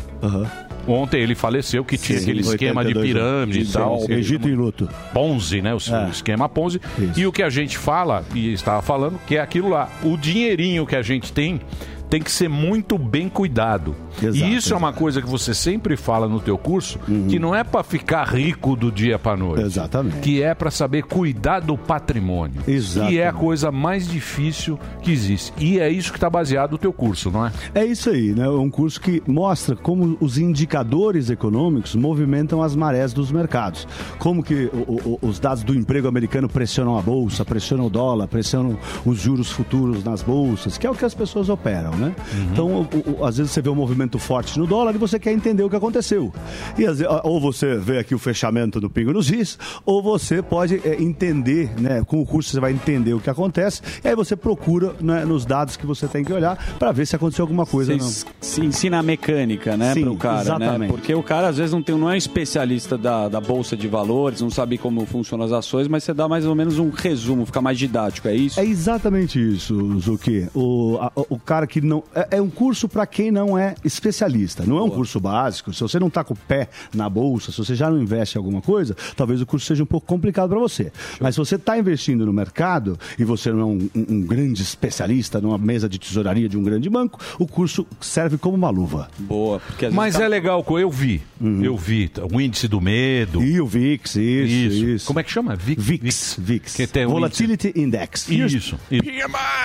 [SPEAKER 4] Ontem ele faleceu que tinha
[SPEAKER 22] Sim,
[SPEAKER 4] aquele esquema de
[SPEAKER 22] 82
[SPEAKER 4] pirâmide e
[SPEAKER 22] anos.
[SPEAKER 4] tal.
[SPEAKER 22] né? Sim, sim. Egito em luto.
[SPEAKER 4] Ponzi, né? O s- o esquema Ponzi. E o que a gente fala, e estava falando, que é aquilo lá. O dinheirinho que a gente tem tem que ser muito bem cuidado. e isso é uma coisa que você sempre fala no teu curso, que não é para ficar rico do dia para noite. Exatamente. Que é para saber cuidar do patrimônio. Exato. Que é a coisa mais difícil que existe. E é isso que está baseado o teu curso, não é?
[SPEAKER 22] É isso aí, né? É um curso que mostra como os indicadores econômicos movimentam as marés dos mercados. Como que o- o- os dados do emprego americano pressionam a bolsa, pressionam o dólar, pressionam os juros futuros nas bolsas, que é o que as pessoas operam, né? Então, o- o- às vezes você vê um movimento forte no dólar e você quer entender o que aconteceu. E às ve- ou você vê aqui o fechamento do Pingo nos Is, ou você pode é, entender, né? Com o curso você vai entender o que acontece, e aí você procura né, nos dados que você tem que olhar para ver se aconteceu alguma coisa
[SPEAKER 3] Você
[SPEAKER 22] ou não.
[SPEAKER 3] ens- se ensina a mecânica, né,
[SPEAKER 22] Sim,
[SPEAKER 3] pro cara, né?
[SPEAKER 22] exatamente.
[SPEAKER 3] Porque o cara às vezes não, tem, não é especialista da, da bolsa de valores, não sabe como funcionam as ações, mas você dá mais ou menos um resumo, fica mais didático, é isso?
[SPEAKER 22] É exatamente isso, Zuki. O, a- o cara que não. É, é um curso para quem não é especialista. Não é um curso básico. Se você não está com o pé na bolsa, se você já não investe em alguma coisa, talvez o curso seja um pouco complicado para você. Mas se você está investindo no mercado e você não é um, um- um grande especialista numa mesa de tesouraria de um grande banco, o curso serve como uma luva.
[SPEAKER 3] Boa, porque às vezes
[SPEAKER 4] Mas
[SPEAKER 3] tá-
[SPEAKER 4] é legal, co- eu vi. Eu vi tá, o índice do medo.
[SPEAKER 22] E Uhum. o VIX, isso, isso.
[SPEAKER 4] Como é que chama? VIX.
[SPEAKER 22] VIX. VIX.
[SPEAKER 4] Que tem o
[SPEAKER 22] Volatility Index.
[SPEAKER 4] Isso. isso.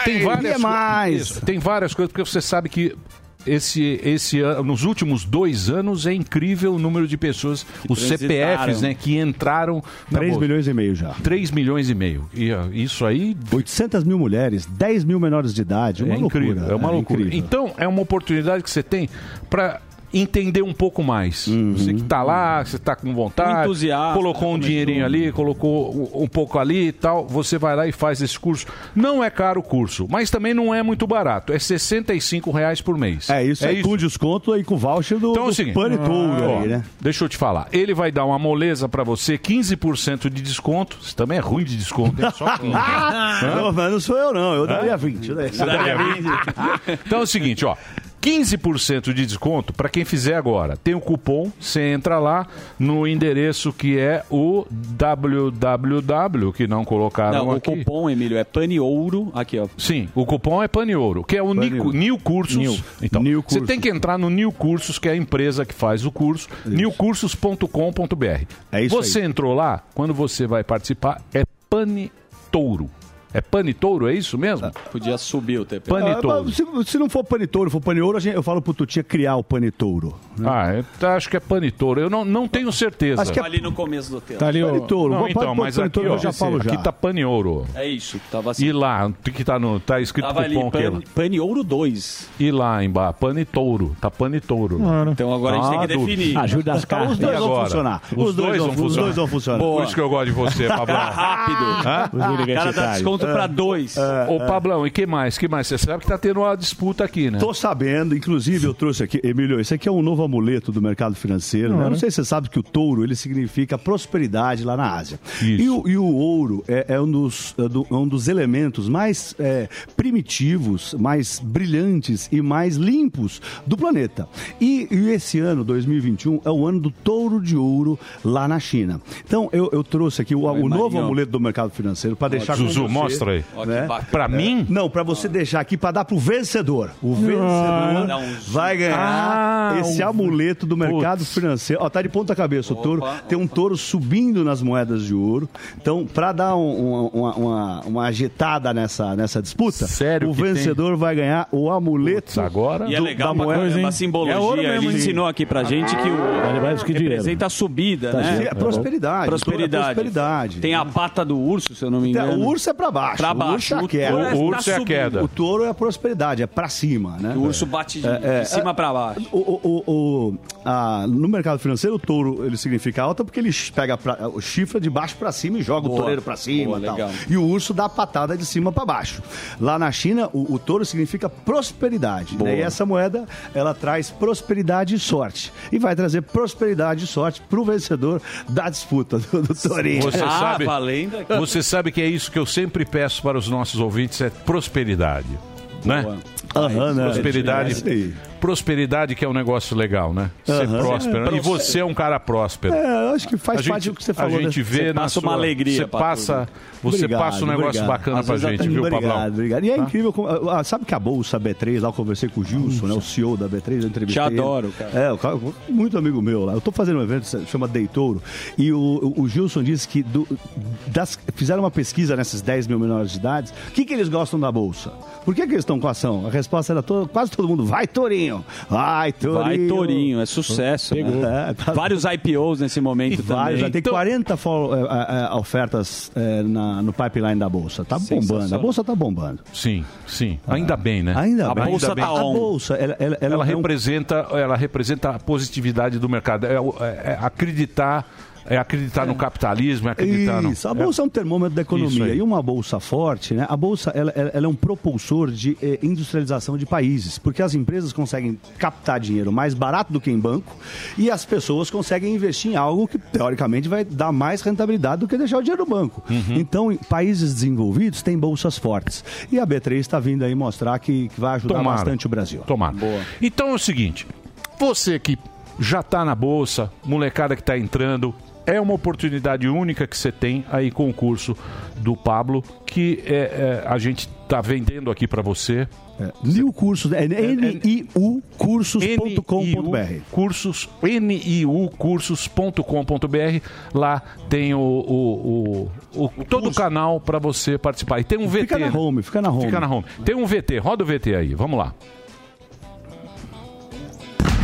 [SPEAKER 4] Tem várias, co-
[SPEAKER 22] PMIs.
[SPEAKER 4] isso, Tem várias coisas, porque você sabe que esse, esse ano, nos últimos dois anos é incrível o número de pessoas, os
[SPEAKER 22] transitaram.
[SPEAKER 4] CPFs, né, que entraram na
[SPEAKER 22] 3
[SPEAKER 4] bolsa.
[SPEAKER 22] milhões e meio já.
[SPEAKER 4] 3 milhões e meio. E ó, isso aí
[SPEAKER 22] 800 mil mulheres, 10 mil menores de idade. Uma
[SPEAKER 4] é incrível,
[SPEAKER 22] loucura.
[SPEAKER 4] é uma loucura.
[SPEAKER 22] incrível.
[SPEAKER 4] Então, é uma oportunidade que você tem para entender um pouco mais.
[SPEAKER 22] Uhum.
[SPEAKER 4] Você que tá lá, você tá com vontade,
[SPEAKER 3] Entusiasta,
[SPEAKER 4] colocou um
[SPEAKER 3] começou.
[SPEAKER 4] dinheirinho ali, colocou um- um pouco ali e tal, você vai lá e faz esse curso. Não é caro o curso, mas também não é muito barato. É R$ 65 reais por mês.
[SPEAKER 22] É isso, é com desconto aí com o voucher do,
[SPEAKER 4] Então é o
[SPEAKER 22] do
[SPEAKER 4] seguinte,
[SPEAKER 22] Pane Touro
[SPEAKER 4] ó,
[SPEAKER 22] aí, né?
[SPEAKER 4] deixa eu te falar. Ele vai dar uma moleza para você, 15% de desconto. Isso também é ruim de desconto, é só 15.
[SPEAKER 22] Ah, não, mas não sou eu não, eu
[SPEAKER 4] Hã?
[SPEAKER 22] daria 20. né?
[SPEAKER 4] Você daria 20? Então é o seguinte, ó. 15% de desconto para quem fizer agora. Tem o cupom, você entra lá no endereço que é o www, que não colocaram
[SPEAKER 3] Não, o
[SPEAKER 4] aqui.
[SPEAKER 3] cupom, Emílio, é paneouro, aqui ó.
[SPEAKER 4] Sim, o cupom é Paniouro, que é o Nico- New Cursos.
[SPEAKER 3] New.
[SPEAKER 4] Então,
[SPEAKER 3] New
[SPEAKER 4] você
[SPEAKER 3] Cursos.
[SPEAKER 4] tem que entrar no New Cursos, que é a empresa que faz o curso, newcursos.com.br.
[SPEAKER 22] É isso
[SPEAKER 4] Você entrou lá, quando você vai participar, é Pane Touro. É panitouro, é isso mesmo?
[SPEAKER 3] Podia subir o TP.
[SPEAKER 4] Panitouro.
[SPEAKER 22] Ah, mas se, se não for panitouro, for paniouro, a gente- eu falo pro Tutia criar o panitouro. né?
[SPEAKER 4] Ah, eu tá- acho que é panitouro. Eu não, não tenho certeza.
[SPEAKER 22] Acho que é- Tá
[SPEAKER 3] ali no começo do texto.
[SPEAKER 4] Tá ali o...
[SPEAKER 22] Panitouro.
[SPEAKER 4] Não,
[SPEAKER 22] Pode
[SPEAKER 4] então,
[SPEAKER 22] pôr
[SPEAKER 4] mas aqui,
[SPEAKER 22] panitouro,
[SPEAKER 4] ó,
[SPEAKER 22] eu já falo já.
[SPEAKER 4] aqui tá paniouro.
[SPEAKER 3] É isso que tava
[SPEAKER 4] E lá, o que tá, no, tá escrito
[SPEAKER 3] Tava ali,
[SPEAKER 4] cupom que
[SPEAKER 3] pan- Paniouro 2.
[SPEAKER 4] E lá embaixo, panitouro. Tá Ah, panitouro.
[SPEAKER 3] Claro. Então agora a gente tem que definir. Então, Ajuda as cartas.
[SPEAKER 4] Os dois
[SPEAKER 3] E
[SPEAKER 4] vão
[SPEAKER 3] agora?
[SPEAKER 4] funcionar.
[SPEAKER 3] Os dois vão- os
[SPEAKER 4] funcionar.
[SPEAKER 3] dois vão funcionar. Boa.
[SPEAKER 4] Por isso que eu gosto de você, Pablão.
[SPEAKER 3] Rápido.
[SPEAKER 4] Hã? É.
[SPEAKER 3] O cara dá desconto pra dois.
[SPEAKER 4] Ô, Pablão, e que mais? Que mais? Você sabe que tá tendo uma disputa aqui, né?
[SPEAKER 22] Tô sabendo, inclusive eu trouxe aqui, Emílio, esse aqui é um novo amuleto do mercado financeiro. né?
[SPEAKER 4] Uhum.
[SPEAKER 22] Eu não sei se você sabe que o touro ele significa prosperidade lá na Ásia. E o, e o ouro é, é um, dos, é do- é um dos elementos mais é, primitivos, mais brilhantes e mais limpos do planeta. E, e esse ano, 2021, é o ano do touro de ouro lá na China. Então eu, eu trouxe aqui o, o novo
[SPEAKER 4] Marinho.
[SPEAKER 22] amuleto do mercado financeiro para deixar com
[SPEAKER 4] Zuzu,
[SPEAKER 22] você,
[SPEAKER 4] mostra aí. Ó, que
[SPEAKER 22] Né?
[SPEAKER 4] bacana. Pra mim?
[SPEAKER 22] Não, para você deixar aqui para dar pro vencedor. O vencedor
[SPEAKER 4] Dá um zoom.
[SPEAKER 22] vai ganhar
[SPEAKER 4] Ah,
[SPEAKER 22] esse
[SPEAKER 4] o-
[SPEAKER 22] amuleto do mercado financeiro. Ó, tá de ponta cabeça o touro. Tem um touro subindo nas moedas de ouro. Então, para dar um- uma, uma, uma- uma agitada nessa, nessa disputa, o
[SPEAKER 4] que tem?
[SPEAKER 22] vencedor vai ganhar o amuleto agora
[SPEAKER 3] E é legal uma, coisa,
[SPEAKER 22] É
[SPEAKER 3] uma
[SPEAKER 4] É
[SPEAKER 3] simbologia. ele ensinou aqui pra gente que o que representa a subida,
[SPEAKER 22] Tá
[SPEAKER 3] né?
[SPEAKER 22] certo. É prosperidade.
[SPEAKER 3] Prosperidade.
[SPEAKER 22] Toda prosperidade.
[SPEAKER 3] Tem a pata do urso, se eu não me
[SPEAKER 22] Então,
[SPEAKER 3] engano.
[SPEAKER 22] o urso é pra baixo.
[SPEAKER 3] Pra
[SPEAKER 22] O urso
[SPEAKER 3] baixo.
[SPEAKER 22] é a queda.
[SPEAKER 3] touro tá subindo.
[SPEAKER 22] O touro é a prosperidade, é pra cima, né? é,
[SPEAKER 3] O urso bate de, de cima pra baixo.
[SPEAKER 22] O, o- o- o- a- no mercado financeiro, o touro ele significa alta porque ele pega pra- o chifre de baixo pra cima e joga
[SPEAKER 3] Boa.
[SPEAKER 22] o toureiro pra cima.
[SPEAKER 3] Boa,
[SPEAKER 22] e tal.
[SPEAKER 3] legal.
[SPEAKER 22] E o urso dá a patada de cima pra baixo. Lá na China, o, o touro significa prosperidade. né? E essa moeda ela traz prosperidade e sorte. E vai trazer prosperidade e sorte pro vencedor da disputa do, do tourinho.
[SPEAKER 4] Você sabe,
[SPEAKER 3] Ah, valendo aqui.
[SPEAKER 4] você sabe que é isso que eu sempre peço para os nossos ouvintes, é prosperidade. Né?
[SPEAKER 22] Aham, né? É isso
[SPEAKER 4] Prosperidade.
[SPEAKER 22] aí.
[SPEAKER 4] prosperidade que é um negócio legal, né? Ser
[SPEAKER 22] Aham.
[SPEAKER 4] próspero. né?
[SPEAKER 22] É,
[SPEAKER 4] E você é um cara próspero.
[SPEAKER 22] É, eu acho que faz
[SPEAKER 4] A
[SPEAKER 22] parte
[SPEAKER 4] gente-
[SPEAKER 22] do que você falou.
[SPEAKER 4] A gente
[SPEAKER 22] né?
[SPEAKER 4] vê na sua- Você passa, você passa um negócio bacana
[SPEAKER 22] Às
[SPEAKER 4] pra
[SPEAKER 22] vezes
[SPEAKER 4] gente,
[SPEAKER 22] até-
[SPEAKER 4] viu,
[SPEAKER 22] obrigado,
[SPEAKER 4] Pablão?
[SPEAKER 22] Obrigado. E é incrível. como- ah, ah, sabe que a bolsa B3, lá eu conversei com o Gilson, né, o CEO da B3, eu entrevistei.
[SPEAKER 3] Te
[SPEAKER 22] ele.
[SPEAKER 3] adoro, cara.
[SPEAKER 22] É, o cara- muito amigo meu lá. Eu tô fazendo um evento que se chama Deitouro. E o, o- o Gilson disse que do- das- fizeram uma pesquisa nessas 10 mil menores de idade. O que, que eles gostam da bolsa? Por que, que eles estão com ação? A resposta era todo- quase todo mundo: vai, Tourinho! Vai, Tourinho!
[SPEAKER 3] Vai, Tourinho, é sucesso. né?
[SPEAKER 22] É, tá-
[SPEAKER 3] Vários IPOs nesse momento
[SPEAKER 22] Vários, já
[SPEAKER 3] também.
[SPEAKER 22] tem 40 fol- eh, eh, eh, ofertas eh, na- no pipeline da Bolsa. Tá bombando. A Bolsa tá bombando.
[SPEAKER 4] Sim, sim. Ainda bem, né?
[SPEAKER 22] Ah, Ainda bem.
[SPEAKER 4] Ainda bem.
[SPEAKER 22] É. A Bolsa, ela, ela- ela
[SPEAKER 4] ela
[SPEAKER 22] é um-
[SPEAKER 4] representa ela representa a positividade do mercado é, o- é- é acreditar é acreditar no capitalismo é acreditar
[SPEAKER 22] Isso,
[SPEAKER 4] no
[SPEAKER 22] a bolsa é um termômetro da
[SPEAKER 4] Isso
[SPEAKER 22] economia.
[SPEAKER 4] aí.
[SPEAKER 22] E uma bolsa forte, né? A bolsa ela, ela- ela é um propulsor de eh, industrialização de países, porque as empresas conseguem captar dinheiro mais barato do que em banco e as pessoas conseguem investir em algo que teoricamente vai dar mais rentabilidade do que deixar o dinheiro no banco.
[SPEAKER 4] Uhum.
[SPEAKER 22] Então, em países desenvolvidos têm bolsas fortes. E a B3 está vindo aí mostrar que, que vai ajudar
[SPEAKER 4] Tomara.
[SPEAKER 22] bastante o Brasil.
[SPEAKER 4] Tomara. Então é o seguinte, você que já está na bolsa, molecada que está entrando, é uma oportunidade única que você tem aí com o curso do Pablo que é, é, a gente está vendendo aqui para você. é,
[SPEAKER 22] New Cursos, é N-I-U cursos.com.br.
[SPEAKER 4] Cursos, niucursos.com.br. Lá tem o, o- o- o- todo o canal para você participar. E tem um VT.
[SPEAKER 22] Fica na home, fica na home.
[SPEAKER 4] Fica na home. Tem um VT, roda o VT aí, vamos lá.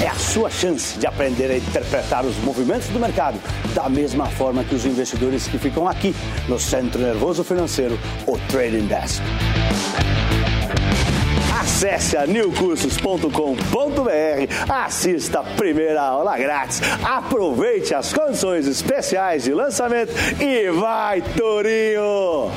[SPEAKER 22] É a sua chance de aprender a interpretar os movimentos do mercado da mesma forma que os investidores que ficam aqui no Centro Nervoso Financeiro, o Trading Desk. Acesse a newcursos.com.br, assista a primeira aula grátis, aproveite as condições especiais de lançamento e vai, Torinho!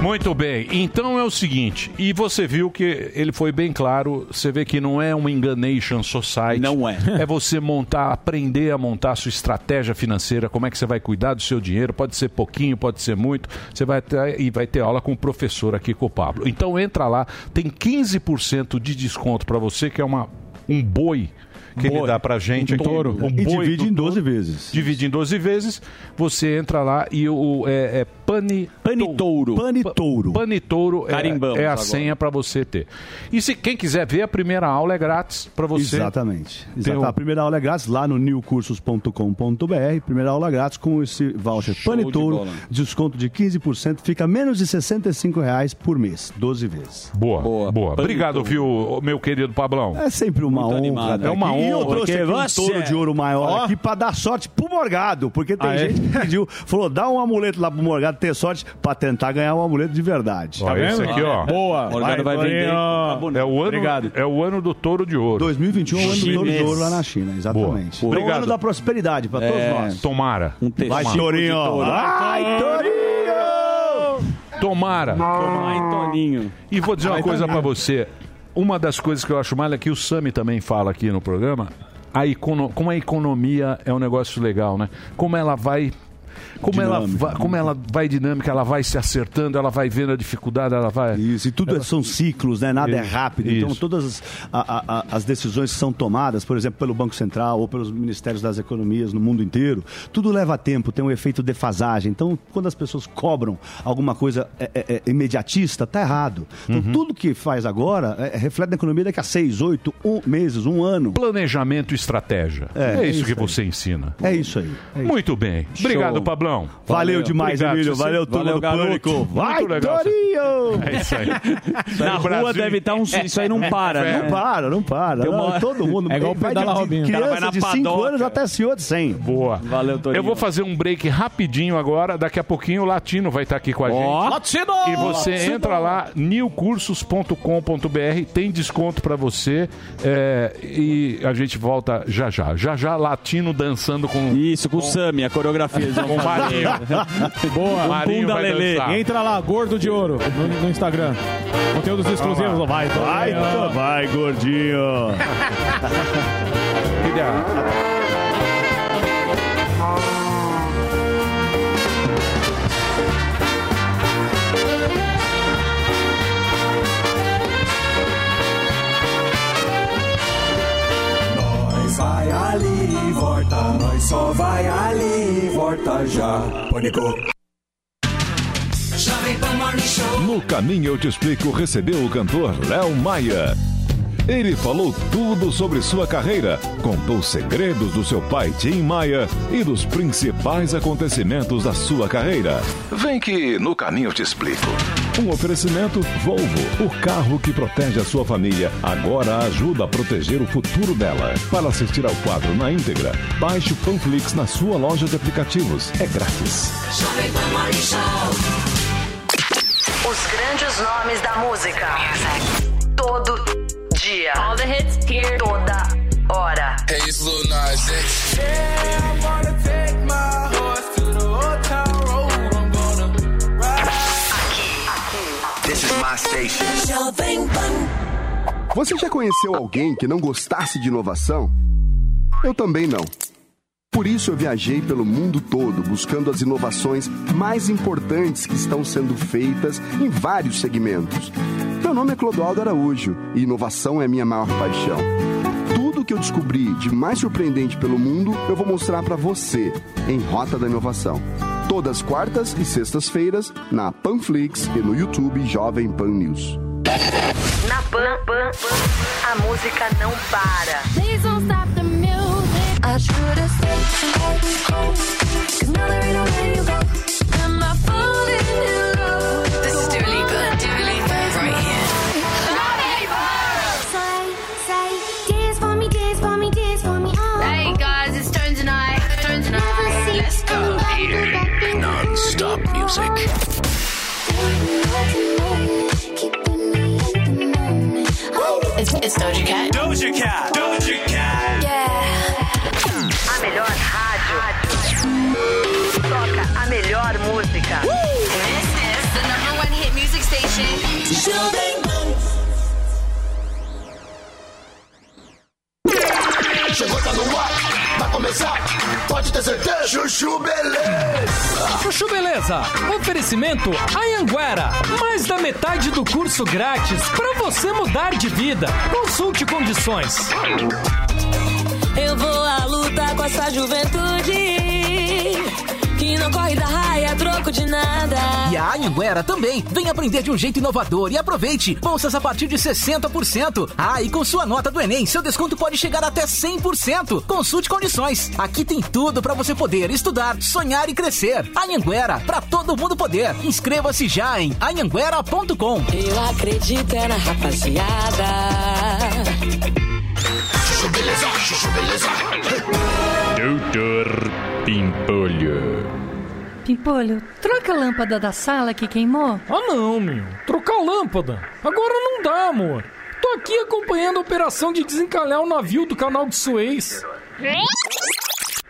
[SPEAKER 4] Muito bem, então é o seguinte, e você viu que ele foi bem claro, você vê que não é um enganation society. Não é. É você montar, aprender a montar a sua estratégia financeira, como é que você vai cuidar do seu dinheiro, pode ser pouquinho, pode ser muito, você vai ter, e vai ter aula com o professor aqui, com o Pablo. Então entra lá, tem 15% de desconto para você, que é uma, um boi que ele
[SPEAKER 22] Boi.
[SPEAKER 4] dá pra gente
[SPEAKER 22] Um
[SPEAKER 4] aqui.
[SPEAKER 22] touro.
[SPEAKER 4] Um
[SPEAKER 22] E
[SPEAKER 4] boi
[SPEAKER 22] divide
[SPEAKER 4] do
[SPEAKER 22] em 12
[SPEAKER 4] touro.
[SPEAKER 22] vezes.
[SPEAKER 4] Divide em 12 vezes, você entra lá e o é, é pani, panitouro. Panitouro. Panitouro
[SPEAKER 22] Carimbamos
[SPEAKER 4] é, é a
[SPEAKER 22] agora.
[SPEAKER 4] senha pra você ter. E se quem quiser ver, a primeira aula é grátis pra você.
[SPEAKER 22] Exatamente.
[SPEAKER 4] ter
[SPEAKER 22] Exato.
[SPEAKER 4] o-
[SPEAKER 22] A primeira aula é grátis lá no newcursos.com.br. Primeira aula grátis com esse voucher Panitouro.
[SPEAKER 4] bola.
[SPEAKER 22] desconto de 15%. Fica menos de R$ 65 reais por mês, 12 vezes.
[SPEAKER 4] Boa, boa. Obrigado, viu, meu querido Pablão.
[SPEAKER 22] É sempre uma honra.
[SPEAKER 4] animado. É uma
[SPEAKER 22] E eu
[SPEAKER 4] honra,
[SPEAKER 22] trouxe
[SPEAKER 4] porque
[SPEAKER 22] aqui um
[SPEAKER 4] você-
[SPEAKER 22] touro de ouro maior aqui pra dar sorte pro Morgado. Porque tem
[SPEAKER 4] Ah, é?
[SPEAKER 22] gente que pediu, falou, dá um amuleto lá pro Morgado ter sorte pra tentar ganhar um amuleto de verdade.
[SPEAKER 4] Ó, esse aqui, ó.
[SPEAKER 22] Morgado É, vai, Tá vender.
[SPEAKER 4] É o, ano, é o ano do touro de ouro.
[SPEAKER 22] 2021 é o ano do touro de ouro lá na China, exatamente. É
[SPEAKER 4] Boa.
[SPEAKER 22] o
[SPEAKER 4] Obrigado. É,
[SPEAKER 22] ano da prosperidade pra todos nós.
[SPEAKER 4] Tomara. Um
[SPEAKER 22] Vai, Ah, Torinho. Ai, Torinho!
[SPEAKER 4] Tomara. Ai, Toninho. E vou dizer uma
[SPEAKER 22] Ai,
[SPEAKER 4] coisa
[SPEAKER 22] Toninho.
[SPEAKER 4] pra você. Uma das coisas que eu acho mais é que o Sami também fala aqui no programa, a econo... como a economia é um negócio legal, né? Como ela vai como ela,
[SPEAKER 22] Dinâmica. né?
[SPEAKER 4] vai, como ela vai dinâmica, ela vai se acertando, ela vai vendo a dificuldade, ela vai.
[SPEAKER 22] Isso, e tudo é, são ciclos, né? Nada é
[SPEAKER 4] Isso,
[SPEAKER 22] rápido. Então,
[SPEAKER 4] isso.
[SPEAKER 22] todas as, a- a- a- as decisões que são tomadas, por exemplo, pelo Banco Central ou pelos Ministérios das Economias no mundo inteiro, tudo leva tempo, tem um efeito defasagem. Então, quando as pessoas cobram alguma coisa é, é, é, imediatista, tá errado. Então,
[SPEAKER 4] Uhum.
[SPEAKER 22] tudo que faz agora é, é, reflete na economia daqui a seis, oito um, meses, um ano.
[SPEAKER 4] Planejamento e estratégia. É,
[SPEAKER 22] É,
[SPEAKER 4] isso,
[SPEAKER 22] isso
[SPEAKER 4] que
[SPEAKER 22] aí.
[SPEAKER 4] você ensina.
[SPEAKER 22] É isso aí. é isso.
[SPEAKER 4] Muito bem. Obrigado,
[SPEAKER 22] Show.
[SPEAKER 4] Pablão.
[SPEAKER 22] Valeu, demais,
[SPEAKER 4] Obrigado,
[SPEAKER 22] Emílio.
[SPEAKER 4] você-
[SPEAKER 22] Valeu, turma do Pânico. Vai,
[SPEAKER 4] Muito legal. você-
[SPEAKER 22] Torinho!
[SPEAKER 4] É isso aí. Isso aí
[SPEAKER 22] Na
[SPEAKER 4] no
[SPEAKER 22] rua
[SPEAKER 4] Brasil- É,
[SPEAKER 22] deve estar um- isso aí não para, né? Não para, não para.
[SPEAKER 4] Tem uma
[SPEAKER 22] Não,
[SPEAKER 4] hora-
[SPEAKER 22] todo mundo-
[SPEAKER 4] É igual
[SPEAKER 22] vai de-
[SPEAKER 4] pedalar
[SPEAKER 22] de
[SPEAKER 4] Robinho.
[SPEAKER 22] criança
[SPEAKER 4] O cara vai na
[SPEAKER 22] de cinco
[SPEAKER 4] padoca.
[SPEAKER 22] anos até senhor de 100.
[SPEAKER 4] Boa. Valeu,
[SPEAKER 22] Torinho.
[SPEAKER 4] Eu vou fazer um break rapidinho agora. Daqui a pouquinho o Latino vai estar aqui com a gente.
[SPEAKER 22] Latino!
[SPEAKER 4] E você
[SPEAKER 22] Latino!
[SPEAKER 4] entra lá, newcursos.com.br, tem desconto pra você. é, e a gente volta já já. Já já, Latino dançando com. Isso, com o Sami, a coreografia.
[SPEAKER 30] eles vão
[SPEAKER 4] Com o
[SPEAKER 30] fazer.
[SPEAKER 4] Marinho.
[SPEAKER 30] Boa,
[SPEAKER 4] É. Marinho
[SPEAKER 30] bunda
[SPEAKER 4] vai
[SPEAKER 30] Lelê.
[SPEAKER 4] dançar.
[SPEAKER 30] Entra lá, Gordo de Ouro, no, no Instagram. Conteúdos exclusivos, vai.
[SPEAKER 22] Vai,
[SPEAKER 30] ó.
[SPEAKER 22] vai, gordinho.
[SPEAKER 26] Nós vai ali e volta, nós só vai ali e volta já. Pânico.
[SPEAKER 6] No Caminho Eu Te Explico recebeu o cantor Léo Maia. Ele falou tudo sobre sua carreira, contou segredos do seu pai Tim Maia e dos principais acontecimentos da sua carreira. Vem que no Caminho Eu Te Explico. Um oferecimento Volvo, o carro que protege a sua família, agora ajuda a proteger o futuro dela. Para assistir ao quadro na íntegra, baixe o Panflix na sua loja de aplicativos. É grátis.
[SPEAKER 5] Os grandes nomes da música. Todo dia. All the hits here. Toda hora.
[SPEAKER 31] Hey, it's Lil Nas X. Yeah, I'm gonna take my horse to the old town road. I'm gonna ride. This is my station.
[SPEAKER 28] Você já conheceu alguém que não gostasse de inovação? Eu também não. Por isso eu viajei pelo mundo todo buscando as inovações mais importantes que estão sendo feitas em vários segmentos. Meu nome é Clodoaldo Araújo e inovação é minha maior paixão. Tudo que eu descobri de mais surpreendente pelo mundo eu vou mostrar para você em Rota da Inovação. Todas quartas e sextas-feiras na Panflix e no YouTube Jovem Pan News.
[SPEAKER 5] Na Pan, Pan, Pan, a música não para.
[SPEAKER 17] Please don't stop the music. I should have stayed home. Cause now there ain't no letting you go. Am I falling in love? This is Dua Lipa. Dua Lipa right here.
[SPEAKER 5] Hey guys, it's Stones and I. Stones and I. Let's go.
[SPEAKER 31] Non-stop music.
[SPEAKER 5] It's, it's Doja Cat.
[SPEAKER 31] Doja Cat. Doja Cat.
[SPEAKER 5] A melhor rádio. Toca a melhor música. This is the number one hit music.
[SPEAKER 17] Station. Jovem Pan.
[SPEAKER 18] Chegou, tá no ar, vai começar, pode ter certeza. Chuchu Beleza.
[SPEAKER 13] Chuchu Beleza, oferecimento Anhanguera. Mais da metade do curso grátis para você mudar de vida. Consulte condições.
[SPEAKER 32] Eu vou à luta com essa juventude que não corre da raia a troco de nada.
[SPEAKER 15] E a Anhanguera também. Vem aprender de um jeito inovador e aproveite. Bolsas a partir de 60%. Ah, e com sua nota do Enem, seu desconto pode chegar até 100%. Consulte condições. Aqui tem tudo para você poder estudar, sonhar e crescer. Anhanguera, para todo mundo poder. Inscreva-se já em anhanguera.com.
[SPEAKER 32] Eu acredito é na rapaziada.
[SPEAKER 18] Chuchu Beleza, Chuchu Beleza.
[SPEAKER 4] Doutor Pimpolho.
[SPEAKER 19] Pimpolho, troca a lâmpada da sala que queimou.
[SPEAKER 13] Ah não, meu. Trocar a lâmpada? Agora não dá, amor. Tô aqui acompanhando a operação de desencalhar o navio do canal de Suez.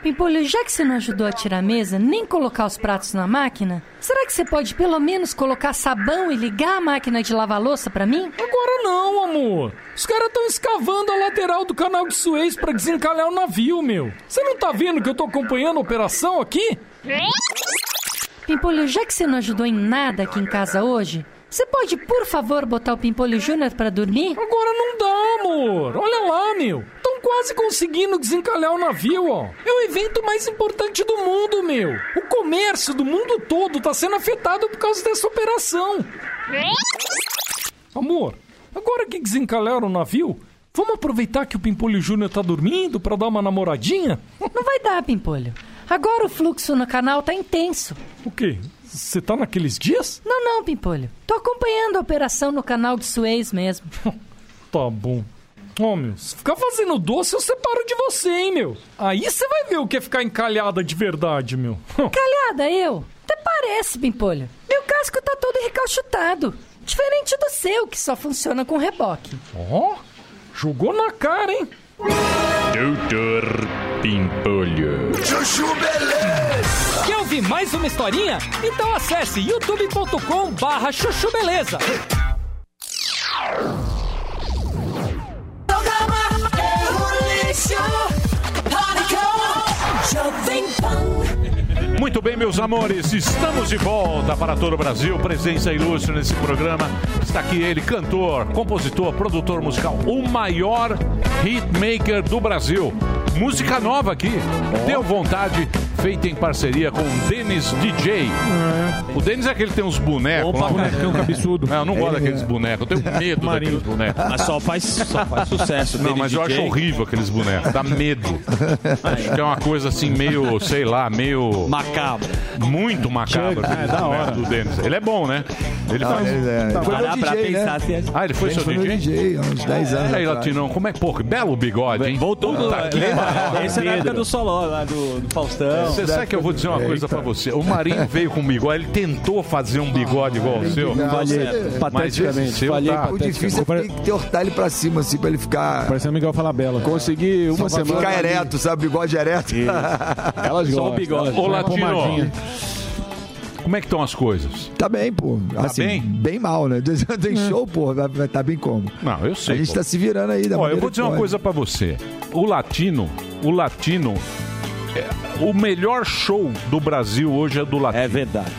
[SPEAKER 19] Pimpolho, já que você não ajudou a tirar a mesa, nem colocar os pratos na máquina, será que você pode pelo menos colocar sabão e ligar a máquina de lavar louça pra mim?
[SPEAKER 13] Agora não, amor. Os caras estão escavando a lateral do canal de Suez pra desencalhar o navio, meu. Você não tá vendo que eu tô acompanhando a operação aqui?
[SPEAKER 19] Pimpolho, já que você não ajudou em nada aqui em casa hoje, você pode, por favor, botar o Pimpolho Júnior pra dormir?
[SPEAKER 13] Agora não dá, amor. Olha lá, meu. Estão quase conseguindo desencalhar o navio, ó. É o evento mais importante do mundo, meu. O comércio do mundo todo tá sendo afetado por causa dessa operação. Amor, agora que desencalharam o navio, vamos aproveitar que o Pimpolho Júnior tá dormindo pra dar uma namoradinha?
[SPEAKER 19] Não vai dar, Pimpolho. Agora o fluxo no canal tá intenso.
[SPEAKER 13] O quê? Você tá naqueles dias?
[SPEAKER 19] Não, não, Pimpolho. Tô acompanhando a operação no canal de Suez mesmo.
[SPEAKER 13] Tá bom. Ó, meu, se ficar fazendo doce, eu separo de você, hein, meu? Aí você vai ver o que é ficar encalhada de verdade, meu.
[SPEAKER 19] Calhada eu? Até parece, Pimpolho. Meu casco tá todo recalchutado. Diferente do seu, que só funciona com reboque.
[SPEAKER 13] Ó, jogou na cara, hein?
[SPEAKER 4] Doutor Pimpolho.
[SPEAKER 18] Chuchu Beleza.
[SPEAKER 13] Quer ouvir mais uma historinha? Então acesse youtube.com barra chuchu beleza.
[SPEAKER 18] Programa é o lixo. Pânico. Jovem Pan.
[SPEAKER 4] Muito bem, meus amores, estamos de volta para todo o Brasil. Presença ilustre nesse programa. Está aqui ele, cantor, compositor, produtor musical, o maior hitmaker do Brasil. Música nova aqui, deu vontade, feita em parceria com o Denis DJ. O Denis é aquele que tem uns bonecos. Opa, bonecão
[SPEAKER 33] cabeçudo. É.
[SPEAKER 4] Não, eu não gosto daqueles bonecos, eu tenho medo
[SPEAKER 33] Marinho.
[SPEAKER 4] daqueles bonecos.
[SPEAKER 33] Mas só faz- só faz sucesso,
[SPEAKER 4] Não,
[SPEAKER 33] Denis
[SPEAKER 4] mas eu
[SPEAKER 33] DJ.
[SPEAKER 4] acho horrível aqueles bonecos, dá medo. Acho que é uma coisa assim, meio, sei lá, meio. Macabra. Muito macabra.
[SPEAKER 33] Chuck,
[SPEAKER 4] aquele
[SPEAKER 33] é, da
[SPEAKER 4] boneco
[SPEAKER 33] hora.
[SPEAKER 4] do Dennis. Ele é bom, né? Ele
[SPEAKER 33] Não,
[SPEAKER 4] faz.
[SPEAKER 33] ele é- Tá, foi
[SPEAKER 1] Parar meu pra DJ, pensar né? se é-
[SPEAKER 4] Ah, ele foi
[SPEAKER 1] Ele
[SPEAKER 4] seu
[SPEAKER 1] foi meu
[SPEAKER 4] DJ?
[SPEAKER 1] DJ há uns 10 anos
[SPEAKER 4] E aí,
[SPEAKER 1] atrás.
[SPEAKER 4] Latinão, como é que. Pô, que belo bigode, hein? Voltou
[SPEAKER 22] Ah, tá
[SPEAKER 33] Puta, lembra? Esse é na época do Soló, lá do, do Faustão.
[SPEAKER 4] Você sabe que eu vou
[SPEAKER 22] É.
[SPEAKER 4] dizer uma coisa pra você. O Marinho veio com um bigode, ele tentou fazer um bigode igual ao seu.
[SPEAKER 1] Não,
[SPEAKER 4] Mas
[SPEAKER 1] você- é
[SPEAKER 4] esse seu tá-
[SPEAKER 1] O difícil é ter que ter hortalho pra cima, assim, pra ele ficar. Parecendo Miguel Falabella. Conseguir
[SPEAKER 33] uma semana
[SPEAKER 1] Ficar
[SPEAKER 33] ali.
[SPEAKER 1] ereto, sabe? Bigode ereto.
[SPEAKER 33] Elas Só o gostam. bigode.
[SPEAKER 4] Ô,
[SPEAKER 33] Uma
[SPEAKER 4] Latino,
[SPEAKER 1] pomadinha.
[SPEAKER 4] como é que estão as coisas?
[SPEAKER 1] Tá bem, pô.
[SPEAKER 4] Tá
[SPEAKER 1] Assim,
[SPEAKER 4] bem?
[SPEAKER 1] mal, né? Tem show, pô. vai- vai- Tá bem como?
[SPEAKER 4] Não, eu sei.
[SPEAKER 1] A gente
[SPEAKER 4] pô.
[SPEAKER 1] tá se virando aí. da
[SPEAKER 4] Ó, eu
[SPEAKER 1] maneira
[SPEAKER 4] vou
[SPEAKER 1] que
[SPEAKER 4] dizer uma
[SPEAKER 1] pode.
[SPEAKER 4] coisa pra você. O latino, o latino, é, o melhor show do Brasil hoje é do latino. É verdade.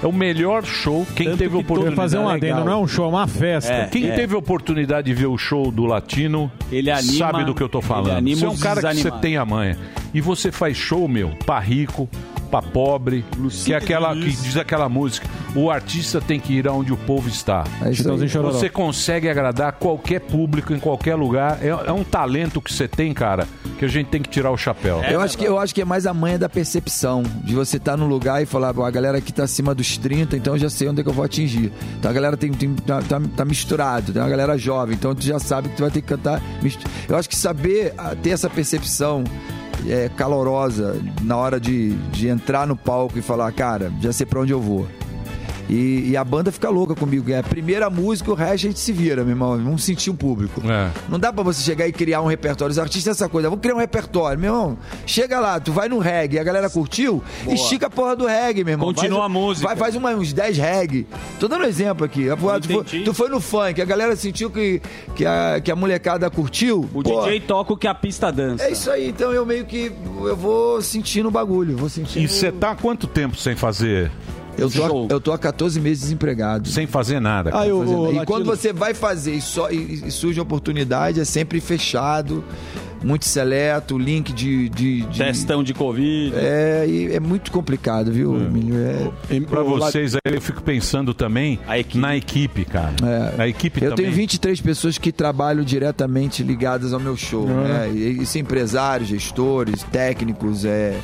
[SPEAKER 4] É o melhor show. Quem teve oportunidade.
[SPEAKER 33] fazer um adendo,
[SPEAKER 4] Legal.
[SPEAKER 33] não é um show, é uma festa.
[SPEAKER 4] É, Quem
[SPEAKER 33] é.
[SPEAKER 4] teve oportunidade de ver o show do Latino
[SPEAKER 33] Ele anima-
[SPEAKER 4] sabe do que eu tô falando.
[SPEAKER 33] ele anima
[SPEAKER 4] você é um
[SPEAKER 33] os
[SPEAKER 4] cara que você
[SPEAKER 33] desanimados.
[SPEAKER 4] tem a manha. E você faz show, meu, pra rico, pra pobre, que, é aquela, que diz aquela música. O artista tem que ir aonde o povo está.
[SPEAKER 1] É
[SPEAKER 33] Chitãozinho aí. Chororó.
[SPEAKER 4] Você consegue agradar qualquer público em qualquer lugar. É, é um talento que você tem, cara, que a gente tem que tirar o chapéu.
[SPEAKER 1] eu, acho que, eu acho que é mais a manha da percepção. De você estar num lugar e falar, "Bom, a galera aqui tá acima dos 30, então eu já sei onde é que eu vou atingir. Então a galera tem, tem- tá, tá, tá misturado, tem uma galera jovem, então tu já sabe que tu vai ter que cantar. mistu- Eu acho que saber ah, ter essa percepção é, calorosa na hora de, de entrar no palco e falar, cara, já sei pra onde eu vou. E, e a banda fica louca comigo. É a primeira música, o resto a gente se vira, meu irmão. Vamos sentir o público.
[SPEAKER 4] É.
[SPEAKER 1] Não dá pra você chegar e criar um repertório. Os artistas têm essa coisa, vamos criar um repertório, meu irmão. Chega lá, tu vai no reggae, a galera curtiu,
[SPEAKER 34] Boa.
[SPEAKER 1] estica a porra do reggae, meu irmão.
[SPEAKER 34] Continua
[SPEAKER 1] Faz-
[SPEAKER 34] a música.
[SPEAKER 1] Vai, faz uma- uns 10 reggae. Tô dando um exemplo aqui. Ah, Tu foi,
[SPEAKER 34] entendi.
[SPEAKER 1] tu foi no funk, a galera sentiu que, que, a, que a molecada curtiu.
[SPEAKER 3] O DJ toca o que a pista dança.
[SPEAKER 1] É isso aí, então eu meio que eu vou sentindo o bagulho, vou sentindo.
[SPEAKER 4] E você tá há quanto tempo sem fazer?
[SPEAKER 1] Eu tô, eu tô há 14 meses desempregado. Ah,
[SPEAKER 4] Sem fazer nada.
[SPEAKER 6] Tá
[SPEAKER 4] cara.
[SPEAKER 1] Tá Fazendo- e quando você vai fazer e, só, e- e surge a oportunidade, é sempre fechado, muito seleto, link de. de, de-
[SPEAKER 3] Testão de Covid.
[SPEAKER 1] É, e é muito complicado, viu, Emílio? É,
[SPEAKER 4] Pra
[SPEAKER 1] eu lá-
[SPEAKER 4] vocês aí, eu fico pensando também na equipe, cara. Na equipe
[SPEAKER 1] É. Eu
[SPEAKER 4] também.
[SPEAKER 1] tenho 23 pessoas que trabalham diretamente ligadas ao meu show,
[SPEAKER 4] Ah.
[SPEAKER 1] né? E- Isso é empresários, gestores, técnicos, é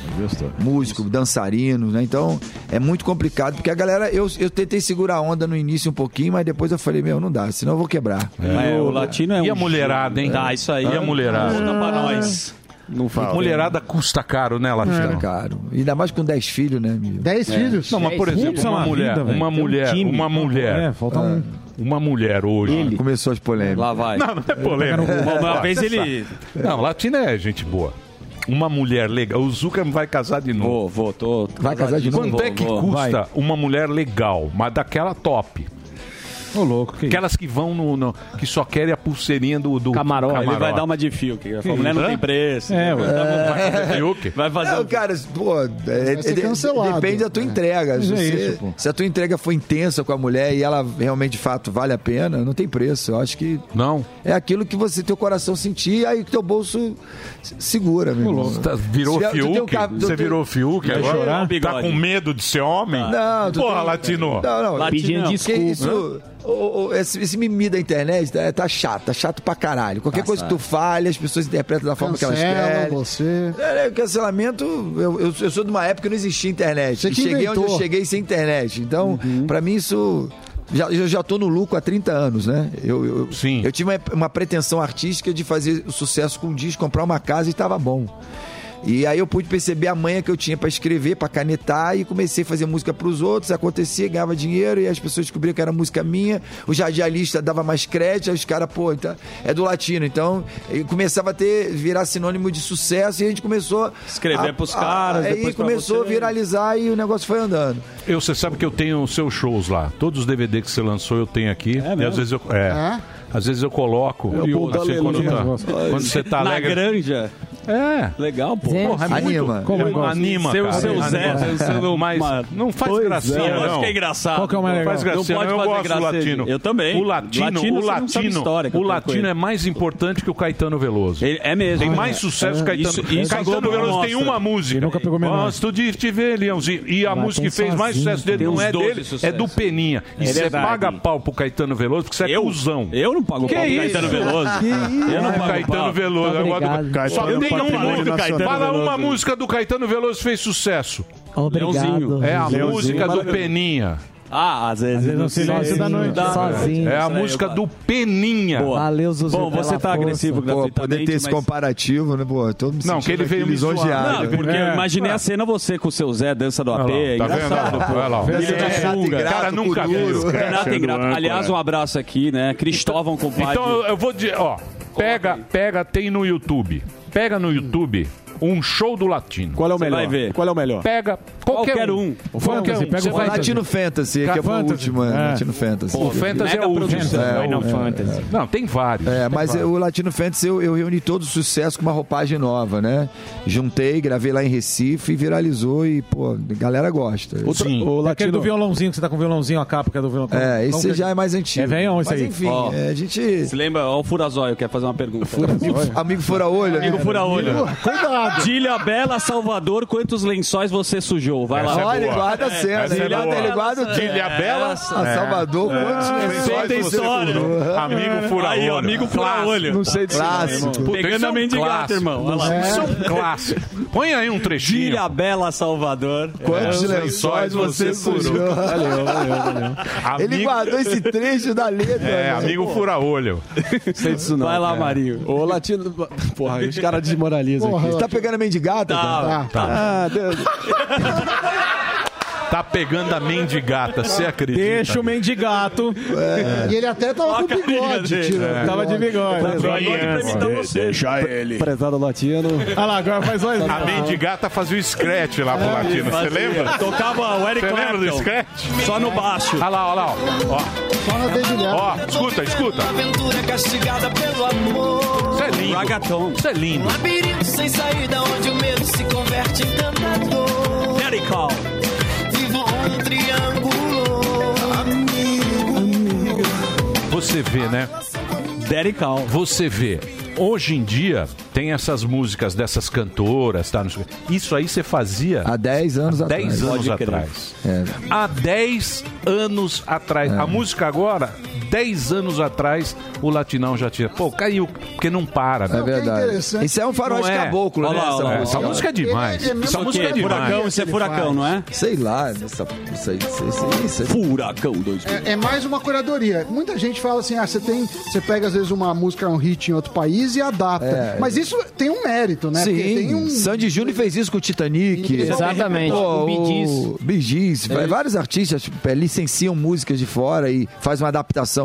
[SPEAKER 1] músico, dançarino, né? Então é muito complicado porque a galera eu, eu tentei segurar a onda no início um pouquinho, mas depois eu falei meu não dá, senão eu vou quebrar.
[SPEAKER 3] É, o latino é
[SPEAKER 4] E
[SPEAKER 3] um
[SPEAKER 4] a mulherada, hein?
[SPEAKER 3] gênio. Tá, isso aí.
[SPEAKER 4] E a mulherada?
[SPEAKER 3] Não dá pra nós.
[SPEAKER 4] Não fala. Mulherada custa caro, né, Latino?
[SPEAKER 1] Custa caro. Ainda mais com 10 filhos, né, amigo?
[SPEAKER 4] 10
[SPEAKER 1] filhos?
[SPEAKER 4] É. Não, mas por
[SPEAKER 1] Dez
[SPEAKER 4] exemplo,
[SPEAKER 1] filhos?
[SPEAKER 4] uma
[SPEAKER 1] Puta
[SPEAKER 4] mulher,
[SPEAKER 1] vida, velho.
[SPEAKER 4] uma
[SPEAKER 1] Tem um
[SPEAKER 4] mulher,
[SPEAKER 1] time.
[SPEAKER 4] uma mulher.
[SPEAKER 1] É, falta um.
[SPEAKER 4] Uma mulher hoje.
[SPEAKER 1] Começou as polêmicas. um
[SPEAKER 3] Lá vai.
[SPEAKER 4] Não, não é polêmica.
[SPEAKER 3] Uma vez ele.
[SPEAKER 4] Não, Latino é gente boa. Uma mulher legal. O Zucker vai casar de novo.
[SPEAKER 3] Vou, vou, tô.
[SPEAKER 1] Vai casar de novo?
[SPEAKER 4] Quanto é que
[SPEAKER 1] Vou, vou.
[SPEAKER 4] custa
[SPEAKER 1] Vai.
[SPEAKER 4] uma mulher legal, mas daquela top?
[SPEAKER 1] Ô, louco.
[SPEAKER 4] Aquelas que vão no, no- que só querem a pulseirinha do, do
[SPEAKER 3] Ele
[SPEAKER 4] camarote.
[SPEAKER 3] vai dar uma de fio. Que a
[SPEAKER 4] Que
[SPEAKER 3] mulher
[SPEAKER 4] isso,
[SPEAKER 3] não tem
[SPEAKER 4] né?
[SPEAKER 3] preço.
[SPEAKER 4] É, ué.
[SPEAKER 3] Vai fazer
[SPEAKER 4] Fiuk?
[SPEAKER 3] Vai fazer.
[SPEAKER 1] Não, cara, pô, é- ser de- cancelado. É. depende da tua entrega. Se, Mas é você- isso, pô. se a tua entrega for intensa com a mulher e ela realmente de fato vale a pena, não tem preço. Eu acho que.
[SPEAKER 4] Não.
[SPEAKER 1] É aquilo que você, teu coração sentir, aí que teu bolso se- segura, meu irmão.
[SPEAKER 4] Tá- Virou
[SPEAKER 1] né? Se- tu tem um
[SPEAKER 4] Fiuk?
[SPEAKER 1] cab- tu
[SPEAKER 4] Você
[SPEAKER 1] tem-
[SPEAKER 4] virou Fiuk
[SPEAKER 1] Vai chorar?
[SPEAKER 4] agora? Tá
[SPEAKER 1] Bigode.
[SPEAKER 4] com medo de ser homem?
[SPEAKER 1] Não, tu
[SPEAKER 4] Porra,
[SPEAKER 1] tem-
[SPEAKER 4] Latino.
[SPEAKER 1] Não,
[SPEAKER 5] é
[SPEAKER 1] não,
[SPEAKER 4] Latino,
[SPEAKER 1] que
[SPEAKER 5] né?
[SPEAKER 3] né?
[SPEAKER 1] Isso, Ô, ô, esse, esse mimimi da internet tá, tá chato, tá chato pra caralho. Qualquer
[SPEAKER 5] Tá
[SPEAKER 1] coisa que tu falha, as pessoas interpretam da forma que elas
[SPEAKER 5] Cancela
[SPEAKER 1] querem.
[SPEAKER 5] você.
[SPEAKER 1] É, é, cancelamento, eu, eu, eu sou de uma época que não existia internet.
[SPEAKER 5] Você
[SPEAKER 1] E
[SPEAKER 5] que
[SPEAKER 1] cheguei onde eu
[SPEAKER 5] inventou. Uhum.
[SPEAKER 1] cheguei sem internet. Então, pra mim, isso. Já, eu já tô no lucro há 30 anos, né? Eu, eu, Sim. eu tive uma, uma pretensão artística de fazer sucesso com um disco, comprar uma casa e tava bom. E aí eu pude perceber a manha que eu tinha pra escrever, pra canetar e comecei a fazer música pros outros, acontecia, ganhava dinheiro e as pessoas descobriam que era música minha, os radialistas dava mais crédito, aí os caras, pô, então, é do latino, então e começava a ter virar sinônimo de sucesso e a gente começou
[SPEAKER 3] Escrever
[SPEAKER 1] a,
[SPEAKER 3] pros
[SPEAKER 1] a-
[SPEAKER 3] caras,
[SPEAKER 1] aí
[SPEAKER 3] depois pra
[SPEAKER 1] começou a
[SPEAKER 3] você.
[SPEAKER 1] viralizar e o negócio foi andando.
[SPEAKER 4] Eu, você sabe que eu tenho os seus shows lá. Todos os DVD que você lançou eu tenho aqui. e às vezes eu, é,
[SPEAKER 1] É?
[SPEAKER 4] às vezes eu coloco.
[SPEAKER 1] É o
[SPEAKER 4] E
[SPEAKER 1] povo
[SPEAKER 4] você,
[SPEAKER 1] da
[SPEAKER 4] quando,
[SPEAKER 1] Lelê.
[SPEAKER 4] tá- quando você tá
[SPEAKER 3] né? Na
[SPEAKER 4] alegre.
[SPEAKER 3] granja.
[SPEAKER 4] É.
[SPEAKER 3] Legal, pô.
[SPEAKER 4] Gente. Porra, é muito-
[SPEAKER 1] Anima.
[SPEAKER 4] Como eu gosto. Anima,
[SPEAKER 3] Seu,
[SPEAKER 4] cara.
[SPEAKER 3] seu Zé
[SPEAKER 4] Anima.
[SPEAKER 3] dançando
[SPEAKER 4] Mas
[SPEAKER 3] uma-
[SPEAKER 4] não faz
[SPEAKER 3] Pois
[SPEAKER 4] gracinha,
[SPEAKER 3] é.
[SPEAKER 4] não.
[SPEAKER 3] Lógico que é engraçado.
[SPEAKER 4] Qual que é o mais
[SPEAKER 3] Não
[SPEAKER 4] legal?
[SPEAKER 3] faz gracinha,
[SPEAKER 4] Não pode
[SPEAKER 3] eu
[SPEAKER 4] fazer
[SPEAKER 3] gosto do
[SPEAKER 4] gracinha.
[SPEAKER 3] latino. Eu também.
[SPEAKER 4] O latino,
[SPEAKER 3] Latino,
[SPEAKER 4] o
[SPEAKER 3] você não sabe
[SPEAKER 4] latino,
[SPEAKER 3] história que eu
[SPEAKER 4] o
[SPEAKER 3] tô com
[SPEAKER 4] latino
[SPEAKER 3] ele.
[SPEAKER 4] é mais importante que o Caetano Veloso.
[SPEAKER 3] é mesmo.
[SPEAKER 4] Tem mais
[SPEAKER 3] É.
[SPEAKER 4] sucesso
[SPEAKER 3] É.
[SPEAKER 4] que o Caetano.
[SPEAKER 3] Isso- isso a
[SPEAKER 4] Caetano
[SPEAKER 3] Globo não
[SPEAKER 4] Veloso tem um
[SPEAKER 3] mostra.
[SPEAKER 4] uma música.
[SPEAKER 3] Ele nunca pegou menor.
[SPEAKER 4] Gosto de te ver, Leãozinho. E a
[SPEAKER 3] Mas
[SPEAKER 4] música
[SPEAKER 3] tem
[SPEAKER 4] que fez mais
[SPEAKER 3] sozinho,
[SPEAKER 4] sucesso dele
[SPEAKER 3] tem
[SPEAKER 4] não
[SPEAKER 3] uns
[SPEAKER 4] é
[SPEAKER 3] 12
[SPEAKER 4] dele, é
[SPEAKER 3] sucessos.
[SPEAKER 4] do Peninha. E
[SPEAKER 3] É
[SPEAKER 4] você
[SPEAKER 3] verdade.
[SPEAKER 4] paga pau pro Caetano Veloso porque você é cuzão.
[SPEAKER 3] Eu não pago
[SPEAKER 4] que
[SPEAKER 3] pau pro
[SPEAKER 4] isso? é
[SPEAKER 3] Caetano Veloso. Que isso? Eu não pago
[SPEAKER 4] Caetano
[SPEAKER 3] pau.
[SPEAKER 4] Veloso.
[SPEAKER 3] Tá
[SPEAKER 4] agora do-
[SPEAKER 3] obrigado.
[SPEAKER 4] Só
[SPEAKER 3] Caetano
[SPEAKER 4] tem uma
[SPEAKER 3] Patrimônio
[SPEAKER 4] música.
[SPEAKER 3] Nacional.
[SPEAKER 4] Fala uma
[SPEAKER 3] Veloso.
[SPEAKER 4] música do Caetano Veloso fez sucesso.
[SPEAKER 3] Leãozinho.
[SPEAKER 4] É a
[SPEAKER 3] Leãozinho.
[SPEAKER 4] música do
[SPEAKER 3] Maravilhoso.
[SPEAKER 4] Peninha.
[SPEAKER 3] Ah, às vezes.
[SPEAKER 4] no silêncio da noite. Sozinho. É a música do Peninha.
[SPEAKER 3] Boa.
[SPEAKER 4] Valeu, Zuzu,
[SPEAKER 3] Bom, você
[SPEAKER 4] pela
[SPEAKER 3] tá
[SPEAKER 4] força.
[SPEAKER 3] agressivo
[SPEAKER 1] Pô,
[SPEAKER 3] gratuitamente.
[SPEAKER 1] poder ter esse
[SPEAKER 3] mas-
[SPEAKER 1] comparativo, né, pô? Tô me
[SPEAKER 4] Não,
[SPEAKER 1] sentindo
[SPEAKER 4] que ele
[SPEAKER 1] aqui
[SPEAKER 4] veio me zoar. É.
[SPEAKER 1] lisonjeado.
[SPEAKER 3] Não, porque eu imaginei a cena você com o seu Zé dança do AP. é
[SPEAKER 4] tá vendo?
[SPEAKER 3] engraçado, pô.
[SPEAKER 4] Olha lá, ó.
[SPEAKER 3] Filho
[SPEAKER 4] Zé
[SPEAKER 3] da
[SPEAKER 4] Renato
[SPEAKER 3] Sunga.
[SPEAKER 4] Ingrato, Cara, nunca vi Kuduro. isso, cara.
[SPEAKER 3] Renato
[SPEAKER 4] Sendo
[SPEAKER 3] Ingrato.
[SPEAKER 4] âncora.
[SPEAKER 3] Aliás, um abraço aqui, né? Cristóvão, compadre.
[SPEAKER 4] Então eu- eu vou dizer, ó, pega, pega, tem no YouTube. Pega no YouTube um show do latino. Qual
[SPEAKER 6] é o Você melhor? vai ver. Qual é o melhor?
[SPEAKER 4] Pega qualquer,
[SPEAKER 6] Qualquer
[SPEAKER 4] um.
[SPEAKER 6] um. O Fantasy, pega o
[SPEAKER 4] Você vai-
[SPEAKER 1] Latino Fantasy, que é o
[SPEAKER 4] Fantasy.
[SPEAKER 1] último,
[SPEAKER 7] assim.
[SPEAKER 1] é. Latino Fantasy.
[SPEAKER 4] Pô, o Fantasy é o último.
[SPEAKER 1] É,
[SPEAKER 4] É,
[SPEAKER 1] o- é,
[SPEAKER 4] é. Não, tem vários.
[SPEAKER 1] É,
[SPEAKER 4] Tem
[SPEAKER 1] mas
[SPEAKER 4] vários.
[SPEAKER 1] o Latino Fantasy eu, eu reuni todo o sucesso com uma roupagem nova, né? Juntei, gravei lá em Recife, viralizou e, pô, a galera gosta.
[SPEAKER 6] O Aquele do violãozinho, que você tá com o violãozinho, a capa que é do violão.
[SPEAKER 1] É, esse
[SPEAKER 6] Como que-
[SPEAKER 1] já é mais antigo.
[SPEAKER 6] É velhão esse
[SPEAKER 1] Mas
[SPEAKER 6] aí.
[SPEAKER 1] enfim,
[SPEAKER 6] Ó.
[SPEAKER 1] é, a gente...
[SPEAKER 3] Se lembra, ó, o Furazóio quer fazer uma pergunta.
[SPEAKER 1] Amigo fura-olho.
[SPEAKER 3] Amigo
[SPEAKER 1] né?
[SPEAKER 3] fura-olho.
[SPEAKER 1] Cuidado.
[SPEAKER 3] Dilha Bela, Salvador, quantos lençóis você sujou? Vai
[SPEAKER 1] Essa
[SPEAKER 3] lá.
[SPEAKER 1] é Olha, boa. guarda a cena,
[SPEAKER 3] Essa é
[SPEAKER 1] ele guarda-
[SPEAKER 3] boa.
[SPEAKER 1] ele guarda o-
[SPEAKER 3] Ilhabela,
[SPEAKER 1] a Salvador, quantos lençóis
[SPEAKER 3] Senta
[SPEAKER 1] você
[SPEAKER 3] É. história.
[SPEAKER 1] sujou?
[SPEAKER 4] Amigo fura-olho.
[SPEAKER 3] Aí, ó, amigo fura-olho.
[SPEAKER 1] Não sei disso não,
[SPEAKER 3] Clássico.
[SPEAKER 1] irmão.
[SPEAKER 4] Puta, isso
[SPEAKER 3] Pegando
[SPEAKER 4] é
[SPEAKER 3] a
[SPEAKER 4] um
[SPEAKER 3] mendigata,
[SPEAKER 4] clássico.
[SPEAKER 3] irmão. Olha
[SPEAKER 4] Não
[SPEAKER 3] lá.
[SPEAKER 4] é? Isso é um clássico. Põe aí um trechinho.
[SPEAKER 3] Ilha Bela, Salvador.
[SPEAKER 1] Quantos
[SPEAKER 3] É.
[SPEAKER 1] lençóis você sujou?
[SPEAKER 3] Valeu, valeu, valeu.
[SPEAKER 1] Ele guardou esse trecho da letra.
[SPEAKER 4] É,
[SPEAKER 1] né?
[SPEAKER 4] amigo
[SPEAKER 1] Pô.
[SPEAKER 4] fura-olho.
[SPEAKER 6] Sei disso não.
[SPEAKER 3] Vai lá,
[SPEAKER 6] cara.
[SPEAKER 3] Marinho.
[SPEAKER 6] Ô, Latino. Porra, os caras
[SPEAKER 4] Tá,
[SPEAKER 1] Tá
[SPEAKER 6] desmoralizam
[SPEAKER 1] Porra,
[SPEAKER 6] aqui.
[SPEAKER 1] Tá pegando a mendigada?
[SPEAKER 6] Tá,
[SPEAKER 1] cara?
[SPEAKER 6] tá.
[SPEAKER 1] Ah, Deus.
[SPEAKER 4] Tá pegando a mendigata, você acredita?
[SPEAKER 20] Deixa o mendigato.
[SPEAKER 14] É. E ele até tava com bigode, tio.
[SPEAKER 4] É.
[SPEAKER 20] Tava de bigode.
[SPEAKER 4] Deixa ele.
[SPEAKER 20] Prezado latino. Olha lá, agora faz mais.
[SPEAKER 4] A mendigata fazia o scratch lá pro
[SPEAKER 20] É,
[SPEAKER 4] latino, você
[SPEAKER 20] fazia.
[SPEAKER 4] lembra?
[SPEAKER 20] Tocava o Eric
[SPEAKER 4] Você lembra do
[SPEAKER 20] Clapton.
[SPEAKER 4] scratch?
[SPEAKER 20] Só no baixo.
[SPEAKER 4] Olha lá, olha lá. ó. Ó.
[SPEAKER 14] Só na dedilhada.
[SPEAKER 4] Ó, escuta, escuta.
[SPEAKER 18] Aventura castigada pelo amor.
[SPEAKER 4] Isso é lindo. Isso é lindo.
[SPEAKER 18] Um Labirinto sem saída onde o medo se converte em tentador. Daddy call. Vivo um triângulo. Amigo.
[SPEAKER 4] Você vê, né? Derical. Você vê. Hoje em dia tem essas músicas dessas cantoras, tá? Não sei o quê. Isso aí você fazia há 10 anos
[SPEAKER 1] atrás. É.
[SPEAKER 4] 10 anos
[SPEAKER 1] Pode crer.
[SPEAKER 4] atrás. Há 10 anos atrás.
[SPEAKER 1] É.
[SPEAKER 4] A música agora, 10 anos atrás, o latinão já tinha. Pô, caiu, porque não para. né?
[SPEAKER 1] É verdade. Isso é um faroeste
[SPEAKER 4] Não é.
[SPEAKER 1] caboclo,
[SPEAKER 4] Olha
[SPEAKER 1] né?
[SPEAKER 4] lá,
[SPEAKER 1] essa,
[SPEAKER 4] olha lá.
[SPEAKER 1] música.
[SPEAKER 4] Essa música é demais.
[SPEAKER 1] Ele- ele-
[SPEAKER 4] Essa
[SPEAKER 1] isso
[SPEAKER 4] música
[SPEAKER 1] aqui
[SPEAKER 4] é demais.
[SPEAKER 1] furacão, isso é Ele furacão, faz. não é? Sei lá, essa- isso aí. Isso, isso, isso, furacão 2000.
[SPEAKER 14] É, é mais uma curadoria. Muita gente fala assim: ah, você tem. Você pega às vezes uma música, um hit em outro país e adapta.
[SPEAKER 1] É.
[SPEAKER 14] Mas isso tem um mérito, né? Porque
[SPEAKER 1] Sim,
[SPEAKER 14] tem um.
[SPEAKER 1] Sandy Júnior fez isso com o Titanic.
[SPEAKER 14] Exatamente, É.
[SPEAKER 1] Pô,
[SPEAKER 14] o Bee Gees.
[SPEAKER 1] o Bee Gees. vai- Vários artistas tipo, é, licenciam músicas de fora e faz uma adaptação.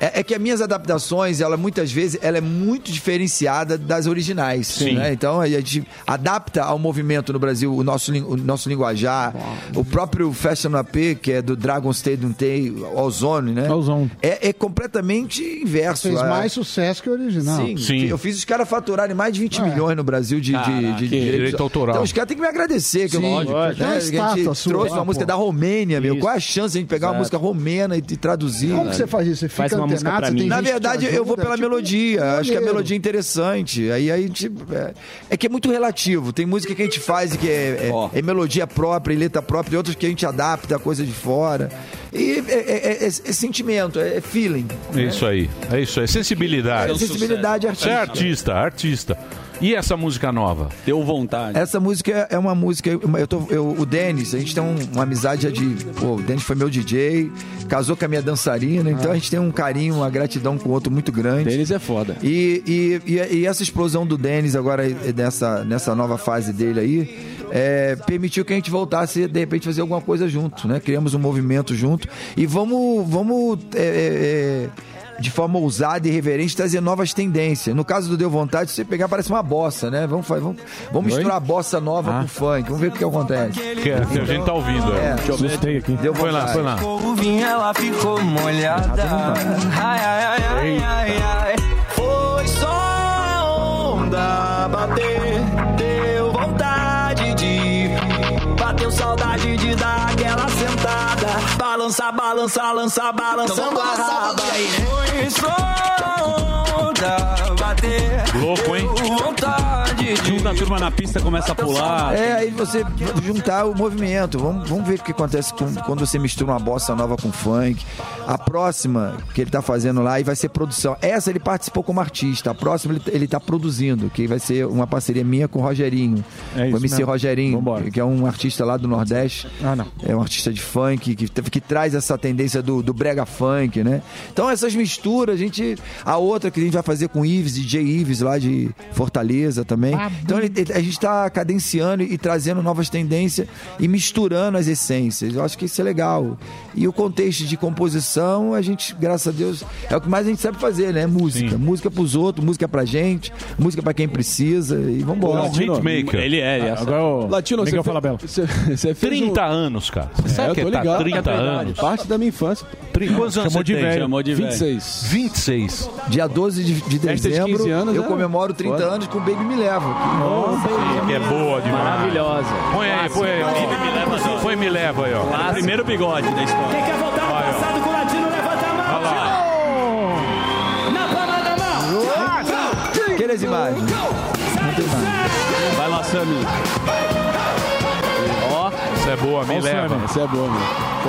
[SPEAKER 1] É, é que as minhas adaptações, ela muitas vezes, ela é muito diferenciada das originais.
[SPEAKER 7] Sim.
[SPEAKER 1] né? Então a gente adapta ao movimento no Brasil o nosso, lin- o nosso linguajar. O próprio Fashion AP, que é do Dragon Stadium Day, Ozone, né? Ozone. É, é completamente inverso.
[SPEAKER 14] Fez
[SPEAKER 1] a-
[SPEAKER 14] mais sucesso que o original.
[SPEAKER 1] Sim, Eu fiz os caras faturarem mais de
[SPEAKER 14] Ah.
[SPEAKER 1] 20 milhões no Brasil de, de-
[SPEAKER 4] Caraca,
[SPEAKER 1] de
[SPEAKER 4] direito
[SPEAKER 1] direitos-
[SPEAKER 4] autoral.
[SPEAKER 1] Então os caras têm que me agradecer, que eu
[SPEAKER 4] Sim,
[SPEAKER 1] lógico, né?
[SPEAKER 14] É
[SPEAKER 4] lógico. Tem uma
[SPEAKER 1] A gente
[SPEAKER 4] estátua sua
[SPEAKER 1] trouxe
[SPEAKER 4] lá,
[SPEAKER 1] uma música
[SPEAKER 4] pô.
[SPEAKER 1] da Romênia, meu.
[SPEAKER 4] Isso.
[SPEAKER 1] Qual a chance de a gente pegar uma
[SPEAKER 4] Exato.
[SPEAKER 1] música romena e, e traduzir?
[SPEAKER 14] Como que você faz isso? Você fica Faz uma música antenado, pra você tem mim. gente
[SPEAKER 1] Na
[SPEAKER 14] que te
[SPEAKER 1] verdade, eu vou
[SPEAKER 14] ajuda,
[SPEAKER 1] pela
[SPEAKER 14] tipo,
[SPEAKER 1] melodia. Acho que a
[SPEAKER 14] maneiro.
[SPEAKER 1] melodia é interessante. Aí, aí tipo, é, é que é muito relativo. Tem música que a gente faz e que é, é- é melodia própria, e letra própria, e outras que a gente adapta a coisa de fora. E é, é- é- é- é sentimento, é é feeling.
[SPEAKER 4] É isso aí, é isso aí. Sensibilidade.
[SPEAKER 1] É um Sensibilidade sucesso.
[SPEAKER 4] Você é artista, artista. E essa música nova?
[SPEAKER 1] Deu vontade. Essa música é uma música. Eu tô, eu, o Denis, a gente tem um- uma amizade já de. Pô, o Denis foi meu DJ, casou com a minha dançarina, então a gente tem um carinho, uma gratidão com o outro muito grande. Denis é foda. E, e, e, e essa explosão do Denis agora, eh, nessa, nessa nova fase dele aí, eh, permitiu que a gente voltasse, de repente, fazer alguma coisa junto, né? Criamos um movimento junto. E vamos. vamos eh, eh, eh, de forma ousada e reverente, trazer novas tendências. No caso do Deu Vontade, se você pegar, parece uma bossa, né? Vamos, fa- vamos, vamos misturar a bossa nova
[SPEAKER 33] Ah.
[SPEAKER 1] com funk. Vamos ver o que, que acontece.
[SPEAKER 4] Que é, a gente tá ouvindo. É.
[SPEAKER 1] Assustei aqui. Deu
[SPEAKER 4] Foi lá,
[SPEAKER 1] vontade.
[SPEAKER 4] foi lá.
[SPEAKER 18] O vinho ela ficou molhada. Ai, ai, ai, ai, ai, ai. Foi só a onda bater. Deu vontade de. Bateu saudade de dar aquela sentada. Balança, balança, lança,
[SPEAKER 4] Então
[SPEAKER 18] balançando a raba.
[SPEAKER 4] né?
[SPEAKER 18] Foi só a onda bater.
[SPEAKER 4] Louco, hein?
[SPEAKER 18] Vontade de.
[SPEAKER 3] Junta a turma na pista, começa a pular.
[SPEAKER 1] É, aí você juntar o movimento. Vamos, vamos ver o que acontece com- quando você mistura uma bossa nova com funk. A próxima que ele tá fazendo lá e vai ser produção. Essa ele participou como artista. A próxima ele, ele tá produzindo, que vai ser uma parceria minha com o Rogerinho.
[SPEAKER 33] É
[SPEAKER 1] o
[SPEAKER 33] isso
[SPEAKER 1] MC
[SPEAKER 33] mesmo.
[SPEAKER 1] Rogerinho, que é um artista lá do Nordeste.
[SPEAKER 33] Ah, não.
[SPEAKER 1] É um artista de funk que, que, que traz essa tendência do, do brega funk, né? Então essas misturas, a gente. A outra que a gente vai fazer com o Ives, DJ Ives lá de Fortaleza também.
[SPEAKER 33] Ah,
[SPEAKER 1] Então ele- ele- a gente tá cadenciando e trazendo novas tendências e misturando as essências. Eu acho que isso é legal. E o contexto de composição, a gente, graças a Deus, é o que mais a gente sabe fazer, né? Música. Música pros outros, música pra gente, música pra quem precisa e vambora.
[SPEAKER 3] Ele é,
[SPEAKER 4] Ah,
[SPEAKER 3] ele é.
[SPEAKER 33] Agora o
[SPEAKER 3] Latino,
[SPEAKER 33] Miguel
[SPEAKER 3] você
[SPEAKER 33] Falabella.
[SPEAKER 3] fez-
[SPEAKER 33] Você, você fez
[SPEAKER 4] 30
[SPEAKER 33] um...
[SPEAKER 4] anos, cara. Você
[SPEAKER 33] É,
[SPEAKER 4] sabe
[SPEAKER 33] eu
[SPEAKER 4] que
[SPEAKER 33] tô
[SPEAKER 4] tá
[SPEAKER 33] ligado.
[SPEAKER 4] 30
[SPEAKER 33] é verdade.
[SPEAKER 4] anos.
[SPEAKER 33] Parte da minha infância.
[SPEAKER 4] Tri- Quantos anos
[SPEAKER 33] Chamou
[SPEAKER 4] você
[SPEAKER 33] de
[SPEAKER 4] tem?
[SPEAKER 33] velho. Chamou de velho.
[SPEAKER 4] 26.
[SPEAKER 33] 26.
[SPEAKER 1] Dia 12 de, de
[SPEAKER 33] Festa de 15
[SPEAKER 1] dezembro,
[SPEAKER 33] anos,
[SPEAKER 1] eu
[SPEAKER 7] né?
[SPEAKER 33] é.
[SPEAKER 1] comemoro 30
[SPEAKER 33] Foda.
[SPEAKER 1] anos com Baby Me Leva. Nossa,
[SPEAKER 4] Que é boa demais.
[SPEAKER 33] Maravilhosa.
[SPEAKER 4] Põe aí, põe aí. ó. Põe me leva aí, ó.
[SPEAKER 3] O primeiro bigode da história.
[SPEAKER 33] Quem quer
[SPEAKER 4] é?
[SPEAKER 33] voltar ao passado com o Latino, levanta a mão. Na palma da mão.
[SPEAKER 1] Aquelas imagens.
[SPEAKER 3] Vai lá, Sammy.
[SPEAKER 4] Ó. Isso é boa, me
[SPEAKER 33] Ó o
[SPEAKER 4] leva.
[SPEAKER 33] Sammy,
[SPEAKER 4] Isso é boa,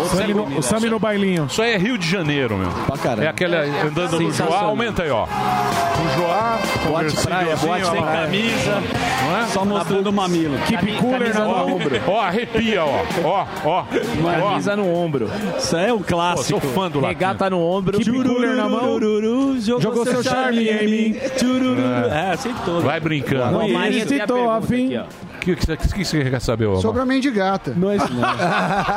[SPEAKER 33] Sammy no- o Sammy
[SPEAKER 4] no bailinho. Isso aí é Rio de Janeiro, meu. Pra
[SPEAKER 33] caralho.
[SPEAKER 4] É aquele andando no Joá,
[SPEAKER 33] Sensacional.
[SPEAKER 4] aumenta aí, ó. No Joá,
[SPEAKER 33] Boate
[SPEAKER 20] é
[SPEAKER 33] praia, boate sem camisa.
[SPEAKER 4] Não é?
[SPEAKER 33] Só mostrando o mamilo. Keep cooler no ombro.
[SPEAKER 4] Ó, arrepia, ó. Ó, ó.
[SPEAKER 33] Camisa
[SPEAKER 4] ó.
[SPEAKER 33] no ombro.
[SPEAKER 3] Isso aí é um
[SPEAKER 33] clássico.
[SPEAKER 4] sou fã do Latino.
[SPEAKER 33] Regata no ombro. Jururu na mão.
[SPEAKER 3] Jogou,
[SPEAKER 33] Jogou seu charme em mim.
[SPEAKER 3] Tchururu.
[SPEAKER 4] É.
[SPEAKER 3] É, aceitou.
[SPEAKER 4] Vai brincando.
[SPEAKER 33] Não, Marinha tem a pergunta aqui, ó.
[SPEAKER 12] O que, que, que você quer saber, ô,
[SPEAKER 14] Sobre a mendigata.
[SPEAKER 7] Não é isso
[SPEAKER 4] né?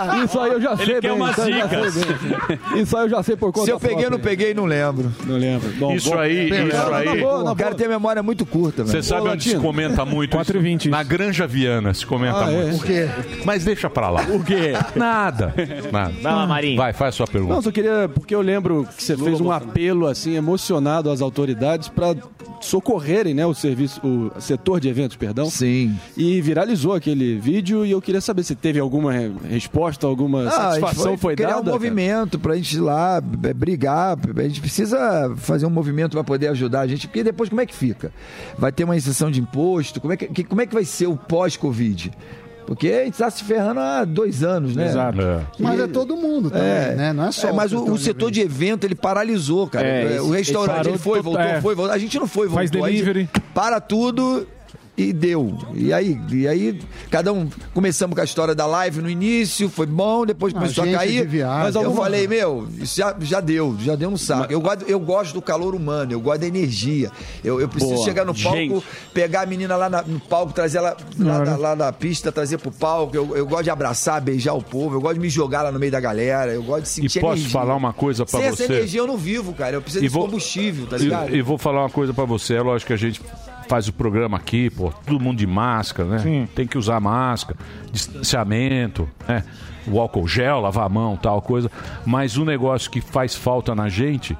[SPEAKER 7] não. Isso aí eu já
[SPEAKER 14] Ele
[SPEAKER 7] sei
[SPEAKER 14] quer
[SPEAKER 7] bem.
[SPEAKER 14] umas
[SPEAKER 7] isso aí eu já
[SPEAKER 14] dicas.
[SPEAKER 7] sei bem. Isso aí eu já sei por conta
[SPEAKER 1] Se eu peguei ou não
[SPEAKER 7] própria.
[SPEAKER 1] peguei, não lembro.
[SPEAKER 7] Não lembro. Bom,
[SPEAKER 4] Isso
[SPEAKER 7] bom.
[SPEAKER 4] aí,
[SPEAKER 7] Pera,
[SPEAKER 4] isso
[SPEAKER 7] não,
[SPEAKER 1] tá
[SPEAKER 7] não,
[SPEAKER 4] aí.
[SPEAKER 7] na boa, na
[SPEAKER 1] O cara tem a memória muito curta,
[SPEAKER 4] Você
[SPEAKER 1] velho.
[SPEAKER 4] sabe onde se comenta muito? 4 20 Na Granja Viana se comenta
[SPEAKER 1] Ah, é?
[SPEAKER 4] muito.
[SPEAKER 1] Por quê?
[SPEAKER 4] Mas deixa pra lá. O
[SPEAKER 7] quê?
[SPEAKER 4] Nada. Nada.
[SPEAKER 7] Vai lá,
[SPEAKER 4] Marinho. Vai, faz sua pergunta.
[SPEAKER 7] Não, só queria, porque eu lembro que você fez um apelo assim emocionado às autoridades para socorrerem, né, o serviço, o setor de eventos, perdão.
[SPEAKER 1] Sim.
[SPEAKER 7] E viralizou aquele vídeo e eu queria saber se teve alguma re- resposta, alguma
[SPEAKER 1] Ah, a gente
[SPEAKER 7] satisfação foi,
[SPEAKER 1] criar
[SPEAKER 7] dada.
[SPEAKER 1] um movimento pra gente ir lá b- brigar. A gente precisa fazer um movimento pra poder ajudar a gente, porque depois como é que fica? Vai ter uma isenção de imposto? Como é que, que- como é que vai ser o pós-Covid? Porque a gente está se ferrando há dois anos, né?
[SPEAKER 14] Exato. Mas é todo mundo também, né? Não é só.
[SPEAKER 1] mas o,
[SPEAKER 14] setor
[SPEAKER 1] o
[SPEAKER 14] de
[SPEAKER 1] setor de evento ele paralisou, cara.
[SPEAKER 14] É,
[SPEAKER 1] É, o
[SPEAKER 14] ele
[SPEAKER 1] restaurante
[SPEAKER 14] parou
[SPEAKER 1] ele, foi,
[SPEAKER 14] total-
[SPEAKER 1] voltou,
[SPEAKER 14] é.
[SPEAKER 1] foi, voltou. A gente não foi, voltou.
[SPEAKER 14] Faz
[SPEAKER 1] A gente
[SPEAKER 14] delivery.
[SPEAKER 1] Para tudo e deu. E aí, e aí, cada um começamos com a história da live no início, foi bom, depois começou a
[SPEAKER 14] Agência
[SPEAKER 1] cair.
[SPEAKER 14] de viagem. é
[SPEAKER 1] mas eu
[SPEAKER 14] Alguma-
[SPEAKER 1] falei, meu, isso já, já deu, já deu um saco. Eu, gosto, eu gosto do calor humano, eu gosto da energia. Eu, eu preciso
[SPEAKER 7] Boa.
[SPEAKER 1] chegar no palco,
[SPEAKER 7] Gente.
[SPEAKER 1] pegar a menina lá na- no palco, trazer ela lá, da, lá da pista, trazer pro palco. Eu, eu gosto de abraçar, beijar o povo, eu gosto de me jogar lá no meio da galera, eu gosto de
[SPEAKER 4] E
[SPEAKER 1] sentir
[SPEAKER 4] posso
[SPEAKER 1] energia.
[SPEAKER 4] falar uma coisa pra
[SPEAKER 1] Sem
[SPEAKER 4] você?
[SPEAKER 1] essa energia eu não vivo, cara. Eu preciso
[SPEAKER 4] E
[SPEAKER 1] desse
[SPEAKER 4] vou-
[SPEAKER 1] combustível, tá
[SPEAKER 4] E-
[SPEAKER 1] ligado?
[SPEAKER 4] E, vou falar uma coisa pra você. É lógico que a gente faz o programa aqui, pô, todo mundo de máscara, né? Tem que usar máscara, distanciamento, né? O álcool gel, lavar a mão, tal coisa. Mas o negócio que faz falta na gente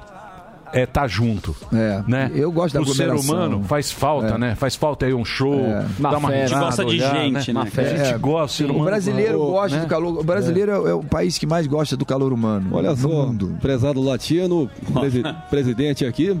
[SPEAKER 4] é tá junto,
[SPEAKER 1] É.
[SPEAKER 4] né?
[SPEAKER 1] Eu gosto da
[SPEAKER 4] O ser
[SPEAKER 1] aglomeração.
[SPEAKER 4] humano faz falta,
[SPEAKER 1] É.
[SPEAKER 4] né? Faz falta aí um show,
[SPEAKER 1] É.
[SPEAKER 4] dá uma
[SPEAKER 1] A gente
[SPEAKER 4] risada,
[SPEAKER 1] gosta de
[SPEAKER 4] olhar,
[SPEAKER 1] gente, né,
[SPEAKER 4] Uma fé.
[SPEAKER 1] cara?
[SPEAKER 4] A gente
[SPEAKER 1] É.
[SPEAKER 4] gosta, ser
[SPEAKER 1] O
[SPEAKER 4] humano-
[SPEAKER 1] brasileiro gosta
[SPEAKER 4] né?
[SPEAKER 1] do calor. O brasileiro é. é o país que mais gosta do calor humano.
[SPEAKER 7] Olha
[SPEAKER 1] no
[SPEAKER 7] só,
[SPEAKER 1] mundo.
[SPEAKER 7] prezado latino, presi- presidente aqui.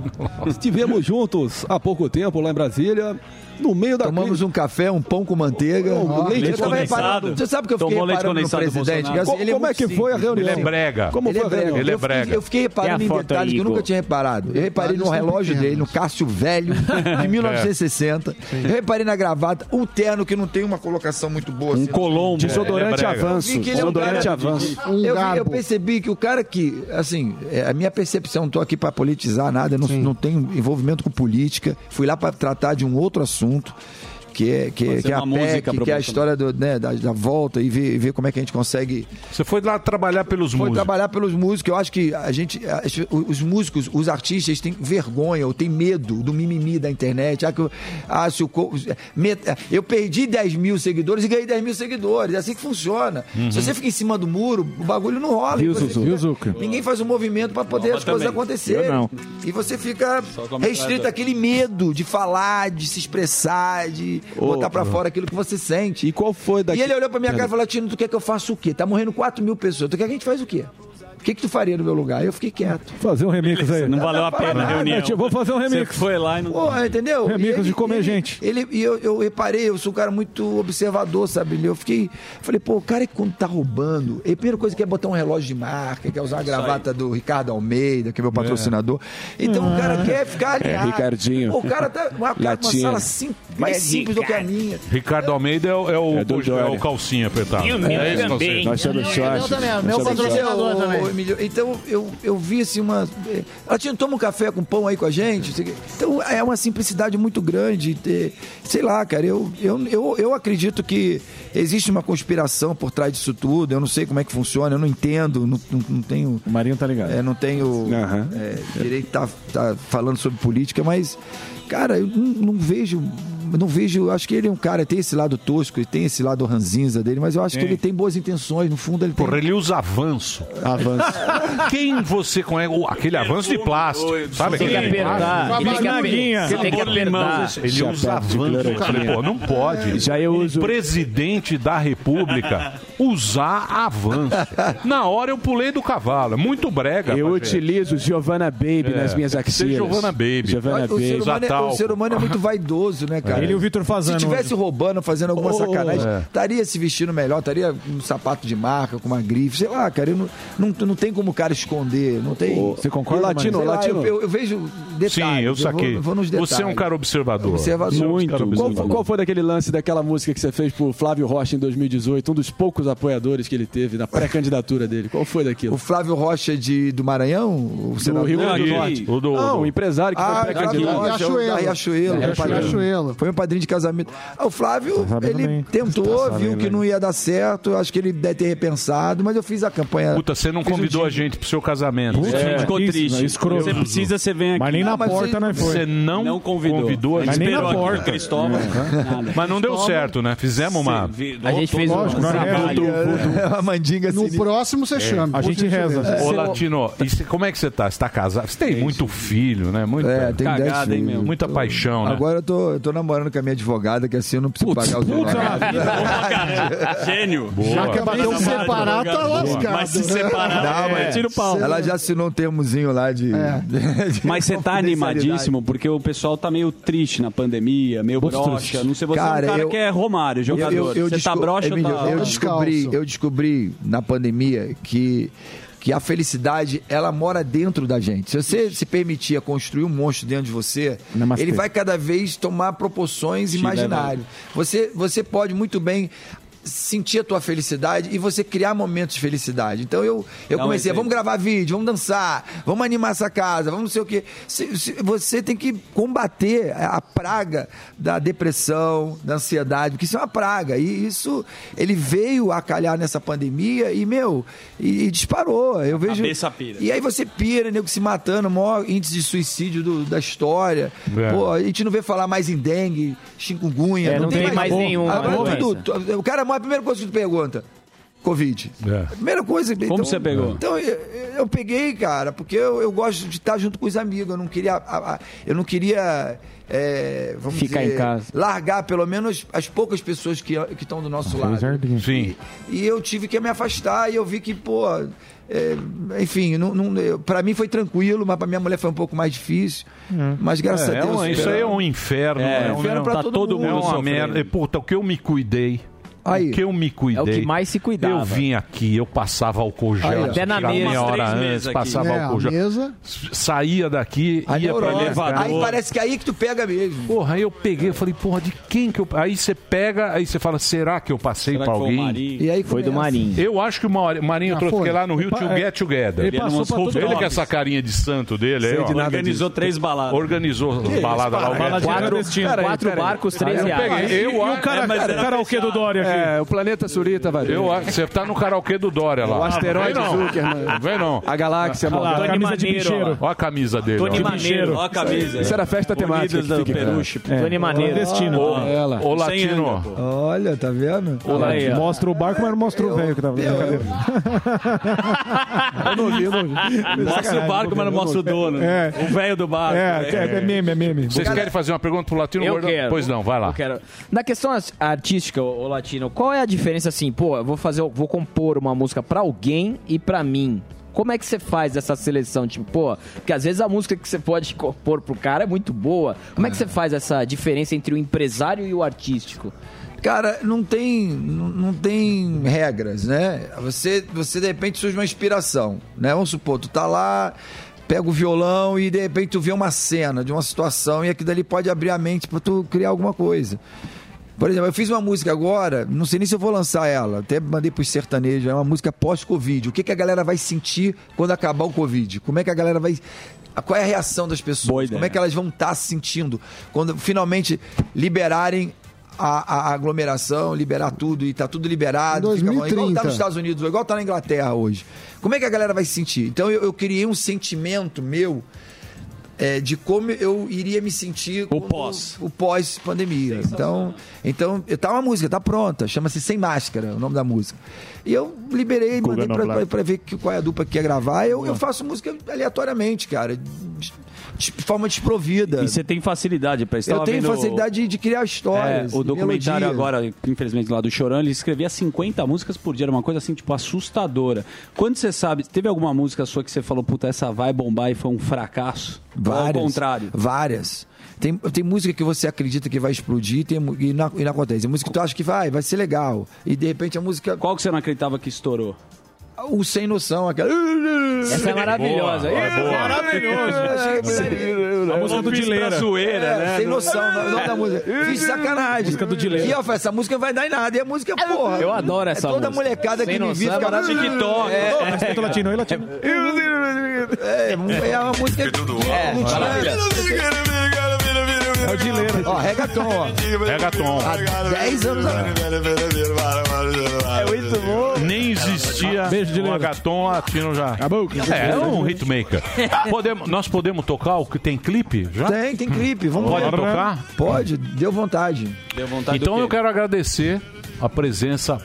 [SPEAKER 7] Estivemos juntos há pouco tempo lá em Brasília, no meio da
[SPEAKER 1] Tomamos um café, um pão com manteiga.
[SPEAKER 7] Um leite
[SPEAKER 1] Eu tava
[SPEAKER 7] condensado.
[SPEAKER 1] Ah, tá reparando- Você sabe que eu fiquei
[SPEAKER 7] Tomou leite
[SPEAKER 1] reparando no
[SPEAKER 7] condensado do
[SPEAKER 1] presidente?
[SPEAKER 7] Bolsonaro.
[SPEAKER 1] Assim, ele
[SPEAKER 7] Como é
[SPEAKER 1] muito
[SPEAKER 7] que foi a
[SPEAKER 1] simples.
[SPEAKER 7] reunião? Ele é
[SPEAKER 4] brega.
[SPEAKER 7] Como
[SPEAKER 1] Ele
[SPEAKER 7] foi
[SPEAKER 1] é
[SPEAKER 7] a
[SPEAKER 1] brega.
[SPEAKER 7] reunião?
[SPEAKER 1] Ele eu é brega. Ah, é Fiquei, eu fiquei reparando Tem a em foto aí, detalhes que eu Igor. nunca tinha reparado. Eu reparei no Detalhes tão relógio pequenos. dele, no Cássio Velho, de 1960. Eu reparei na gravata, um terno que não tem uma colocação muito boa. Um
[SPEAKER 7] colombo. Desodorante avanço.
[SPEAKER 1] Vi que ele é um
[SPEAKER 7] Desodorante
[SPEAKER 1] cara-
[SPEAKER 7] avanço.
[SPEAKER 1] Eu, vi- eu
[SPEAKER 7] garbo.
[SPEAKER 1] percebi que o cara que, assim, é, a minha percepção, não tô aqui para politizar nada, eu não, não tenho envolvimento com política, fui lá para tratar de um outro assunto. Que é, que, é-
[SPEAKER 7] Fazer
[SPEAKER 1] que é a
[SPEAKER 7] uma música
[SPEAKER 1] PEC,
[SPEAKER 7] pro
[SPEAKER 1] que é a
[SPEAKER 7] Bolsonaro.
[SPEAKER 1] história do, né, da, da volta e ver, ver como é que a gente consegue
[SPEAKER 4] Você foi lá trabalhar pelos
[SPEAKER 1] foi
[SPEAKER 4] músicos.
[SPEAKER 1] trabalhar pelos músicos. Eu acho que a gente, as- os músicos, os artistas têm vergonha ou têm medo do mimimi da internet. Ah, que eu, ah, se o co- met- eu perdi 10 mil seguidores e ganhei 10 mil seguidores. É assim que funciona.
[SPEAKER 7] Uhum.
[SPEAKER 1] Se você fica em cima do muro, o bagulho não rola.
[SPEAKER 7] Viu,
[SPEAKER 1] E você
[SPEAKER 7] Zuzu?
[SPEAKER 1] fica-
[SPEAKER 7] Viu, Zuca?
[SPEAKER 1] Ninguém faz um movimento para poder
[SPEAKER 7] Nova
[SPEAKER 1] as coisas
[SPEAKER 7] também.
[SPEAKER 1] acontecerem.
[SPEAKER 7] Eu não.
[SPEAKER 1] E você fica
[SPEAKER 7] comentar-
[SPEAKER 1] restrito àquele medo de falar, de se expressar, de botar para fora aquilo que você sente.
[SPEAKER 7] E qual foi daqui?
[SPEAKER 1] E ele olhou pra minha cara e falou: Tino, tu quer que eu faça o quê? Tá morrendo 4 mil pessoas. Tu quer que a gente faz o quê? O que, que tu faria no meu lugar? Eu fiquei quieto.
[SPEAKER 7] Fazer um remix aí.
[SPEAKER 1] Não valeu a pena a reunião.
[SPEAKER 7] Eu vou fazer um remix. Você foi lá e não...
[SPEAKER 1] Porra, entendeu?
[SPEAKER 7] Remix
[SPEAKER 1] E ele-
[SPEAKER 7] de comer
[SPEAKER 1] ele-
[SPEAKER 7] gente.
[SPEAKER 1] Ele, e eu, eu reparei, eu sou um cara muito observador, sabe? Eu fiquei. Falei, pô, o cara que quando tá roubando, ele, a primeira coisa que é botar um relógio de marca, quer usar a gravata do Ricardo Almeida, que é meu patrocinador. Então o
[SPEAKER 7] Ah.
[SPEAKER 1] cara quer ficar
[SPEAKER 12] É,
[SPEAKER 1] alinhado.
[SPEAKER 12] Ricardinho.
[SPEAKER 1] Pô, o cara tá uma, uma
[SPEAKER 12] Latinha.
[SPEAKER 1] sala sim- mais
[SPEAKER 12] É
[SPEAKER 1] simples do que a minha.
[SPEAKER 4] Ricardo Almeida é o, é o, é o calcinha apertado.
[SPEAKER 1] E o meu
[SPEAKER 4] é esse calcinha.
[SPEAKER 1] também. Nós somos sócios.
[SPEAKER 10] meu
[SPEAKER 1] Entendeu?
[SPEAKER 10] patrocinador
[SPEAKER 1] Ô,
[SPEAKER 10] também.
[SPEAKER 1] ô, Emílio, então eu, eu vi assim uma. eh, Latino, toma um café com pão aí com a gente. não sei o quê. Então é uma simplicidade muito grande. eh, Sei lá, cara, eu, eu, eu, eu acredito que existe uma conspiração por trás disso tudo. Eu não sei como é que funciona, eu não entendo, não, não- não tenho. O
[SPEAKER 7] Marinho tá ligado.
[SPEAKER 1] não tenho eh, direito de tá, tá falando sobre política, mas, cara, eu não, não vejo. Não vejo, acho que ele é um cara, tem esse lado tosco e tem esse lado ranzinza dele, mas eu acho que
[SPEAKER 4] Tem.
[SPEAKER 1] ele tem boas intenções, no fundo ele tem.
[SPEAKER 4] Porra, ele usa avanço.
[SPEAKER 1] Avanço.
[SPEAKER 4] Quem você conhece? Oh,
[SPEAKER 1] é
[SPEAKER 4] Aquele avanço de plástico. Sabe
[SPEAKER 1] Tem que
[SPEAKER 4] aquele
[SPEAKER 1] apertar,
[SPEAKER 4] plástico?
[SPEAKER 1] tem que
[SPEAKER 4] Aquele
[SPEAKER 1] apertar, tem que
[SPEAKER 4] sabor limão.
[SPEAKER 1] apertar.
[SPEAKER 4] Ele
[SPEAKER 1] Já
[SPEAKER 4] usa
[SPEAKER 1] aperta de
[SPEAKER 4] avanço. Eu
[SPEAKER 1] cloroquina.
[SPEAKER 4] falei, pô, não pode. é
[SPEAKER 1] Já eu uso-
[SPEAKER 4] Presidente da República usar avanço. Na hora eu pulei do cavalo. É muito brega.
[SPEAKER 10] Eu
[SPEAKER 4] pra
[SPEAKER 7] é.
[SPEAKER 4] gente.
[SPEAKER 10] utilizo Giovanna Baby
[SPEAKER 4] É,
[SPEAKER 10] nas minhas
[SPEAKER 4] tem que ser
[SPEAKER 10] axilas.
[SPEAKER 4] Giovanna Baby.
[SPEAKER 10] Giovanna
[SPEAKER 4] Olha, o
[SPEAKER 10] Baby.
[SPEAKER 4] ser humano é-
[SPEAKER 1] O ser humano é muito vaidoso, né, cara?
[SPEAKER 10] Ele e o Vitor Fazano
[SPEAKER 1] Se tivesse
[SPEAKER 10] hoje.
[SPEAKER 1] roubando, fazendo alguma
[SPEAKER 10] Oh,
[SPEAKER 1] sacanagem,
[SPEAKER 10] é.
[SPEAKER 1] estaria se vestindo melhor, estaria um sapato de marca, com uma grife, sei lá, cara. eu não, não, não tem como o cara esconder, não tem.
[SPEAKER 7] Você concorda,
[SPEAKER 1] E Latino,
[SPEAKER 7] Marinho?
[SPEAKER 1] latino.
[SPEAKER 7] Latino.
[SPEAKER 1] eu, eu vejo detalhes.
[SPEAKER 4] Sim, eu saquei.
[SPEAKER 1] vou, vou nos detalhes.
[SPEAKER 4] Você é um cara observador. Você é um
[SPEAKER 7] Muito.
[SPEAKER 4] cara
[SPEAKER 7] Qual,
[SPEAKER 4] observador.
[SPEAKER 7] qual foi daquele lance daquela música que você fez pro Flávio Rocha em 2018? Um dos poucos
[SPEAKER 6] apoiadores que ele teve na pré-candidatura dele? Qual foi daquilo?
[SPEAKER 1] O Flávio Rocha de, do Maranhão? O senador é
[SPEAKER 6] Rio Grande do Norte. O do-
[SPEAKER 1] Não,
[SPEAKER 6] do-
[SPEAKER 8] um
[SPEAKER 1] o empresário que
[SPEAKER 6] Ah,
[SPEAKER 1] foi pré-candidato.
[SPEAKER 6] Flávio Rocha,
[SPEAKER 1] Riachuelo.
[SPEAKER 6] o da
[SPEAKER 1] Riachuelo.
[SPEAKER 6] Riachuelo.
[SPEAKER 1] Foi padrinho-
[SPEAKER 6] Riachuelo.
[SPEAKER 1] Foi um padrinho de casamento. Ah, o Flávio,
[SPEAKER 6] Tá sabendo
[SPEAKER 1] ele
[SPEAKER 6] bem.
[SPEAKER 1] tentou,
[SPEAKER 6] Tá sabendo
[SPEAKER 1] viu que
[SPEAKER 6] bem.
[SPEAKER 1] não ia dar certo. Acho que ele deve ter repensado, mas eu fiz a campanha.
[SPEAKER 4] Puta, você não
[SPEAKER 1] Fiz um
[SPEAKER 4] convidou a gente pro seu casamento.
[SPEAKER 1] Puta,
[SPEAKER 4] a
[SPEAKER 1] É.
[SPEAKER 4] gente
[SPEAKER 1] ficou triste.
[SPEAKER 4] Escroto.
[SPEAKER 1] Você precisa, você vem Mas aqui. nem na porta, né, foi?
[SPEAKER 4] Você não,
[SPEAKER 1] Não
[SPEAKER 4] convidou.
[SPEAKER 1] convidou.
[SPEAKER 4] convidou a
[SPEAKER 1] Mas nem
[SPEAKER 4] esperou
[SPEAKER 1] na
[SPEAKER 4] aqui.
[SPEAKER 1] porta.
[SPEAKER 3] Cristóvão. Nada.
[SPEAKER 4] Mas não deu
[SPEAKER 1] Cristóvão.
[SPEAKER 4] certo, né? Fizemos uma...
[SPEAKER 3] Sim,
[SPEAKER 7] A gente
[SPEAKER 1] um
[SPEAKER 7] fez
[SPEAKER 4] uma-
[SPEAKER 7] Lógico,
[SPEAKER 6] né?
[SPEAKER 7] uma trabalho.
[SPEAKER 1] É. a mandinga
[SPEAKER 7] No próximo você
[SPEAKER 4] É.
[SPEAKER 7] chama.
[SPEAKER 4] Ô,
[SPEAKER 7] Você-
[SPEAKER 4] Latino, e cê- como é que você tá? Você tá casado? Você tem muito filho, né? Muita,
[SPEAKER 1] É, tem dez
[SPEAKER 4] hein,
[SPEAKER 1] filhos.
[SPEAKER 4] meu? Muita
[SPEAKER 1] Tô-
[SPEAKER 4] paixão, né?
[SPEAKER 1] Agora eu tô, eu tô namorando com a minha advogada, que assim eu não preciso pagar os
[SPEAKER 4] puta
[SPEAKER 1] advogados.
[SPEAKER 3] Gênio.
[SPEAKER 1] Já que é bater um
[SPEAKER 7] separar, tá lascado.
[SPEAKER 3] Mas se separar,
[SPEAKER 1] Não,
[SPEAKER 3] é,
[SPEAKER 1] mas
[SPEAKER 3] tira o pau. É.
[SPEAKER 1] Ela já assinou um termozinho lá de. de
[SPEAKER 3] Mas você tá animadíssimo porque o pessoal tá meio triste na pandemia, meio
[SPEAKER 1] Monstros.
[SPEAKER 3] broxa. Não sei, você é um cara
[SPEAKER 1] eu-
[SPEAKER 3] que é Romário, jogador.
[SPEAKER 1] Eu, eu
[SPEAKER 3] você tá
[SPEAKER 1] desco-
[SPEAKER 3] broxa ou
[SPEAKER 1] Emílio,
[SPEAKER 3] tá...
[SPEAKER 1] eu descobri, eu descobri na pandemia que que a felicidade, ela mora dentro da gente. Se você se permitir a construir um monstro dentro de você,
[SPEAKER 32] Namastê.
[SPEAKER 1] ele vai cada vez tomar proporções imaginárias. Você, você pode muito bem sentir a tua felicidade e você criar momentos de felicidade. Então eu, eu
[SPEAKER 32] Dá um
[SPEAKER 1] comecei,
[SPEAKER 32] exemplo.
[SPEAKER 1] vamos gravar vídeo, vamos dançar, vamos animar essa casa, vamos não sei o quê. Se- se- você tem que combater a a praga da depressão, da ansiedade, porque isso é uma praga. E isso, ele veio a calhar nessa pandemia e, meu, e, e disparou. Eu vejo...
[SPEAKER 3] Cabeça pira.
[SPEAKER 1] E aí você pira, nego se matando, maior índice de suicídio do- da história.
[SPEAKER 3] É.
[SPEAKER 1] Pô, a gente não vê falar mais em dengue, chikungunya.
[SPEAKER 20] É, não tem mais
[SPEAKER 1] Acabou.
[SPEAKER 20] nenhuma
[SPEAKER 1] Agora
[SPEAKER 20] doença.
[SPEAKER 1] tudo, tu- o cara, a primeira coisa que tu pergunta, Covid.
[SPEAKER 20] É.
[SPEAKER 1] Primeira coisa. Como
[SPEAKER 3] você pegou?
[SPEAKER 1] Então, eu, eu peguei, cara, porque eu, eu gosto de estar junto com os amigos. Eu não queria. a- a- eu não queria. é, vamos
[SPEAKER 20] Ficar
[SPEAKER 1] dizer,
[SPEAKER 20] em casa.
[SPEAKER 1] Largar, pelo menos, as poucas pessoas que que estão do nosso lado.
[SPEAKER 4] Sim.
[SPEAKER 1] E eu tive que me afastar e eu vi que, pô. é, enfim, não, não, eu- pra mim foi tranquilo, mas pra minha mulher foi um pouco mais difícil.
[SPEAKER 20] Uhum.
[SPEAKER 1] Mas graças
[SPEAKER 4] É,
[SPEAKER 1] a
[SPEAKER 4] é
[SPEAKER 1] Deus.
[SPEAKER 4] um- isso aí é um inferno.
[SPEAKER 1] É,
[SPEAKER 4] né? um
[SPEAKER 1] inferno pra
[SPEAKER 4] tá
[SPEAKER 1] todo mundo
[SPEAKER 4] É uma
[SPEAKER 1] sofrendo.
[SPEAKER 4] merda. E, Puta, o que eu me cuidei. O
[SPEAKER 1] Aí.
[SPEAKER 4] que eu me cuidei.
[SPEAKER 20] É o que mais se cuidava.
[SPEAKER 4] Eu vim aqui, eu passava álcool gel.
[SPEAKER 20] Aí, ó. Até na
[SPEAKER 4] chegava
[SPEAKER 20] mesa.
[SPEAKER 4] meia
[SPEAKER 20] Umas
[SPEAKER 4] hora
[SPEAKER 20] três
[SPEAKER 4] antes,
[SPEAKER 20] meses aqui.
[SPEAKER 4] passava
[SPEAKER 20] É,
[SPEAKER 4] álcool
[SPEAKER 20] a
[SPEAKER 4] gel.
[SPEAKER 20] mesa.
[SPEAKER 4] S- Saía daqui, ia é
[SPEAKER 20] é
[SPEAKER 4] pro
[SPEAKER 1] Neurose.
[SPEAKER 4] elevador.
[SPEAKER 1] Aí parece que é aí que tu pega mesmo.
[SPEAKER 4] Porra, aí eu peguei, eu falei, porra, de quem que eu. Aí você pega, aí você fala, será que eu passei
[SPEAKER 20] Será
[SPEAKER 4] pra
[SPEAKER 20] que foi o
[SPEAKER 4] alguém?
[SPEAKER 20] Marinho? E aí Foi do começa. Marinho.
[SPEAKER 4] Eu acho que o Mauri- Marinho
[SPEAKER 20] Ah,
[SPEAKER 4] trouxe,
[SPEAKER 20] foi.
[SPEAKER 4] porque lá no Rio
[SPEAKER 20] Ele
[SPEAKER 4] tinha
[SPEAKER 20] pa-
[SPEAKER 4] o Get Together.
[SPEAKER 20] ele passou pra todo
[SPEAKER 4] é. Ele
[SPEAKER 20] mundo.
[SPEAKER 4] com essa carinha de santo dele aí,
[SPEAKER 3] Sei
[SPEAKER 4] ó.
[SPEAKER 3] de nada Organizou disso. três baladas.
[SPEAKER 4] Organizou as baladas lá. o
[SPEAKER 3] Balada
[SPEAKER 4] Get
[SPEAKER 3] de
[SPEAKER 4] Together.
[SPEAKER 3] clandestino.
[SPEAKER 4] Peraí,
[SPEAKER 3] Quatro
[SPEAKER 4] peraí.
[SPEAKER 3] barcos, três É,
[SPEAKER 4] Aí eu
[SPEAKER 3] reais.
[SPEAKER 4] peguei,
[SPEAKER 3] E-
[SPEAKER 4] eu
[SPEAKER 3] e o
[SPEAKER 4] acho-
[SPEAKER 3] cara-
[SPEAKER 4] mas era
[SPEAKER 3] karaokê do Dória aqui?
[SPEAKER 6] É, o planeta Surita, vai.
[SPEAKER 4] Eu acho que você tá no karaokê do Dória lá.
[SPEAKER 6] O asteroide
[SPEAKER 4] Não vem não.
[SPEAKER 6] Zuckerman.
[SPEAKER 4] Não Vem não.
[SPEAKER 6] A galáxia
[SPEAKER 4] Olha lá,
[SPEAKER 6] móvel.
[SPEAKER 4] a camisa de bicheiro. Olha a camisa dele.
[SPEAKER 6] Tony
[SPEAKER 4] ó. né?
[SPEAKER 6] Maneiro, ó a camisa. Isso era festa temática
[SPEAKER 4] Unidas
[SPEAKER 6] que
[SPEAKER 4] do
[SPEAKER 6] fica-
[SPEAKER 4] Peruche.
[SPEAKER 6] É. Tony Maneiro. Clandestino.
[SPEAKER 4] Ô,
[SPEAKER 6] Ela.
[SPEAKER 4] Ô,
[SPEAKER 6] Sem
[SPEAKER 4] Latino.
[SPEAKER 6] ângulo,
[SPEAKER 1] Olha, tá vendo?
[SPEAKER 4] Olá,
[SPEAKER 1] Olha aí, ó.
[SPEAKER 20] Mostra o barco, mas não mostra o velho que tava
[SPEAKER 6] Eu não vi, eu não vi.
[SPEAKER 3] Mostra o barco, mas não mostra o dono.
[SPEAKER 20] É.
[SPEAKER 3] O velho do barco.
[SPEAKER 20] É,
[SPEAKER 4] é meme,
[SPEAKER 20] é meme.
[SPEAKER 4] Vocês querem fazer uma pergunta pro Latino?
[SPEAKER 20] Eu
[SPEAKER 4] Gordão?
[SPEAKER 20] quero.
[SPEAKER 4] Pois não, vai lá.
[SPEAKER 20] Eu quero. Na questão as- artística, ô ô Latino, qual é a diferença assim? Pô, eu vou fazer, eu vou compor uma música pra alguém e pra mim. Como é que você faz essa seleção? Tipo, pô, porque às vezes a música que você pode compor pro cara é muito boa. Como é que você faz essa diferença entre o empresário e o artístico?
[SPEAKER 1] Cara, não tem, não não tem regras, né? Você, você de repente surge uma inspiração, né? Vamos supor, tu tá lá, pega o violão e de repente tu vê uma cena de uma situação e aquilo dali pode abrir a mente pra tu criar alguma coisa. Por exemplo, eu fiz uma música agora, não sei nem se eu vou lançar ela, até mandei pros sertanejos, é uma música pós-Covid. O que, que a galera vai sentir quando acabar o Covid? Como é que a galera vai. Qual é a reação das pessoas? Como é que elas vão estar se sentindo quando finalmente liberarem a, a aglomeração, liberar tudo e tá tudo liberado. fica bom. igual tá
[SPEAKER 7] 2030.
[SPEAKER 1] nos Estados Unidos, igual tá na Inglaterra hoje. Como é que a galera vai se sentir? Então eu, eu criei um sentimento meu é, de como eu iria me sentir o pós o pós pandemia então então tá uma música tá pronta chama-se sem máscara o nome da música e eu liberei mandei pra, pra, pra ver que, qual é a dupla que ia gravar eu, eu faço música aleatoriamente cara de, de forma desprovida
[SPEAKER 3] E você tem facilidade pra isso.
[SPEAKER 1] eu
[SPEAKER 3] Tava
[SPEAKER 1] tenho
[SPEAKER 3] vendo-
[SPEAKER 1] facilidade de, de criar histórias
[SPEAKER 3] É, o
[SPEAKER 1] de
[SPEAKER 3] documentário
[SPEAKER 1] melodias.
[SPEAKER 3] agora, infelizmente, lá do Chorão, ele escrevia 50 músicas por dia. Era uma coisa assim, tipo, assustadora. Quando você sabe, teve alguma música sua que você falou, puta, essa vai bombar e foi um fracasso? Ou Ao
[SPEAKER 1] Várias.
[SPEAKER 3] contrário.
[SPEAKER 1] Várias. Tem, tem música que você acredita que vai explodir tem, mu- e, não, e não acontece. Tem música que tu acha que vai, vai ser legal. E de repente a música.
[SPEAKER 3] Qual que você não acreditava que estourou?
[SPEAKER 1] o sem noção, aquela.
[SPEAKER 8] Essa é maravilhosa. Boa, boa, boa.
[SPEAKER 1] Maravilhoso.
[SPEAKER 8] A música do Dileira.
[SPEAKER 1] É,
[SPEAKER 8] né?
[SPEAKER 1] Sem noção, o nome da música. Fiz sacanagem. Música do Dileira. E ó, essa música não vai dar em nada. E a música, porra.
[SPEAKER 8] Eu adoro essa
[SPEAKER 1] é toda
[SPEAKER 8] música.
[SPEAKER 1] molecada
[SPEAKER 8] Sem
[SPEAKER 1] que me
[SPEAKER 8] noção,
[SPEAKER 1] vive
[SPEAKER 8] é
[SPEAKER 1] fica-
[SPEAKER 8] maravilhoso. TikTok.
[SPEAKER 1] É,
[SPEAKER 8] Pô, respeito latino,
[SPEAKER 1] é latino. É, é uma música. É, não tinha. É o Dileira. Ó, reggaeton, ó.
[SPEAKER 4] Reggaeton.
[SPEAKER 1] Há 10 anos atrás.
[SPEAKER 4] É muito bom. Nem existia um agatom latino já. É, é um hitmaker. podemos, nós podemos tocar o que tem clipe já?
[SPEAKER 1] Tem, tem clipe. Vamos
[SPEAKER 4] Pode
[SPEAKER 1] lá. né?
[SPEAKER 4] tocar?
[SPEAKER 1] Pode, deu vontade.
[SPEAKER 3] Deu
[SPEAKER 4] Então eu quero agradecer a presença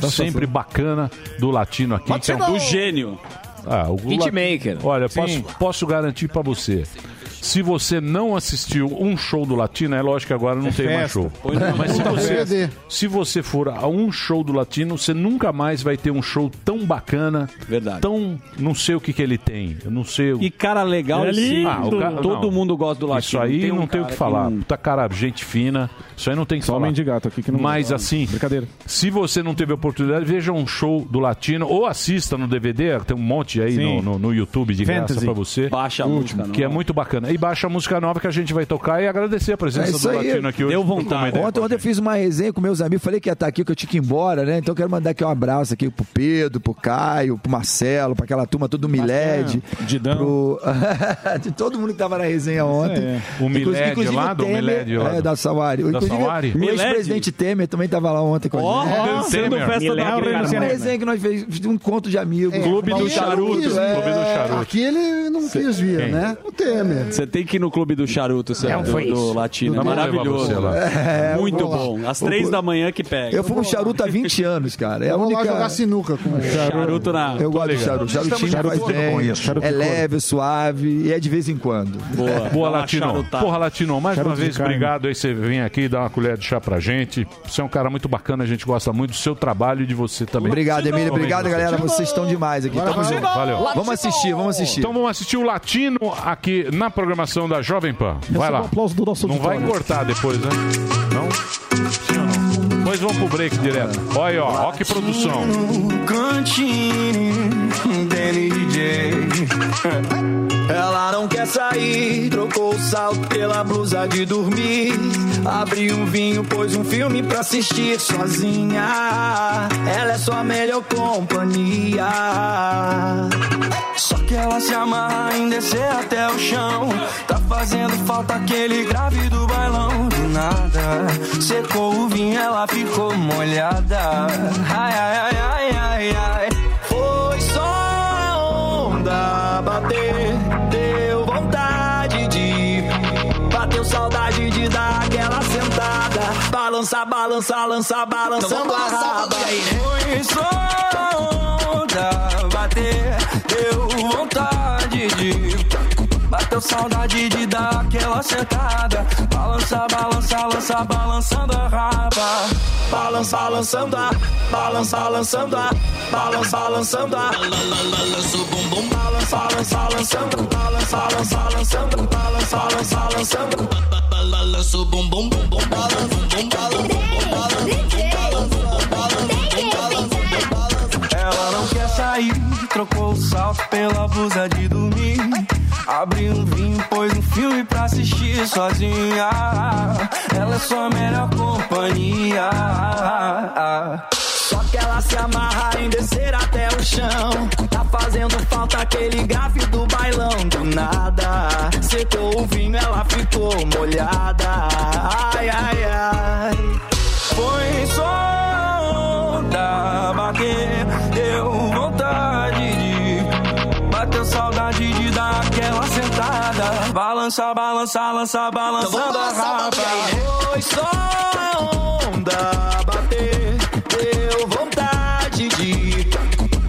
[SPEAKER 1] Tá
[SPEAKER 4] sempre bacana do latino aqui. que é um-
[SPEAKER 3] Então, Do gênio.
[SPEAKER 4] Ah, o
[SPEAKER 3] Hitmaker.
[SPEAKER 4] Lat- Olha,
[SPEAKER 3] Sim.
[SPEAKER 4] posso, posso garantir pra você. Se você não assistiu um show do Latino, é lógico que agora não
[SPEAKER 12] É
[SPEAKER 4] tem mais
[SPEAKER 12] festa.
[SPEAKER 4] show.
[SPEAKER 12] Pois não.
[SPEAKER 4] Mas se
[SPEAKER 12] Puta
[SPEAKER 4] você,
[SPEAKER 12] merda.
[SPEAKER 4] se você for a um show do Latino, você nunca mais vai ter um show tão bacana.
[SPEAKER 3] Verdade.
[SPEAKER 4] Tão. Não sei o que, que ele tem. Eu não sei. Ah,
[SPEAKER 3] E cara legal,
[SPEAKER 10] é
[SPEAKER 3] sim. todo mundo gosta do Latino.
[SPEAKER 4] Isso aí
[SPEAKER 3] Tem um
[SPEAKER 4] não tem o
[SPEAKER 3] cara
[SPEAKER 4] que
[SPEAKER 3] que
[SPEAKER 4] falar.
[SPEAKER 3] não-
[SPEAKER 4] Puta cara, gente fina. Isso aí não tem que falar.
[SPEAKER 10] homem de gato aqui que não-
[SPEAKER 4] Mas
[SPEAKER 10] não,
[SPEAKER 4] assim,
[SPEAKER 10] brincadeira.
[SPEAKER 4] se você não teve oportunidade, veja um show do Latino ou assista no DVD, tem um monte aí
[SPEAKER 10] Sim.
[SPEAKER 4] no, no, no YouTube de graça
[SPEAKER 10] Fantasy.
[SPEAKER 4] pra você.
[SPEAKER 3] Baixa a música
[SPEAKER 4] Que é muito bacana. E baixa a música nova que a gente vai tocar e agradecer a
[SPEAKER 1] É
[SPEAKER 4] presença
[SPEAKER 1] isso
[SPEAKER 4] do
[SPEAKER 1] aí.
[SPEAKER 4] Latino aqui hoje. trocou uma ideia
[SPEAKER 1] Então, Ontem,
[SPEAKER 4] com a
[SPEAKER 1] ontem eu
[SPEAKER 4] gente.
[SPEAKER 1] fiz uma resenha com meus amigos, falei que ia estar aqui, que eu tinha que ir embora, né? Então quero mandar aqui um abraço aqui pro Pedro, pro Caio, pro Marcelo, pra aquela turma toda do Miled. Didão. de todo mundo que tava na resenha ontem.
[SPEAKER 4] é. O
[SPEAKER 1] Inclusive-
[SPEAKER 4] Miled
[SPEAKER 1] inclusive
[SPEAKER 4] lá,
[SPEAKER 1] o
[SPEAKER 4] do
[SPEAKER 1] Temer,
[SPEAKER 4] Miled lá
[SPEAKER 1] É,
[SPEAKER 4] do-
[SPEAKER 1] da Sauari.
[SPEAKER 4] da
[SPEAKER 1] Inclusive,
[SPEAKER 4] Sauari?
[SPEAKER 1] O
[SPEAKER 4] Miled?
[SPEAKER 1] ex-presidente Temer também tava lá ontem com a gente.
[SPEAKER 4] Dan Temer.
[SPEAKER 1] Era uma resenha que nós fez, fiz um encontro de amigos.
[SPEAKER 14] Clube do Charuto, Clube do
[SPEAKER 1] é,
[SPEAKER 14] Charuto. Aqui ele não quis vir,
[SPEAKER 3] Quem?
[SPEAKER 14] né? O Temer.
[SPEAKER 3] Você tem que ir no Clube do Charuto, seu,
[SPEAKER 1] Não,
[SPEAKER 3] do,
[SPEAKER 1] É um foi
[SPEAKER 3] do
[SPEAKER 1] isso.
[SPEAKER 3] Latino.
[SPEAKER 1] Não
[SPEAKER 3] É
[SPEAKER 1] vou
[SPEAKER 3] maravilhoso.
[SPEAKER 1] levar você lá. É, eu
[SPEAKER 3] Muito
[SPEAKER 1] vou lá.
[SPEAKER 3] bom. Às
[SPEAKER 1] Eu
[SPEAKER 3] três
[SPEAKER 1] vou-
[SPEAKER 3] da manhã que pega.
[SPEAKER 1] Eu fumo charuto há 20 anos, cara. É a
[SPEAKER 14] Eu vou lá
[SPEAKER 1] única...
[SPEAKER 14] jogar sinuca com o
[SPEAKER 3] Charuto na.
[SPEAKER 1] Eu gosto de
[SPEAKER 3] Tô ligado.
[SPEAKER 1] charuto. Charutinho
[SPEAKER 3] Charuto
[SPEAKER 1] faz
[SPEAKER 3] de couro.
[SPEAKER 1] bem.
[SPEAKER 3] Charuto
[SPEAKER 1] É
[SPEAKER 3] de couro.
[SPEAKER 1] leve, suave e é de vez em quando.
[SPEAKER 4] Boa, Latino. Porra, Latino, mais
[SPEAKER 1] Charuto
[SPEAKER 4] uma
[SPEAKER 1] de
[SPEAKER 4] vez,
[SPEAKER 1] carne.
[SPEAKER 4] obrigado aí. Você vem aqui dar uma colher de chá pra gente. Você é um cara muito bacana, a gente gosta muito do seu trabalho e de você também.
[SPEAKER 1] Obrigado, Emílio. Obrigado, galera. Vocês estão demais aqui. Tamo junto.
[SPEAKER 4] Valeu.
[SPEAKER 1] Vamos assistir, vamos assistir.
[SPEAKER 4] Então vamos assistir o Latino aqui na programação da Jovem Pan. Vai
[SPEAKER 1] Receba
[SPEAKER 4] lá.
[SPEAKER 1] é o aplauso do nosso
[SPEAKER 4] Não vai
[SPEAKER 1] auditório.
[SPEAKER 4] cortar depois, né? Não? Sim ou não? Depois vamos pro break direto. Olha aí, ó. Ó que produção.
[SPEAKER 18] um Cantine, Danny DJ. Ela não quer sair, trocou o salto pela blusa de dormir. Abriu um vinho, pôs um filme pra assistir sozinha. Ela é sua melhor companhia. Ah, Só que ela se amarra em descer até o chão. Tá fazendo falta aquele grave do bailão. Do nada, secou o vinho, ela ficou molhada. Ai, ai, ai, ai, ai, ai. Foi só a onda bater, deu vontade de ir. Bateu saudade de dar aquela sentada. Balança, balança, lança, balançando a raba. Foi só a onda bater, deu vontade de. Bateu saudade de dar aquela sentada. Balança, balança, lança, balançando a raba. Balança, balançando a. Balança, lançando a. Balança, lançando a. Balança, o bumbum. Balança, balança, lançando. Balança, balança, lançando. Balança, balança, lançando. Balança, o bumbum. Balança, bumbum. Ela não quer sair, trocou o salto pela blusa de dormir. Abriu um vinho, pôs um filme pra assistir sozinha. Ela é sua melhor companhia. Só que ela se amarra em descer até o chão. Tá fazendo falta aquele grave do bailão. Do nada, secou o vinho, ela ficou molhada. Ai, ai, ai. Foi só onda bater, deu vontade de bateu saudade de dar aquela sentada, balança, balança, lança, balançando a raba. Foi só onda bater, deu vontade de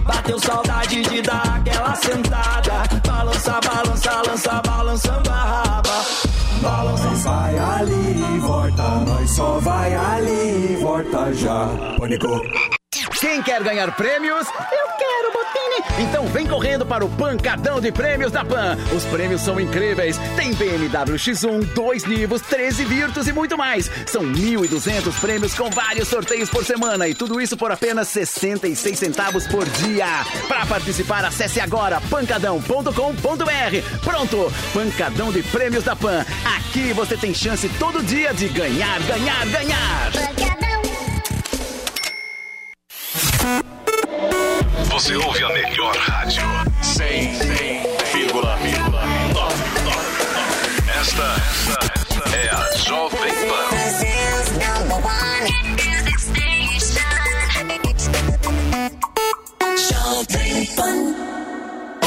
[SPEAKER 18] bateu saudade de dar aquela sentada, balança, balança, lança, balançando a raba.
[SPEAKER 26] Nós vai ali e volta, nós só vai ali e volta já. Pânico.
[SPEAKER 2] Quem quer ganhar prêmios? Eu quero, Botini!
[SPEAKER 32] Então vem correndo para o Pancadão de Prêmios da Pan. Os prêmios são incríveis. Tem BMW X1, dois Nivos, 13 Virtus e muito mais. São 1.200 prêmios com vários sorteios por semana e tudo isso por apenas 66 centavos por dia. Para participar, acesse agora pancadão.com.br. Pronto, Pancadão de Prêmios da Pan. Aqui você tem chance todo dia de ganhar, ganhar, ganhar.
[SPEAKER 4] Você ouve a melhor rádio. 100,9. Esta, esta é a Jovem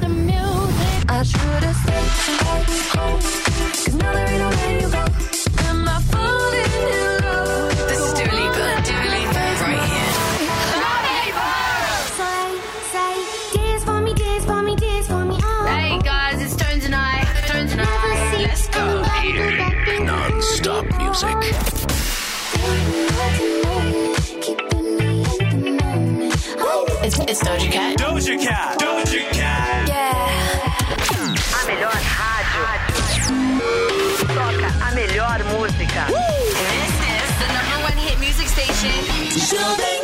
[SPEAKER 35] the music. I should've stayed home. 'Cause now there ain't no way to go. Am I falling in love? This is Dua Lipa. Dua Lipa right here.
[SPEAKER 17] Hey guys, it's Tones and I. Tones and I. Let's go.
[SPEAKER 4] Non-stop music.
[SPEAKER 17] It's, it's Doja Cat.
[SPEAKER 4] Doja Cat. Doja Cat.
[SPEAKER 5] A melhor rádio. Toca a melhor música.
[SPEAKER 17] This is the number one hit music station.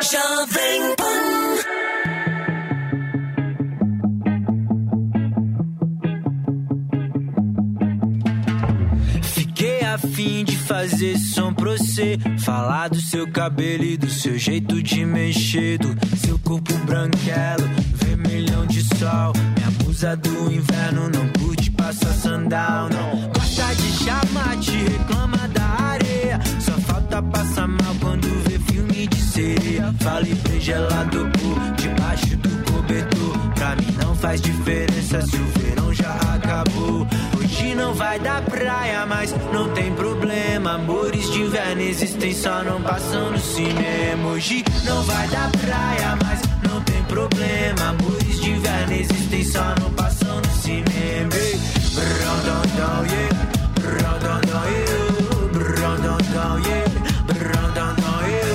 [SPEAKER 35] Jovem Pan.
[SPEAKER 31] Fiquei a fim de fazer som pra você. Falar do seu cabelo e do seu jeito de mexer. Do seu corpo branquelo, vermelhão de sol. Minha musa do inverno não curte passar sandal, não. Gosta de chamar, te reclama da areia. Só falta passar mal quando vê filme de sereia. Falei bem gelado por debaixo do cobertor. Pra mim não faz diferença se o verão já acabou. Hoje não vai dar praia, mas não tem problema. Amores de inverno existem, só não passam no cinema. Hoje não vai dar praia, mas não tem problema. Amores de inverno existem, só não passam no cinema. Ei, brão, dão, dão, yeah. Brão, dão, dão, eu. Brão, dão, dão, yeah. Brão, dão, dão, eu.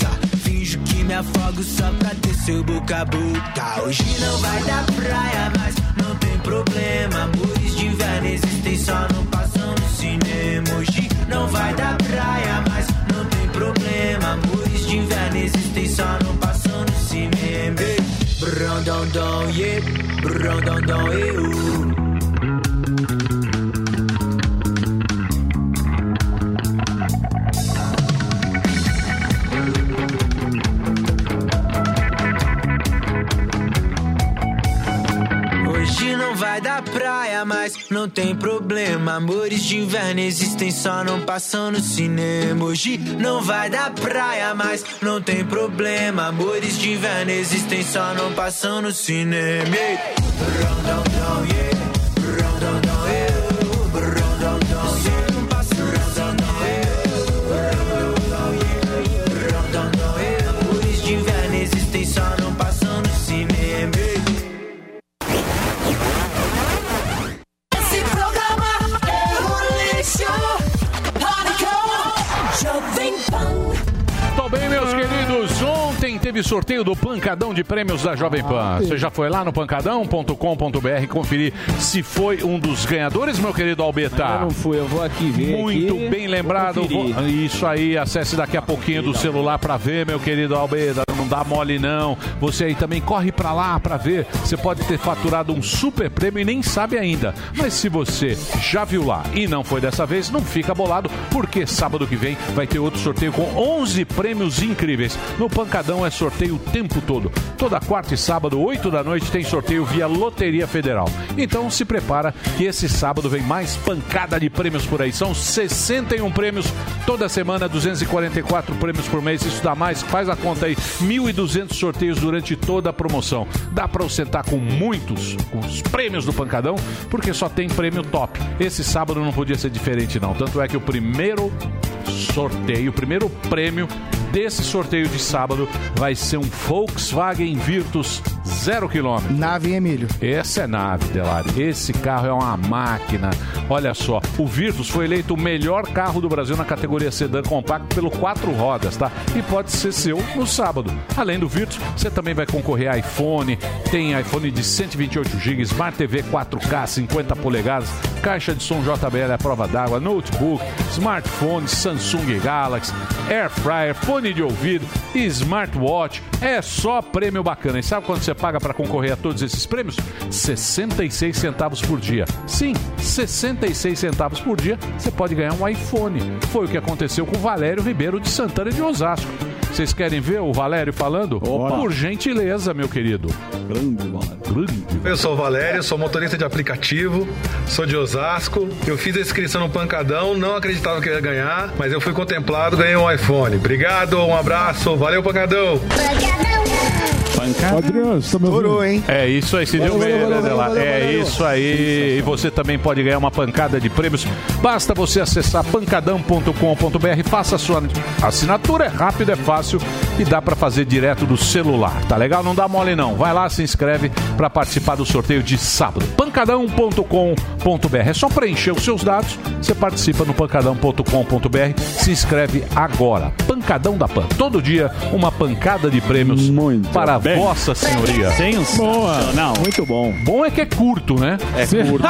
[SPEAKER 31] Finjo que me afogo só pra ter seu boca a boca. Hoje não vai dar praia, mas não tem problema. Amores de inverno existem, só não passam no cinema. Hoje não vai dar praia, mas não tem problema. Amores de inverno existem, só não passam no cinema. Ei, Brão, dão, dão, yeah. Brão, dão, dão, eu. Hoje não vai dar praia, mas não tem problema. Amores de inverno existem, só não passam no cinema. Hoje não vai dar praia, mas não tem problema. Amores de inverno existem, só não passam no cinema. Ei! Brão, dão, dão, yeah. Brão, dão, dão, eu. Brão, dão, dão, yeah. Só não passa no cinema. Eu. Brão, dão, dão, yeah. Brão, dão, dão, eu. Amores de inverno existem, só não passam
[SPEAKER 35] é um
[SPEAKER 4] teve sorteio do Pancadão de Prêmios da Jovem Pan. Você já foi lá no pancadão.com.br conferir se foi um dos ganhadores, meu querido Albeta?
[SPEAKER 3] Eu não fui, eu vou aqui ver.
[SPEAKER 4] Muito
[SPEAKER 3] aqui.
[SPEAKER 4] bem lembrado.
[SPEAKER 3] Vou conferir.
[SPEAKER 4] Vou- Isso aí, acesse daqui a pouquinho do celular pra ver, meu querido Almeida. Não dá mole, não. Você aí também corre pra lá pra ver. Você pode ter faturado um super prêmio e nem sabe ainda. Mas se você já viu lá e não foi dessa vez, não fica bolado, porque sábado que vem vai ter outro sorteio com 11 prêmios incríveis. No Pancadão é sorteio o tempo todo. Toda quarta e sábado, 8 da noite, tem sorteio via Loteria Federal. Então se prepara que esse sábado vem mais pancada de prêmios por aí. São 61 prêmios toda semana, 244 prêmios por mês. Isso dá mais, faz a conta aí. 1.200 sorteios durante toda a promoção. Dá pra você estar com muitos, com os prêmios do Pancadão, porque só tem prêmio top. Esse sábado não podia ser diferente não. Tanto é que o primeiro sorteio, o primeiro prêmio desse sorteio de sábado vai ser um Volkswagen Virtus 0 km.
[SPEAKER 21] Nave, Emílio.
[SPEAKER 4] Essa é nave, Delari. Esse carro é uma máquina. Olha só, o Virtus foi eleito o melhor carro do Brasil na categoria sedã compacto pelo quatro rodas, tá? E pode ser seu no sábado. Além do Virtus, você também vai concorrer a iPhone, tem iPhone de 128 GB, Smart TV 4K, 50 polegadas, caixa de som JBL à é prova d'água, notebook, smartphone Samsung Galaxy, air fryer, fone de ouvido e smartwatch. É só prêmio bacana. E sabe quanto você paga para concorrer a todos esses prêmios? 66 centavos por dia. Sim, 66 centavos por dia você pode ganhar um iPhone. Foi o que aconteceu com o Valério Ribeiro de Santana de Osasco. Vocês querem ver o Valério falando? Por gentileza, meu querido. Grande, Grande.
[SPEAKER 36] Eu sou o Valério, sou motorista de aplicativo, sou de Osasco. Eu fiz a inscrição no Pancadão, não acreditava que eu ia ganhar, mas eu fui contemplado, ganhei um iPhone. Obrigado, um abraço, valeu Pancadão!
[SPEAKER 4] Pancada. Adriano, você
[SPEAKER 21] hein?
[SPEAKER 4] É isso aí, se deu
[SPEAKER 36] Valeu,
[SPEAKER 4] bem,
[SPEAKER 36] valeu,
[SPEAKER 4] né,
[SPEAKER 36] valeu,
[SPEAKER 4] Dela?
[SPEAKER 36] valeu,
[SPEAKER 4] É
[SPEAKER 36] valeu.
[SPEAKER 4] isso aí. E você também pode ganhar uma pancada de prêmios. Basta você acessar pancadão.com.br, faça a sua assinatura, é rápido, é fácil e dá pra fazer direto do celular. Tá legal? Não dá mole não. Vai lá, se inscreve pra participar do sorteio de sábado. pancadão.com.br. É só preencher os seus dados, você participa no pancadão.com.br, se inscreve agora. Pancadão da Pan. Todo dia uma pancada de prêmios para
[SPEAKER 37] bem.
[SPEAKER 4] vossa senhoria.
[SPEAKER 3] um Sensacional.
[SPEAKER 4] Muito bom. Bom é que é curto, né?
[SPEAKER 3] É curto.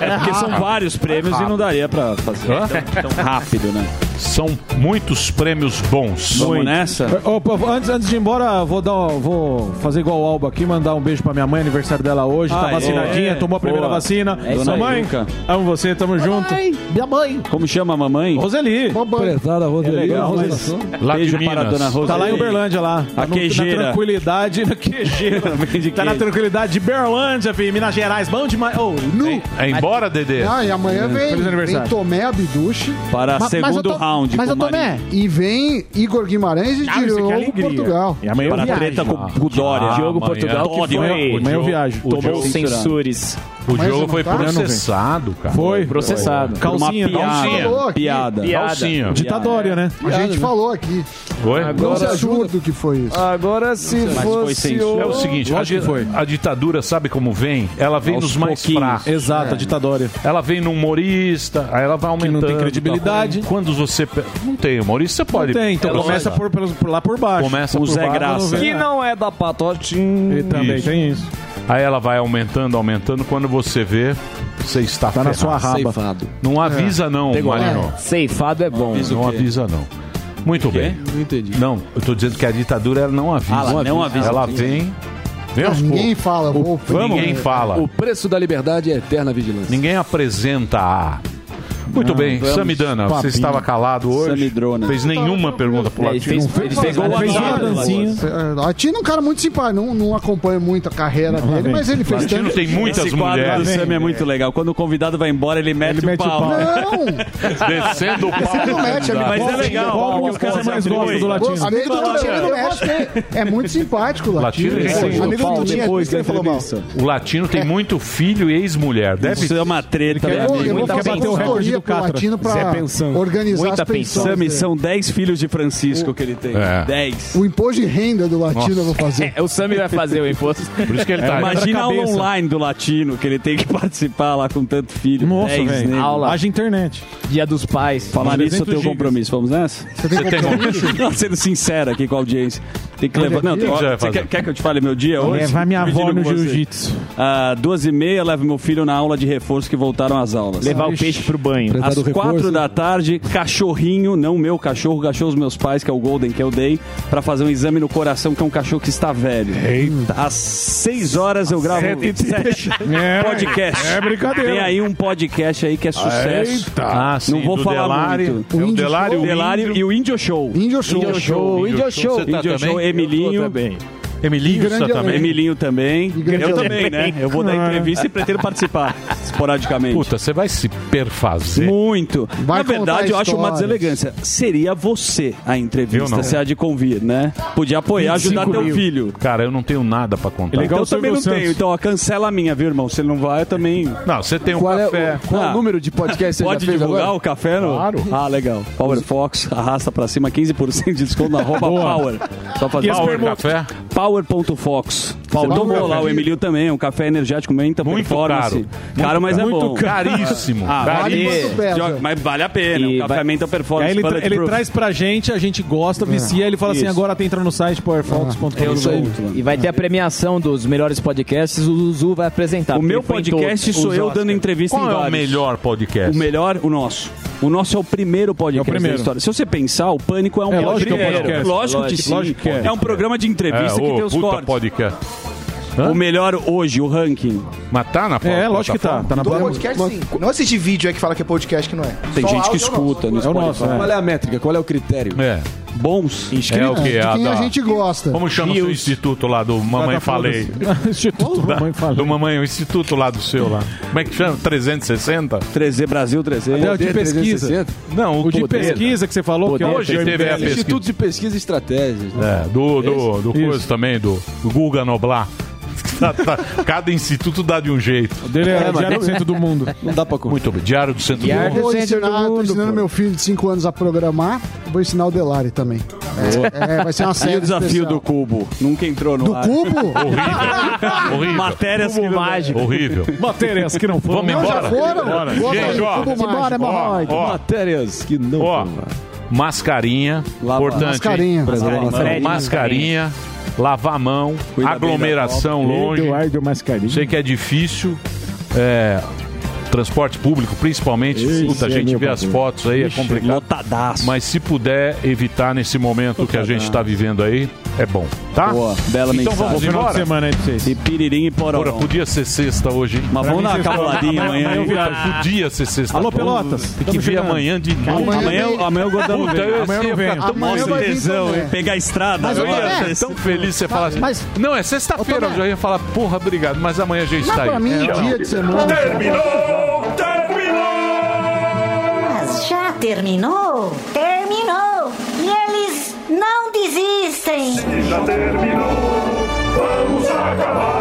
[SPEAKER 3] é porque são vários prêmios e não daria pra fazer
[SPEAKER 4] Hã?
[SPEAKER 3] tão, tão rápido, né?
[SPEAKER 4] São muitos prêmios bons.
[SPEAKER 3] Vamos nessa?
[SPEAKER 6] Ô, pô, antes, antes de ir embora, vou, dar, um- vou fazer igual o Alba aqui, mandar um beijo pra minha mãe, aniversário dela hoje.
[SPEAKER 3] Ah,
[SPEAKER 6] tá
[SPEAKER 3] é.
[SPEAKER 6] vacinadinha, tomou a primeira
[SPEAKER 3] Boa.
[SPEAKER 6] vacina.
[SPEAKER 3] É isso
[SPEAKER 6] Sua
[SPEAKER 3] aí,
[SPEAKER 6] mãe,
[SPEAKER 3] Luca.
[SPEAKER 6] amo você, tamo junto.
[SPEAKER 21] Minha mãe.
[SPEAKER 3] Como chama a mamãe?
[SPEAKER 6] Roseli.
[SPEAKER 3] Empresária
[SPEAKER 6] É legal, mas...
[SPEAKER 3] Lá Beijo para a dona Roseli.
[SPEAKER 6] Tá lá em Uberlândia, lá.
[SPEAKER 3] A
[SPEAKER 6] Tá no-
[SPEAKER 3] queijeira.
[SPEAKER 6] Na tranquilidade, na queijeira.
[SPEAKER 3] Vende
[SPEAKER 6] tá na
[SPEAKER 3] queijo.
[SPEAKER 6] tranquilidade de Berlândia, filho. Minas Gerais, bom demais. Oh, nu.
[SPEAKER 4] É embora, Dedê?
[SPEAKER 7] Ah, e amanhã vem,
[SPEAKER 6] Feliz
[SPEAKER 7] vem
[SPEAKER 6] aniversário.
[SPEAKER 7] Tomé Abduche.
[SPEAKER 6] Para
[SPEAKER 7] eu
[SPEAKER 6] segundo
[SPEAKER 7] tô-
[SPEAKER 6] round
[SPEAKER 7] Mas
[SPEAKER 6] com
[SPEAKER 7] eu Tomé. E vem Igor Guimarães
[SPEAKER 6] Ah,
[SPEAKER 7] e
[SPEAKER 6] isso aqui é
[SPEAKER 7] Diogo
[SPEAKER 6] alegria.
[SPEAKER 7] Portugal.
[SPEAKER 6] E amanhã eu
[SPEAKER 3] Para a
[SPEAKER 6] viajo.
[SPEAKER 3] treta com o Dória.
[SPEAKER 6] Ah,
[SPEAKER 3] Diogo
[SPEAKER 6] amanhã.
[SPEAKER 3] Portugal, que
[SPEAKER 6] Dória,
[SPEAKER 3] foi...
[SPEAKER 6] amanhã eu viajo.
[SPEAKER 3] O Diogo
[SPEAKER 6] Tomou
[SPEAKER 3] censures.
[SPEAKER 4] O
[SPEAKER 3] Mas
[SPEAKER 4] jogo
[SPEAKER 3] não
[SPEAKER 4] foi
[SPEAKER 3] tá?
[SPEAKER 4] processado, cara.
[SPEAKER 3] Foi. Processado.
[SPEAKER 4] Calcinha,
[SPEAKER 3] Por uma
[SPEAKER 4] calcinha.
[SPEAKER 3] piada. Piada.
[SPEAKER 4] Calcinha.
[SPEAKER 6] Ditadória, né?
[SPEAKER 7] A gente falou aqui.
[SPEAKER 4] Oi?
[SPEAKER 7] Agora, Nossa, absurdo que foi isso.
[SPEAKER 21] Agora se
[SPEAKER 7] Mas
[SPEAKER 4] Foi
[SPEAKER 21] fosse
[SPEAKER 4] censura. É o seguinte, a, di- a ditadura sabe como vem? Ela vem
[SPEAKER 6] Aos
[SPEAKER 4] nos mais
[SPEAKER 6] pouquinhos.
[SPEAKER 4] fracos. É.
[SPEAKER 6] Exato, a ditadura.
[SPEAKER 4] Ela vem no humorista, aí ela vai aumentando.
[SPEAKER 6] tem credibilidade.
[SPEAKER 4] tá? Quando você... pe- Não tem humorista, você pode...
[SPEAKER 6] Não tem, então
[SPEAKER 4] Ela
[SPEAKER 6] começa
[SPEAKER 4] vai-
[SPEAKER 6] por, pelos- por lá por baixo.
[SPEAKER 4] Começa por baixo, não vem
[SPEAKER 21] Que
[SPEAKER 4] nada.
[SPEAKER 21] não é da patotinha.
[SPEAKER 6] E também tem isso.
[SPEAKER 4] Aí ela vai aumentando, aumentando. Quando você vê, você está
[SPEAKER 6] Tá na
[SPEAKER 4] ferrado.
[SPEAKER 6] sua raba. Ceifado.
[SPEAKER 4] Não avisa, não,
[SPEAKER 6] Pegou.
[SPEAKER 4] Marino.
[SPEAKER 6] É.
[SPEAKER 38] Ceifado é bom.
[SPEAKER 4] Não avisa, não. Muito bem. Não entendi. Não, eu tô dizendo que a ditadura ela não avisa.
[SPEAKER 3] Ah, ela não avisa.
[SPEAKER 4] Ela vem. vem aos
[SPEAKER 7] Ninguém
[SPEAKER 4] poucos.
[SPEAKER 7] fala. vou-
[SPEAKER 4] Ninguém fala.
[SPEAKER 8] O preço da liberdade é eterna vigilância.
[SPEAKER 4] Ninguém apresenta a. Muito
[SPEAKER 8] Não,
[SPEAKER 4] bem,
[SPEAKER 8] vamos.
[SPEAKER 4] Samidana, você
[SPEAKER 8] Papinho.
[SPEAKER 4] estava calado hoje. Samidrona. Fez nenhuma pergunta pro Latino.
[SPEAKER 6] um-
[SPEAKER 7] É, A Tina é um cara muito simpático, não, não acompanha muito a carreira dele, mas ele fez tanto.
[SPEAKER 3] Esse quadro do Sam é muito legal. Quando o convidado vai embora, ele mete, o, pau.
[SPEAKER 7] Não!
[SPEAKER 4] Descendo o pau.
[SPEAKER 7] Ele não mete, ele
[SPEAKER 3] Mas é
[SPEAKER 7] gosta.
[SPEAKER 3] legal.
[SPEAKER 7] Qual
[SPEAKER 3] porque
[SPEAKER 7] música
[SPEAKER 3] o cara
[SPEAKER 7] você mais
[SPEAKER 3] se atribui.
[SPEAKER 7] gosta do Latino? Amigo do Latino, ele não mexe. É muito simpático o Latino.
[SPEAKER 4] Latino,
[SPEAKER 7] Pô,
[SPEAKER 4] gente,
[SPEAKER 7] Amigo do Latino, é por isso que ele falou mal.
[SPEAKER 4] O latino tem muito filho e ex-mulher. Deve é
[SPEAKER 3] Isso é uma treta,
[SPEAKER 4] Ele
[SPEAKER 3] né,
[SPEAKER 4] quer- eu
[SPEAKER 3] amigo?
[SPEAKER 4] vou
[SPEAKER 3] Muita
[SPEAKER 4] fazer
[SPEAKER 3] confusão.
[SPEAKER 4] consultoria
[SPEAKER 7] pro latino pra organizar
[SPEAKER 3] Muita
[SPEAKER 7] as né? pensões.
[SPEAKER 3] pensão. Sami,
[SPEAKER 7] dele.
[SPEAKER 3] são 10 filhos de Francisco que ele tem.
[SPEAKER 7] É.
[SPEAKER 3] 10.
[SPEAKER 7] O imposto de renda do latino eu vou fazer.
[SPEAKER 3] É, o Sami vai fazer o imposto. Por
[SPEAKER 7] isso que ele tá-
[SPEAKER 3] É, Imagina a aula
[SPEAKER 7] Cabeça.
[SPEAKER 3] online do latino, que ele tem que participar lá com tanto filho.
[SPEAKER 6] Nossa,
[SPEAKER 3] 10
[SPEAKER 6] velho.
[SPEAKER 3] negros. é
[SPEAKER 6] Aula. Haja internet.
[SPEAKER 3] Dia dos pais. Falar
[SPEAKER 6] Uns
[SPEAKER 3] nisso, eu
[SPEAKER 6] 300
[SPEAKER 3] tenho
[SPEAKER 6] gigas.
[SPEAKER 3] compromisso. Vamos nessa?
[SPEAKER 6] Você tem Você tem compromisso? compromisso?
[SPEAKER 3] Não, sendo sincero aqui com a audiência. Tem que
[SPEAKER 6] Olha
[SPEAKER 3] levar. Não,
[SPEAKER 6] aqui.
[SPEAKER 3] tem-
[SPEAKER 6] O que você vai
[SPEAKER 3] você
[SPEAKER 6] fazer?
[SPEAKER 3] quer, quer que eu te fale meu dia hoje?
[SPEAKER 6] Levar minha avó
[SPEAKER 3] Dividindo
[SPEAKER 6] no
[SPEAKER 3] com você.
[SPEAKER 6] jiu-jitsu.
[SPEAKER 3] Ah, duas e meia, levo meu filho na aula de reforço que voltaram às aulas.
[SPEAKER 39] Levar o Ixi. peixe pro banho. Apresentado
[SPEAKER 3] Às
[SPEAKER 39] o reforço.
[SPEAKER 3] quatro da tarde, cachorrinho, não meu cachorro, cachorro dos meus pais, que é o Golden que eu dei, pra fazer um exame no coração, que é um cachorro que está velho. Eita. Às seis horas eu gravo
[SPEAKER 6] Sete e
[SPEAKER 3] sete
[SPEAKER 6] É,
[SPEAKER 3] podcast.
[SPEAKER 6] é brincadeira.
[SPEAKER 3] Tem aí um podcast aí que é sucesso.
[SPEAKER 6] Eita. Ah, sim,
[SPEAKER 3] não vou
[SPEAKER 6] do
[SPEAKER 3] falar
[SPEAKER 6] Delari.
[SPEAKER 3] muito.
[SPEAKER 6] É o Delari, o
[SPEAKER 3] Delário
[SPEAKER 6] Índio.
[SPEAKER 3] e o Índio Show.
[SPEAKER 7] Índio
[SPEAKER 6] Show. Índio Show, Índio Show. Você tá
[SPEAKER 3] Índio Show,
[SPEAKER 6] também? Eu
[SPEAKER 3] Emilinho.
[SPEAKER 6] tô também. Emilinho,
[SPEAKER 3] E grande
[SPEAKER 6] você tá também?
[SPEAKER 3] além. Emilinho também.
[SPEAKER 6] grande
[SPEAKER 3] Eu
[SPEAKER 6] além.
[SPEAKER 3] também, né? Eu vou dar
[SPEAKER 6] Ah.
[SPEAKER 3] entrevista e pretendo participar esporadicamente. Puta,
[SPEAKER 4] você vai se perfazer.
[SPEAKER 3] Muito.
[SPEAKER 4] Vai
[SPEAKER 3] Na verdade,
[SPEAKER 4] contar
[SPEAKER 3] eu acho uma
[SPEAKER 4] histórias.
[SPEAKER 3] deselegância. Seria você
[SPEAKER 4] Eu
[SPEAKER 3] a
[SPEAKER 4] não.
[SPEAKER 3] entrevista, se há de convir, né? Podia apoiar, ajudar
[SPEAKER 4] 25
[SPEAKER 3] teu
[SPEAKER 4] mil.
[SPEAKER 3] filho.
[SPEAKER 4] Cara, eu não tenho nada pra contar.
[SPEAKER 3] Então eu também não tenho. Então, ó, cancela a minha, viu, irmão? Se ele não vai, eu também.
[SPEAKER 4] Não, você tem um
[SPEAKER 3] Qual é o-
[SPEAKER 4] café.
[SPEAKER 3] qual é o número de
[SPEAKER 4] podcasts
[SPEAKER 3] Pode divulgar o café no.
[SPEAKER 4] Claro.
[SPEAKER 3] Ah, legal. Power Fox, arrasta pra cima 15% de desconto na roupa
[SPEAKER 4] Boa.
[SPEAKER 3] Power. Só fazer
[SPEAKER 4] E as Power perguntas? café?
[SPEAKER 3] Power.fox.
[SPEAKER 4] Power
[SPEAKER 3] Você tomou
[SPEAKER 4] café.
[SPEAKER 3] lá o Emilio também, um café energético, muita
[SPEAKER 4] Muito
[SPEAKER 3] performance.
[SPEAKER 4] caro.
[SPEAKER 3] Caro, mas
[SPEAKER 4] Muito
[SPEAKER 3] é bom.
[SPEAKER 4] caro. Caríssimo.
[SPEAKER 3] Ah, vale
[SPEAKER 4] Caríssimo.
[SPEAKER 3] Joga- Mas vale a pena.
[SPEAKER 6] E
[SPEAKER 3] um café
[SPEAKER 6] vai- E
[SPEAKER 3] menta
[SPEAKER 6] aí
[SPEAKER 3] performance.
[SPEAKER 6] ele, tra- ele
[SPEAKER 3] bulletproof.
[SPEAKER 6] traz pra gente, a gente gosta, vicia, ele fala assim,
[SPEAKER 20] Isso.
[SPEAKER 6] agora entra no site powerfox.com.
[SPEAKER 20] É E vai ter a premiação dos melhores podcasts, o Zuzu vai apresentar.
[SPEAKER 3] O
[SPEAKER 20] porque
[SPEAKER 3] meu
[SPEAKER 20] ele foi em
[SPEAKER 3] podcast
[SPEAKER 20] todos
[SPEAKER 3] sou
[SPEAKER 20] os
[SPEAKER 3] eu
[SPEAKER 20] Oscars.
[SPEAKER 3] dando entrevista em vários.
[SPEAKER 4] é podcast?
[SPEAKER 3] O melhor, o nosso. O nosso é o primeiro podcast
[SPEAKER 4] primeiro.
[SPEAKER 3] da história. Se você pensar, o Pânico é um
[SPEAKER 4] É, lógico
[SPEAKER 3] podcast.
[SPEAKER 4] que é um podcast.
[SPEAKER 3] Lógico que
[SPEAKER 4] Lógico,
[SPEAKER 3] sim.
[SPEAKER 4] lógico que é.
[SPEAKER 3] é. um programa de entrevista
[SPEAKER 4] É,
[SPEAKER 3] que
[SPEAKER 4] ô,
[SPEAKER 3] tem os
[SPEAKER 4] puta
[SPEAKER 3] cortes.
[SPEAKER 4] podcast.
[SPEAKER 3] O melhor hoje, o ranking.
[SPEAKER 4] Mas tá na É
[SPEAKER 6] É, lógico que tá. Tá na
[SPEAKER 2] Do
[SPEAKER 6] plataforma.
[SPEAKER 2] podcast, sim. Não existe vídeo aí que fala que é podcast que não é.
[SPEAKER 3] Tem gente que
[SPEAKER 2] Só áudio é o nosso.
[SPEAKER 3] escuta no
[SPEAKER 8] É o
[SPEAKER 3] Spotify.
[SPEAKER 8] nosso, né? Qual é a métrica? Qual é o critério?
[SPEAKER 4] É.
[SPEAKER 3] Bons
[SPEAKER 4] É o que?
[SPEAKER 8] De
[SPEAKER 6] Ah,
[SPEAKER 8] quem a gente
[SPEAKER 7] gosta.
[SPEAKER 4] Como chama o seu
[SPEAKER 8] Views.
[SPEAKER 4] instituto lá do Mamãe Falei?
[SPEAKER 6] Instituto
[SPEAKER 4] Da- Do Mamãe, o instituto lá do seu lá. Como é que chama? 360?
[SPEAKER 3] 3 Brasil 360.
[SPEAKER 6] É o de pesquisa.
[SPEAKER 4] Não, o,
[SPEAKER 6] de
[SPEAKER 4] poder.
[SPEAKER 6] pesquisa que você falou. que é o
[SPEAKER 4] Hoje
[SPEAKER 6] Joe
[SPEAKER 4] teve a
[SPEAKER 6] Belli.
[SPEAKER 4] pesquisa.
[SPEAKER 8] Instituto de Pesquisa e Estratégias. né?
[SPEAKER 4] É, do, do, do
[SPEAKER 8] Esse?
[SPEAKER 4] coisa também, do Guga Noblar. Tá- tá- Cada instituto dá de um jeito. O
[SPEAKER 6] dele é É, Diário mas- do Centro do
[SPEAKER 4] Mundo.
[SPEAKER 8] Não dá pra contar.
[SPEAKER 4] Muito bem. Diário do Centro
[SPEAKER 7] Eu
[SPEAKER 4] do Mundo.
[SPEAKER 7] vou ensinar, tô ensinando meu filho de 5 anos a programar, vou ensinar o Delari também. É, vai ser uma série
[SPEAKER 3] E o desafio
[SPEAKER 7] especial.
[SPEAKER 3] do cubo? Nunca entrou no
[SPEAKER 7] Do
[SPEAKER 3] ar.
[SPEAKER 7] cubo?
[SPEAKER 3] Horrível.
[SPEAKER 4] Horrível.
[SPEAKER 3] Matérias que não...
[SPEAKER 4] Horrível.
[SPEAKER 6] Matérias que não foram.
[SPEAKER 4] Vamos
[SPEAKER 6] Não, já
[SPEAKER 4] embora.
[SPEAKER 6] foram.
[SPEAKER 4] Bora.
[SPEAKER 6] Boa
[SPEAKER 4] Gente,
[SPEAKER 6] tarde,
[SPEAKER 4] ó.
[SPEAKER 6] Cubo Mágico.
[SPEAKER 4] ó,
[SPEAKER 6] Bora,
[SPEAKER 4] ó,
[SPEAKER 8] Matérias que não
[SPEAKER 4] ó, Mascarinha. Importante. hein?
[SPEAKER 8] Mascarinha.
[SPEAKER 4] Mascarinha.
[SPEAKER 8] Mascarinha.
[SPEAKER 4] Mascarinha, Lavar a mão. aglomeração longe.
[SPEAKER 39] Eduardo Mascarinho.
[SPEAKER 4] Sei que é difícil. É, Transporte público, principalmente.
[SPEAKER 39] Esse
[SPEAKER 4] Puta, a
[SPEAKER 39] é
[SPEAKER 4] gente
[SPEAKER 39] meu
[SPEAKER 4] vê as
[SPEAKER 39] bagulho.
[SPEAKER 4] fotos aí, é
[SPEAKER 39] Ixi,
[SPEAKER 4] complicado. Mas se puder evitar nesse momento que a gente está vivendo aí, é bom. Tá?
[SPEAKER 3] Boa, bela
[SPEAKER 4] então
[SPEAKER 3] mensagem.
[SPEAKER 4] vamos
[SPEAKER 3] Bom final de
[SPEAKER 4] embora.
[SPEAKER 3] semana
[SPEAKER 6] aí pra vocês.
[SPEAKER 3] E piririm e pororó.
[SPEAKER 4] Ora, podia ser sexta hoje, hein?
[SPEAKER 3] Mas vamos dar uma cavaladinha amanhã, hein?
[SPEAKER 4] Puta, Podia ser sexta.
[SPEAKER 3] Alô,
[SPEAKER 4] Vamos.
[SPEAKER 3] Pelotas,
[SPEAKER 4] Tem que
[SPEAKER 3] tamo
[SPEAKER 4] ver
[SPEAKER 3] chegando.
[SPEAKER 4] amanhã é de novo.
[SPEAKER 3] Amanhã, amanhã, amanhã o Godão
[SPEAKER 4] Puta,
[SPEAKER 3] vem.
[SPEAKER 4] eu
[SPEAKER 3] Amanhã eu
[SPEAKER 4] ia
[SPEAKER 3] venho.
[SPEAKER 4] ficar tão
[SPEAKER 3] Amanhã
[SPEAKER 4] mal
[SPEAKER 3] eu venho
[SPEAKER 4] tesão,
[SPEAKER 3] também.
[SPEAKER 4] hein?
[SPEAKER 3] Pegar a estrada.
[SPEAKER 4] eu
[SPEAKER 3] Amanhã.
[SPEAKER 4] ia ser
[SPEAKER 3] Mas-
[SPEAKER 4] tão feliz você falar assim.
[SPEAKER 3] mas-
[SPEAKER 4] não, é sexta-feira, eu já ia falar, porra, obrigado, mas amanhã a gente
[SPEAKER 7] Mas
[SPEAKER 4] tá aí.
[SPEAKER 7] pra mim,
[SPEAKER 4] Tchau.
[SPEAKER 7] dia de semana.
[SPEAKER 5] Mas já terminou? Terminou! E eles não desistem!
[SPEAKER 12] Já terminou, vamos acabar.